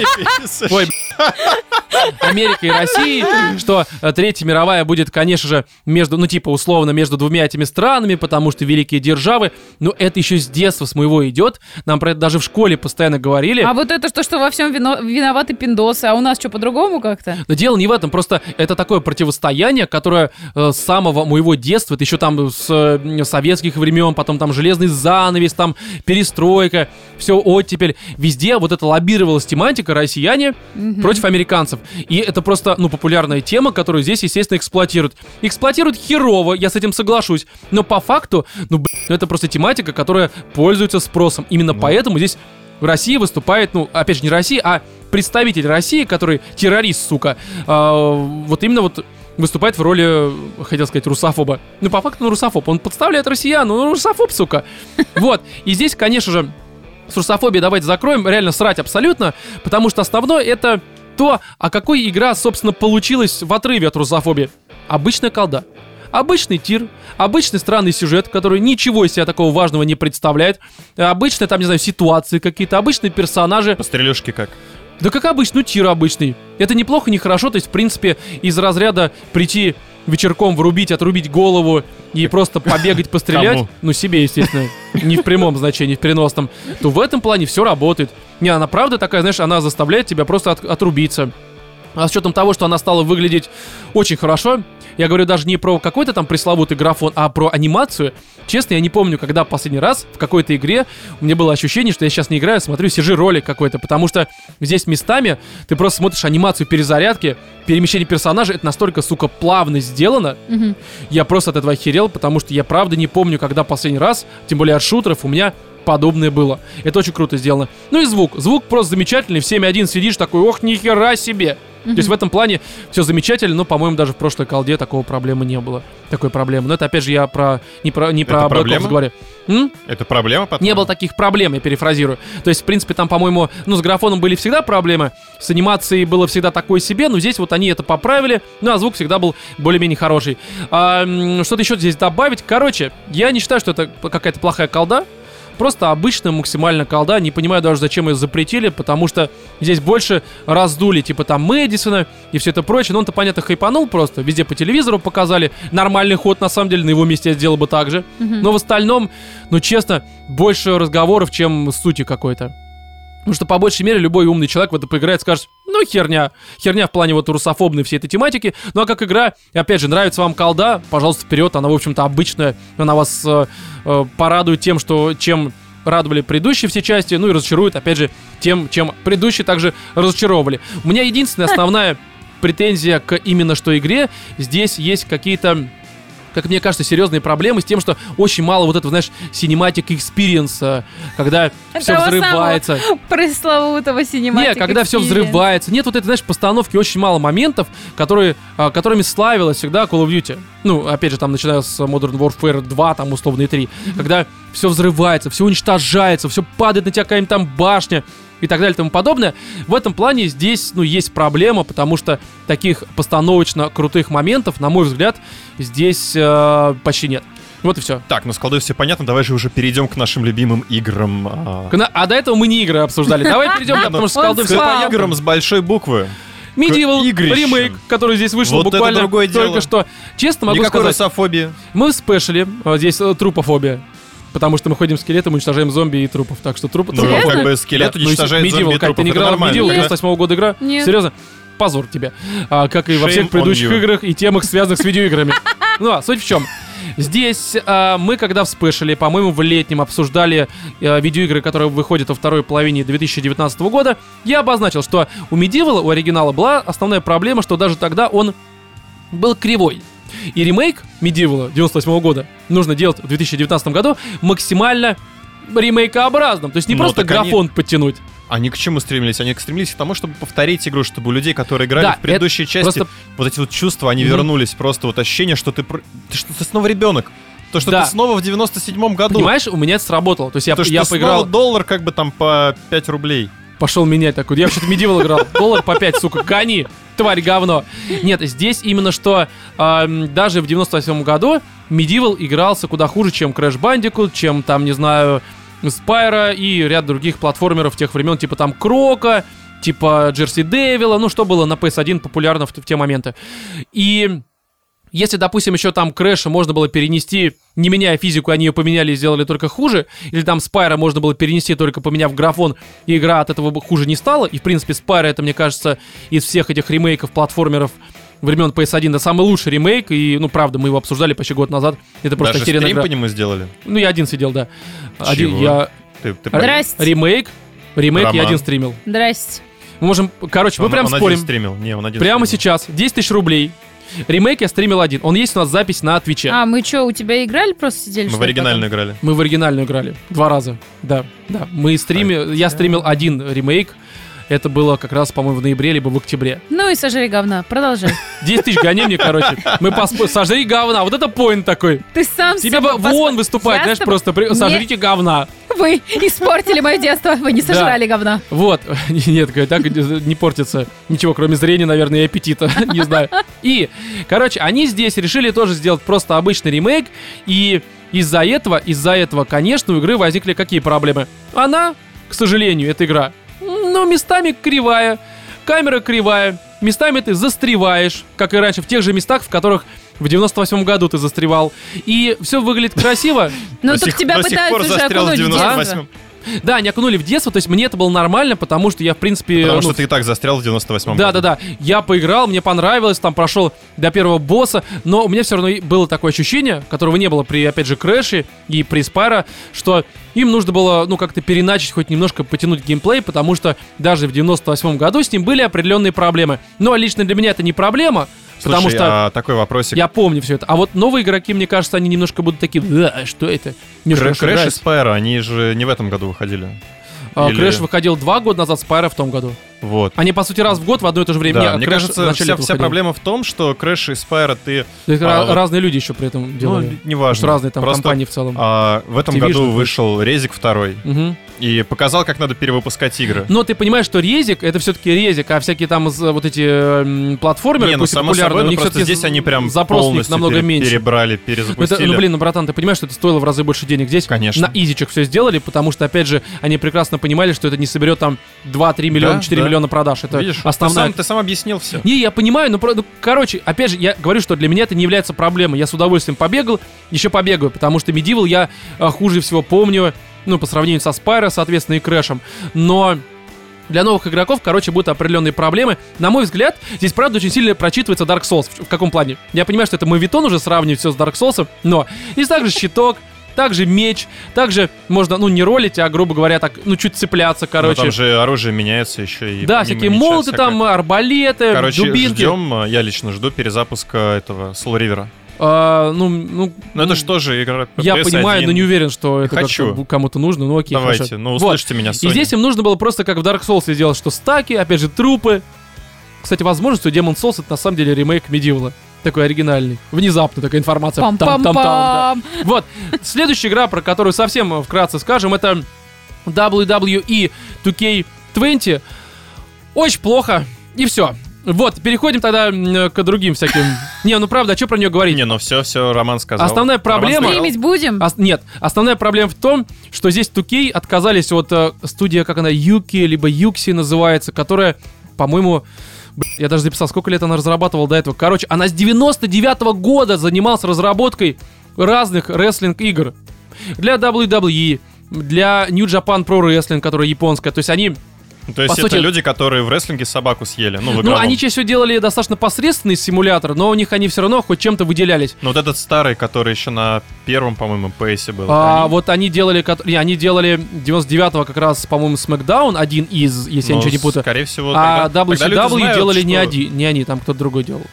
Speaker 1: Ой, б***ь. Америка и Россией, что э, Третья мировая будет, конечно же, между, ну типа условно, между двумя этими странами, потому что великие державы, ну это еще с детства с моего идет, нам про это даже в школе постоянно говорили.
Speaker 3: А вот это то, что во всем вино- виноваты пиндосы, а у нас что, по-другому как-то?
Speaker 1: Но дело не в этом, просто это такое противостояние, которое э, с самого моего детства, это еще там с э, советских времен, потом там железный занавес, там перестройка, все оттепель, везде вот это лоббировалась тематика россияне против американцев. И это просто, ну, популярная тема, которую здесь, естественно, эксплуатируют. Эксплуатируют херово, я с этим соглашусь, но по факту, ну, блин, ну, это просто тематика, которая пользуется спросом. Именно
Speaker 2: Ну.
Speaker 1: поэтому здесь Россия выступает, ну, опять же, не Россия, а представитель России, который террорист, сука, а, вот именно вот выступает в роли, хотел сказать, русофоба. Ну, по факту он русофоб. Он подставляет россиян, он русофоб, сука. Вот. И здесь, конечно же, с русофобией давайте закроем, реально срать абсолютно, потому что основное это то, а какой игра, собственно, получилась в отрыве от русофобии. Обычная колда. Обычный тир, обычный странный сюжет, который ничего из себя такого важного не представляет. Обычные там, не знаю, ситуации какие-то, обычные персонажи.
Speaker 2: По стрелюшке как?
Speaker 1: Да как обычно, ну тир обычный. Это неплохо, не хорошо, то есть, в принципе, из разряда прийти вечерком врубить, отрубить голову и просто побегать, пострелять,
Speaker 2: Кому?
Speaker 1: ну себе, естественно, не в прямом значении, в переносном, то в этом плане все работает. Не, она правда такая, знаешь, она заставляет тебя просто от- отрубиться. А с учетом того, что она стала выглядеть очень хорошо, я говорю даже не про какой-то там пресловутый графон, а про анимацию. Честно, я не помню, когда последний раз в какой-то игре у меня было ощущение, что я сейчас не играю, а смотрю сижи ролик какой-то, потому что здесь местами ты просто смотришь анимацию перезарядки, перемещение персонажа, это настолько, сука, плавно сделано.
Speaker 3: Мгм.
Speaker 1: Я просто от этого охерел, потому что я правда не помню, когда последний раз, тем более от шутеров, у меня подобное было. Это очень круто сделано. Ну и звук. Звук просто замечательный. В 7.1 сидишь такой, ох, нихера себе. То есть в этом плане все замечательно, но, по-моему, даже в прошлой колде такого проблемы не было. Такой проблемы. Но это, опять же, я про не про, не
Speaker 2: Это
Speaker 1: про Black Ops
Speaker 2: проблема?
Speaker 1: говорю. М?
Speaker 2: Это проблема потом?
Speaker 1: не было таких проблем, я перефразирую. То есть, в принципе, там, по-моему, ну, с графоном были всегда проблемы, с анимацией было всегда такое себе, но здесь вот они это поправили, ну, а звук всегда был более-менее хороший. А, м, что-то еще здесь добавить? Короче, я не считаю, что это какая-то плохая колда, просто обычная максимально колда, не понимаю даже, зачем ее запретили, потому что здесь больше раздули, типа там Мэдисона и все это прочее, но он-то, понятно, хайпанул просто, везде по телевизору показали, нормальный ход, на самом деле, на его месте я сделал бы так же,
Speaker 3: Мгм.
Speaker 1: ну, но в остальном, ну честно, больше разговоров, чем сути какой-то. Потому что, по большей мере, любой умный человек в это поиграет, скажет, ну, херня. Херня в плане вот русофобной всей этой тематики. Ну, а как игра, и опять же, нравится вам колда, пожалуйста, вперед. Она, в общем-то, обычная. Она вас э, э, порадует тем, что чем радовали предыдущие все части, ну и разочарует, опять же, тем, чем предыдущие также разочаровывали. У меня единственная основная претензия к именно что игре, здесь есть какие-то как мне кажется, серьезные проблемы с тем, что очень мало вот этого, знаешь, cinematic experience, когда все
Speaker 3: Того
Speaker 1: взрывается.
Speaker 3: Пресловутого синематика.
Speaker 1: Не, когда все взрывается. Нет, вот этой, знаешь, постановки очень мало моментов, которые, а, которыми славилась всегда Call of Duty. Ну, опять же, там, начиная с Modern Warfare 2, там, условно, и 3. Когда все взрывается, все уничтожается, все падает на тебя какая-нибудь там башня и так далее и тому подобное. В этом плане здесь, ну, есть проблема, потому что таких постановочно крутых моментов, на мой взгляд, здесь э, почти нет. Вот и все.
Speaker 2: Так, ну с колдой все понятно, давай же уже перейдем к нашим любимым играм. а.
Speaker 1: А до этого мы не игры обсуждали. Давай перейдем, да, потому что с
Speaker 3: Он
Speaker 1: колдой
Speaker 2: К
Speaker 1: все
Speaker 3: спал.
Speaker 1: понятно.
Speaker 2: играм с большой буквы.
Speaker 1: Medieval
Speaker 2: игрищам.
Speaker 1: ремейк, который здесь вышел
Speaker 2: Вот это
Speaker 1: буквально
Speaker 2: другое
Speaker 1: только
Speaker 2: дело.
Speaker 1: что. Честно могу
Speaker 2: Никакой
Speaker 1: сказать,
Speaker 2: русофобии.
Speaker 1: мы в спешили, а, здесь э, трупофобия. Потому что мы ходим скелетом, уничтожаем зомби и трупов. Так что трупы...
Speaker 2: Ну,
Speaker 3: Серьезно?
Speaker 2: как бы скелет
Speaker 1: Да, ну,
Speaker 2: уничтожает
Speaker 1: Medieval,
Speaker 2: зомби и
Speaker 1: как ты
Speaker 2: трупов,
Speaker 1: не
Speaker 2: это
Speaker 1: играл в
Speaker 2: нормально,
Speaker 1: Medieval
Speaker 2: да?
Speaker 1: 98 года игра?
Speaker 3: Нет.
Speaker 1: Серьезно? Позор тебе. А, как и во
Speaker 2: Shame
Speaker 1: всех
Speaker 2: on
Speaker 1: предыдущих
Speaker 2: you.
Speaker 1: играх и темах, связанных с видеоиграми. Ну, а суть в чем? Здесь а, мы, когда в спешле, по-моему, в летнем обсуждали э, видеоигры, которые выходят во второй половине 2019 года, я обозначил, что у Medieval, у оригинала, была основная проблема, что даже тогда он был кривой. И ремейк Медивала 98 года нужно делать в 2019 году максимально ремейкообразным. То есть не
Speaker 2: Но
Speaker 1: просто
Speaker 2: Ну, так они-
Speaker 1: графон подтянуть.
Speaker 2: Они к чему стремились? Они к- стремились к тому, чтобы повторить игру, чтобы у людей, которые играли
Speaker 1: Да,
Speaker 2: в предыдущие части,
Speaker 1: просто-
Speaker 2: вот эти вот чувства, они
Speaker 1: Мгм.
Speaker 2: вернулись. Просто вот ощущение, что ты, пр- ты что ты снова ребенок. То, что
Speaker 1: Да.
Speaker 2: ты снова в 97-м году.
Speaker 1: Понимаешь, у меня это сработало. То есть я,
Speaker 2: Ну, То, что
Speaker 1: я
Speaker 2: ты снова
Speaker 1: поиграл,
Speaker 2: доллар как бы там по 5 рублей.
Speaker 1: пошел менять такой. Я вообще-то Medieval играл. Доллар по 5, сука, гони, тварь говно. Нет, здесь именно что эм, даже в 98 году Medieval игрался куда хуже, чем Crash Bandicoot, чем там, не знаю, Спайра и ряд других платформеров тех времен, типа там Крока, типа Джерси Дэвила, ну что было на PS1 популярно в, в те моменты. И если, допустим, еще там Крэша можно было перенести, не меняя физику, они ее поменяли и сделали только хуже, или там Спайра можно было перенести, только поменяв графон, и игра от этого бы хуже не стала, и, в принципе, Спайра, это, мне кажется, из всех этих ремейков платформеров времен PS1, да, самый лучший ремейк, и, ну, правда, мы его обсуждали почти год назад, это просто
Speaker 2: Даже
Speaker 1: потерянная
Speaker 2: стрим
Speaker 1: игра.
Speaker 2: по нему сделали.
Speaker 1: Ну, я один сидел, да. Один,
Speaker 2: Чего?
Speaker 1: я
Speaker 2: Ты, ты
Speaker 1: Р-
Speaker 2: понял?
Speaker 3: Здрасте.
Speaker 1: Ремейк. Ремейк я
Speaker 2: Роман.
Speaker 1: один стримил.
Speaker 3: Здрасте.
Speaker 1: Мы можем. Короче, мы
Speaker 2: Он-
Speaker 1: прям
Speaker 2: он один
Speaker 1: спорим.
Speaker 2: стримил. Не, он один
Speaker 1: Прямо
Speaker 2: стримил.
Speaker 1: сейчас. 10 тысяч рублей. Ремейк я стримил один. Он есть у нас запись на Твиче.
Speaker 3: А, мы что, у тебя играли просто сидели?
Speaker 2: Мы в оригинальную играли.
Speaker 1: Мы в оригинальную играли. Два раза. Да, да. Мы стримили. Я стримил один ремейк. Это было как раз, по-моему, в ноябре, либо в октябре.
Speaker 3: Ну и сожри говна, продолжай.
Speaker 1: 10 тысяч гони мне, короче. Мы поспо... Сожри говна. Вот это поинт такой.
Speaker 3: Ты сам
Speaker 1: Тебе бы
Speaker 3: себя пос-
Speaker 1: вон выступать,
Speaker 3: Я
Speaker 1: знаешь,
Speaker 3: с тобой-
Speaker 1: просто при-
Speaker 3: Не-
Speaker 1: сожрите говна.
Speaker 3: Вы испортили мое детство, вы не
Speaker 1: Да.
Speaker 3: сожрали говна.
Speaker 1: Вот, нет, говорю, так не портится ничего, кроме зрения, наверное, и аппетита, не знаю. И, короче, они здесь решили тоже сделать просто обычный ремейк, и из-за этого, из-за этого, конечно, у игры возникли какие проблемы? Она, к сожалению, эта игра, но местами кривая, камера кривая, местами ты застреваешь, как и раньше, в тех же местах, в которых в 98 году ты застревал. И все выглядит красиво,
Speaker 3: Ну
Speaker 2: До
Speaker 3: так
Speaker 2: сих-
Speaker 3: тебя
Speaker 2: до сих
Speaker 3: пытаются
Speaker 2: пор
Speaker 3: же
Speaker 2: застрял в
Speaker 3: окунуть в
Speaker 2: 98-м.
Speaker 3: детство.
Speaker 1: да, не окунули в детство, то есть мне это было нормально, потому что я, в принципе...
Speaker 2: Потому
Speaker 1: ну,
Speaker 2: что ты и так застрял в 98-м.
Speaker 1: Да, да,
Speaker 2: году.
Speaker 1: да. Я поиграл, мне понравилось, там прошел до первого босса, но у меня все равно и было такое ощущение, которого не было при, опять же, Крэше и при Спара, что им нужно было, ну, как-то переначить, хоть немножко потянуть геймплей, потому что даже в 98 году с ним были определенные проблемы. Но лично для меня это не проблема,
Speaker 2: Слушай,
Speaker 1: потому что...
Speaker 2: а такой вопросик.
Speaker 1: Я помню все это. А вот новые игроки, мне кажется, они немножко будут такие, да, а что это? Не
Speaker 2: Крэ-
Speaker 1: хорошо
Speaker 2: Крэш и
Speaker 1: играется».
Speaker 2: Спайра, они же не в этом году выходили.
Speaker 1: А,
Speaker 2: или-
Speaker 1: Крэш выходил два года назад, Спайра в том году.
Speaker 2: Вот.
Speaker 1: Они, по сути, раз в год в одно и то же время.
Speaker 2: Да,
Speaker 1: Не, а
Speaker 2: мне
Speaker 1: Crash в
Speaker 2: кажется,
Speaker 1: начале
Speaker 2: вся,
Speaker 1: этого
Speaker 2: вся
Speaker 1: выходил.
Speaker 2: проблема в том, что Крэш и Спайра ты...
Speaker 1: То есть
Speaker 2: А,
Speaker 1: ра-
Speaker 2: вот-
Speaker 1: разные люди еще при этом делали.
Speaker 2: Ну,
Speaker 1: Потому
Speaker 2: неважно.
Speaker 1: что разные там
Speaker 2: Просто,
Speaker 1: компании в целом.
Speaker 2: а, в этом
Speaker 1: Activision.
Speaker 2: году вышел Резик второй
Speaker 1: Мгм.
Speaker 2: и показал, как надо перевыпускать игры.
Speaker 1: Но ты понимаешь, что резик это все-таки резик, а всякие там з- вот эти м, платформеры,
Speaker 2: не, ну
Speaker 1: пусть и
Speaker 2: само
Speaker 1: популярные,
Speaker 2: собой,
Speaker 1: у
Speaker 2: ну,
Speaker 1: них
Speaker 2: просто
Speaker 1: все-таки
Speaker 2: здесь они прям
Speaker 1: запрос у них
Speaker 2: полностью
Speaker 1: намного
Speaker 2: пере-
Speaker 1: меньше. Ну,
Speaker 2: перебрали,
Speaker 1: это-
Speaker 2: перезапустили.
Speaker 1: ну, блин, ну, братан, ты понимаешь, что это стоило в разы больше денег. Здесь
Speaker 2: Конечно.
Speaker 1: на изичек все сделали, потому что, опять же, они прекрасно понимали, что это не соберет там 2-3 миллиона,
Speaker 2: Да,
Speaker 1: 4
Speaker 2: да.
Speaker 1: миллиона продаж. Это
Speaker 2: Видишь,
Speaker 1: основная
Speaker 2: ты, сам, ты сам объяснил все.
Speaker 1: Не, я понимаю, но про- ну, короче, опять же, я говорю, что для меня это не является проблемой. Я с удовольствием побегал, еще побегаю, потому что Medieval я а, хуже всего помню, ну, по сравнению со Спайро, соответственно, и Крэшем. Но Для новых игроков, короче, будут определенные проблемы. На мой взгляд, здесь, правда, очень сильно прочитывается Dark Souls. В- В каком плане? Я понимаю, что это мовитон уже сравнивать все с Dark Souls, но здесь также щиток, также меч, также можно, ну, не ролить, а, грубо говоря, так, ну, чуть цепляться, короче.
Speaker 2: Короче, там же оружие меняется еще и
Speaker 1: да,
Speaker 2: помимо
Speaker 1: всякие
Speaker 2: меча
Speaker 1: молоты
Speaker 2: всякое.
Speaker 1: там, арбалеты,
Speaker 2: Короче,
Speaker 1: дубинки.
Speaker 2: ждем, э, я лично жду перезапуска этого Soul River.
Speaker 1: А, ну, ну,
Speaker 2: Ну это что же игра
Speaker 1: Я
Speaker 2: PS1.
Speaker 1: понимаю, но не уверен, что это
Speaker 2: Хочу.
Speaker 1: как-то кому-то нужно. Ну окей,
Speaker 2: Давайте,
Speaker 1: хорошо.
Speaker 2: ну
Speaker 1: Вот.
Speaker 2: услышьте меня,
Speaker 1: И
Speaker 2: Sony.
Speaker 1: здесь им нужно было просто как в Dark Souls сделать, что стаки, опять же, трупы. Кстати, возможно, что Demon Souls это на самом деле ремейк Медивала. Такой оригинальный. Внезапно такая информация. Там-там-там, да.
Speaker 3: Пам-пам-пам.
Speaker 1: Вот. Следующая игра, про которую совсем э, вкратце скажем, это E WWE 2K20. Очень плохо. И все. Вот, переходим тогда м, к другим всяким. Не, ну правда, а что про нее говорить?
Speaker 2: Не, ну все, все, Роман сказал.
Speaker 1: Основная проблема-
Speaker 2: Роман сказал.
Speaker 3: Стримить будем?
Speaker 1: Ос- нет, основная проблема в том, что здесь 2K отказались от э, студия, как она, Юки, либо Юкси называется, которая, по-моему, б- я даже записал, сколько лет она разрабатывала до этого. Короче, она с 99 года занималась разработкой разных рестлинг-игр. Для WWE, для New Japan Pro Wrestling, которая японская. То есть они
Speaker 2: То
Speaker 1: по
Speaker 2: есть это
Speaker 1: сути-
Speaker 2: люди, которые в рестлинге собаку съели. Ну, в
Speaker 1: ну,
Speaker 2: игровом.
Speaker 1: они чаще всего делали достаточно посредственный симулятор, но у них они все равно хоть чем-то выделялись.
Speaker 2: Ну, вот этот старый, который еще на первом, по-моему, пейсе был.
Speaker 1: А, вот они делали, кот- не, они делали 99-го как раз, по-моему, SmackDown, один из, если я
Speaker 2: Ну,
Speaker 1: ничего не путаю.
Speaker 2: Скорее всего,
Speaker 1: А
Speaker 2: тогда- тогда люди
Speaker 1: WCW
Speaker 2: знают,
Speaker 1: делали не
Speaker 2: что-
Speaker 1: один, не они, там кто-то другой делал.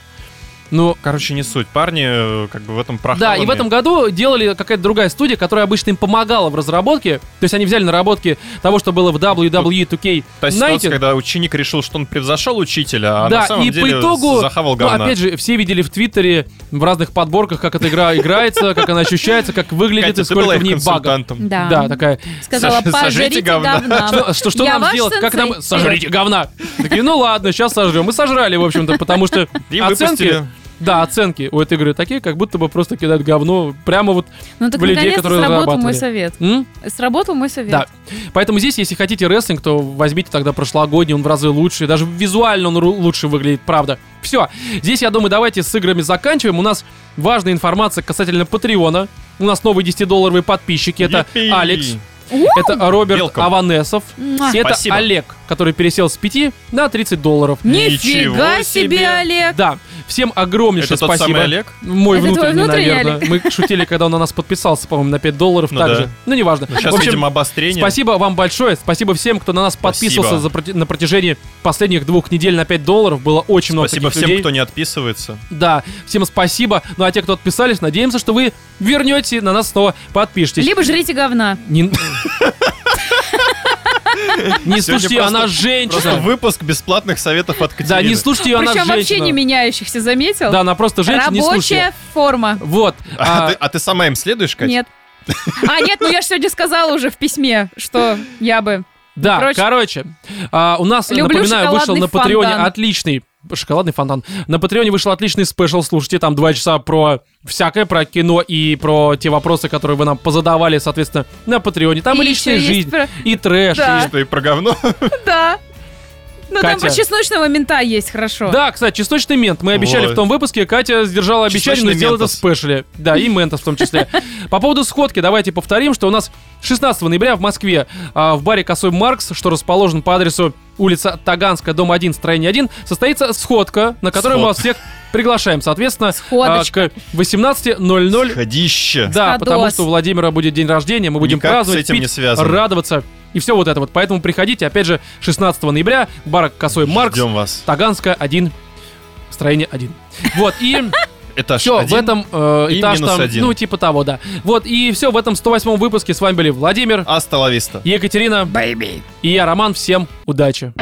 Speaker 1: Ну,
Speaker 2: Короче, не суть. Парни э, как бы в этом
Speaker 1: да,
Speaker 2: прохаванные.
Speaker 1: и в этом году делали какая-то другая студия, которая обычно им помогала в разработке. То есть они взяли наработки того, что было в E WWE
Speaker 2: Ну,
Speaker 1: 2K.
Speaker 2: Та ситуация,
Speaker 1: United.
Speaker 2: когда ученик решил, что он превзошел учителя, а
Speaker 1: да,
Speaker 2: на самом
Speaker 1: и
Speaker 2: деле
Speaker 1: по итогу,
Speaker 2: захавал
Speaker 1: ну,
Speaker 2: говна.
Speaker 1: опять же, все видели в Твиттере, в разных подборках, как эта игра играется, как она ощущается, как выглядит
Speaker 2: Катя,
Speaker 1: и
Speaker 2: ты была
Speaker 1: сколько в
Speaker 2: их
Speaker 1: ней багов.
Speaker 2: консультантом.
Speaker 3: Да.
Speaker 1: Да, такая,
Speaker 3: Сказала,
Speaker 2: Сож- сожрите
Speaker 3: пожрите
Speaker 2: говна».
Speaker 1: Что,
Speaker 3: говна.
Speaker 1: что, что
Speaker 3: А Я
Speaker 1: нам
Speaker 3: ваш
Speaker 1: сделать? Как
Speaker 3: сенсей.
Speaker 1: нам... Сожрите говна! Такие, ну ладно, сейчас сожрем. Мы сожрали, в общем-то, потому что
Speaker 2: И
Speaker 1: оценки...
Speaker 2: выпустили.
Speaker 1: Да, оценки у этой игры такие, как будто бы просто кидают говно прямо вот...
Speaker 3: Ну так
Speaker 1: в людей,
Speaker 3: наконец-то
Speaker 1: которые
Speaker 3: сработал
Speaker 1: зарабатывали.
Speaker 3: мой совет.
Speaker 1: м?
Speaker 3: Сработал мой совет.
Speaker 1: Да. Поэтому здесь, если хотите рестлинг, то возьмите тогда прошлогодний, он в разы лучше. Даже визуально он ру- лучше выглядит, правда. Все. Здесь, я думаю, давайте с играми заканчиваем. У нас важная информация касательно Патреона. У нас новые 10-долларовые подписчики. Это
Speaker 2: Епи.
Speaker 1: Алекс, это Роберт
Speaker 2: Welcome.
Speaker 1: Аванесов,
Speaker 3: Муа.
Speaker 1: и это
Speaker 2: Спасибо.
Speaker 1: Олег, который пересел с 5 на 30 долларов.
Speaker 3: Нифига
Speaker 2: Ничего
Speaker 3: себе,
Speaker 2: себе.
Speaker 3: Олег!
Speaker 1: Да, всем огромнейшее
Speaker 2: Это тот
Speaker 1: спасибо.
Speaker 2: самый Олег?
Speaker 1: Мой
Speaker 3: Это твой
Speaker 1: внутренний,
Speaker 3: внутренний
Speaker 1: наверное. Мы шутили, когда он на нас подписался, по-моему, на 5 долларов
Speaker 2: Ну
Speaker 1: также.
Speaker 2: да.
Speaker 1: Ну, неважно.
Speaker 2: Ну, Сейчас,
Speaker 1: В общем,
Speaker 2: видимо, обострение.
Speaker 1: спасибо вам большое. Спасибо всем, кто на нас
Speaker 2: Спасибо.
Speaker 1: подписывался за проти- на протяжении последних двух недель на 5 долларов. Было очень много
Speaker 2: Спасибо
Speaker 1: таких
Speaker 2: всем,
Speaker 1: людей.
Speaker 2: кто не отписывается.
Speaker 1: Да, всем спасибо. Ну, а те, кто отписались, надеемся, что вы вернете на нас снова подпишитесь.
Speaker 3: Либо жрите говна.
Speaker 1: Не... Не слушайте,
Speaker 2: просто-
Speaker 1: она
Speaker 2: Просто
Speaker 1: женщина.
Speaker 2: выпуск бесплатных советов от Катерины.
Speaker 1: Да, не слушайте ее, она
Speaker 3: Причем вообще
Speaker 1: женщина.
Speaker 3: не меняющихся, заметил?
Speaker 1: Да, она просто женщина, не слушайте.
Speaker 3: Рабочая форма.
Speaker 1: Вот.
Speaker 2: А,
Speaker 1: а,
Speaker 2: ты, а ты сама им следуешь, Катя?
Speaker 3: Нет. А, нет, ну я же сегодня сказала уже в письме, что я бы...
Speaker 1: Да,
Speaker 3: Короче.
Speaker 1: короче, а, у нас,
Speaker 3: Люблю
Speaker 1: напоминаю, вышел на
Speaker 3: шоколадный
Speaker 1: Патреоне
Speaker 3: фонтан.
Speaker 1: отличный шоколадный фонтан. На Патреоне вышел отличный спешл. Слушайте, там два часа про всякое, про кино и про те вопросы, которые вы нам позадавали, соответственно, на Патреоне. Там и,
Speaker 3: И
Speaker 1: личная
Speaker 3: еще есть
Speaker 1: жизнь,
Speaker 3: про-
Speaker 1: и трэш.
Speaker 3: Да.
Speaker 1: и-
Speaker 2: Что и про говно.
Speaker 3: Да. Ну там
Speaker 1: Катя.
Speaker 3: про чесночного мента есть, хорошо.
Speaker 1: Да, кстати, чесночный мент. Мы обещали
Speaker 2: Вот.
Speaker 1: в том выпуске, Катя сдержала обещание, но
Speaker 2: Чесночный
Speaker 1: сделала это в
Speaker 2: ментос.
Speaker 1: спешле. Да, и ментос в том числе. По поводу сходки, давайте повторим, что у нас 16 ноября в Москве а, в баре «Косой Маркс», что расположен по адресу улица Таганская, дом 1, строение 1, состоится сходка, на которую мы
Speaker 2: Сход.
Speaker 1: вас всех приглашаем. Соответственно, а,
Speaker 3: Сходочка.
Speaker 1: к 18.00
Speaker 2: Ходище.
Speaker 1: да,
Speaker 3: Сходос.
Speaker 1: потому что у Владимира будет день рождения, мы будем
Speaker 2: Никак с
Speaker 1: праздновать,
Speaker 2: этим не
Speaker 1: пить,
Speaker 2: связано.
Speaker 1: радоваться и все вот это вот. Поэтому приходите, опять же, 16 ноября, бар «Косой Маркс».
Speaker 2: Ждем вас.
Speaker 1: Таганская 1, строение 1. Вот, и
Speaker 2: Этаж
Speaker 1: все, в
Speaker 2: один.
Speaker 1: этом э,
Speaker 2: И
Speaker 1: этаж
Speaker 2: минус
Speaker 1: там,
Speaker 2: один.
Speaker 1: ну, типа того, да. Вот, и все, в этом 108 выпуске с вами были Владимир,
Speaker 2: Асталависта.
Speaker 1: Екатерина
Speaker 3: Baby.
Speaker 1: и я, Роман. Всем удачи!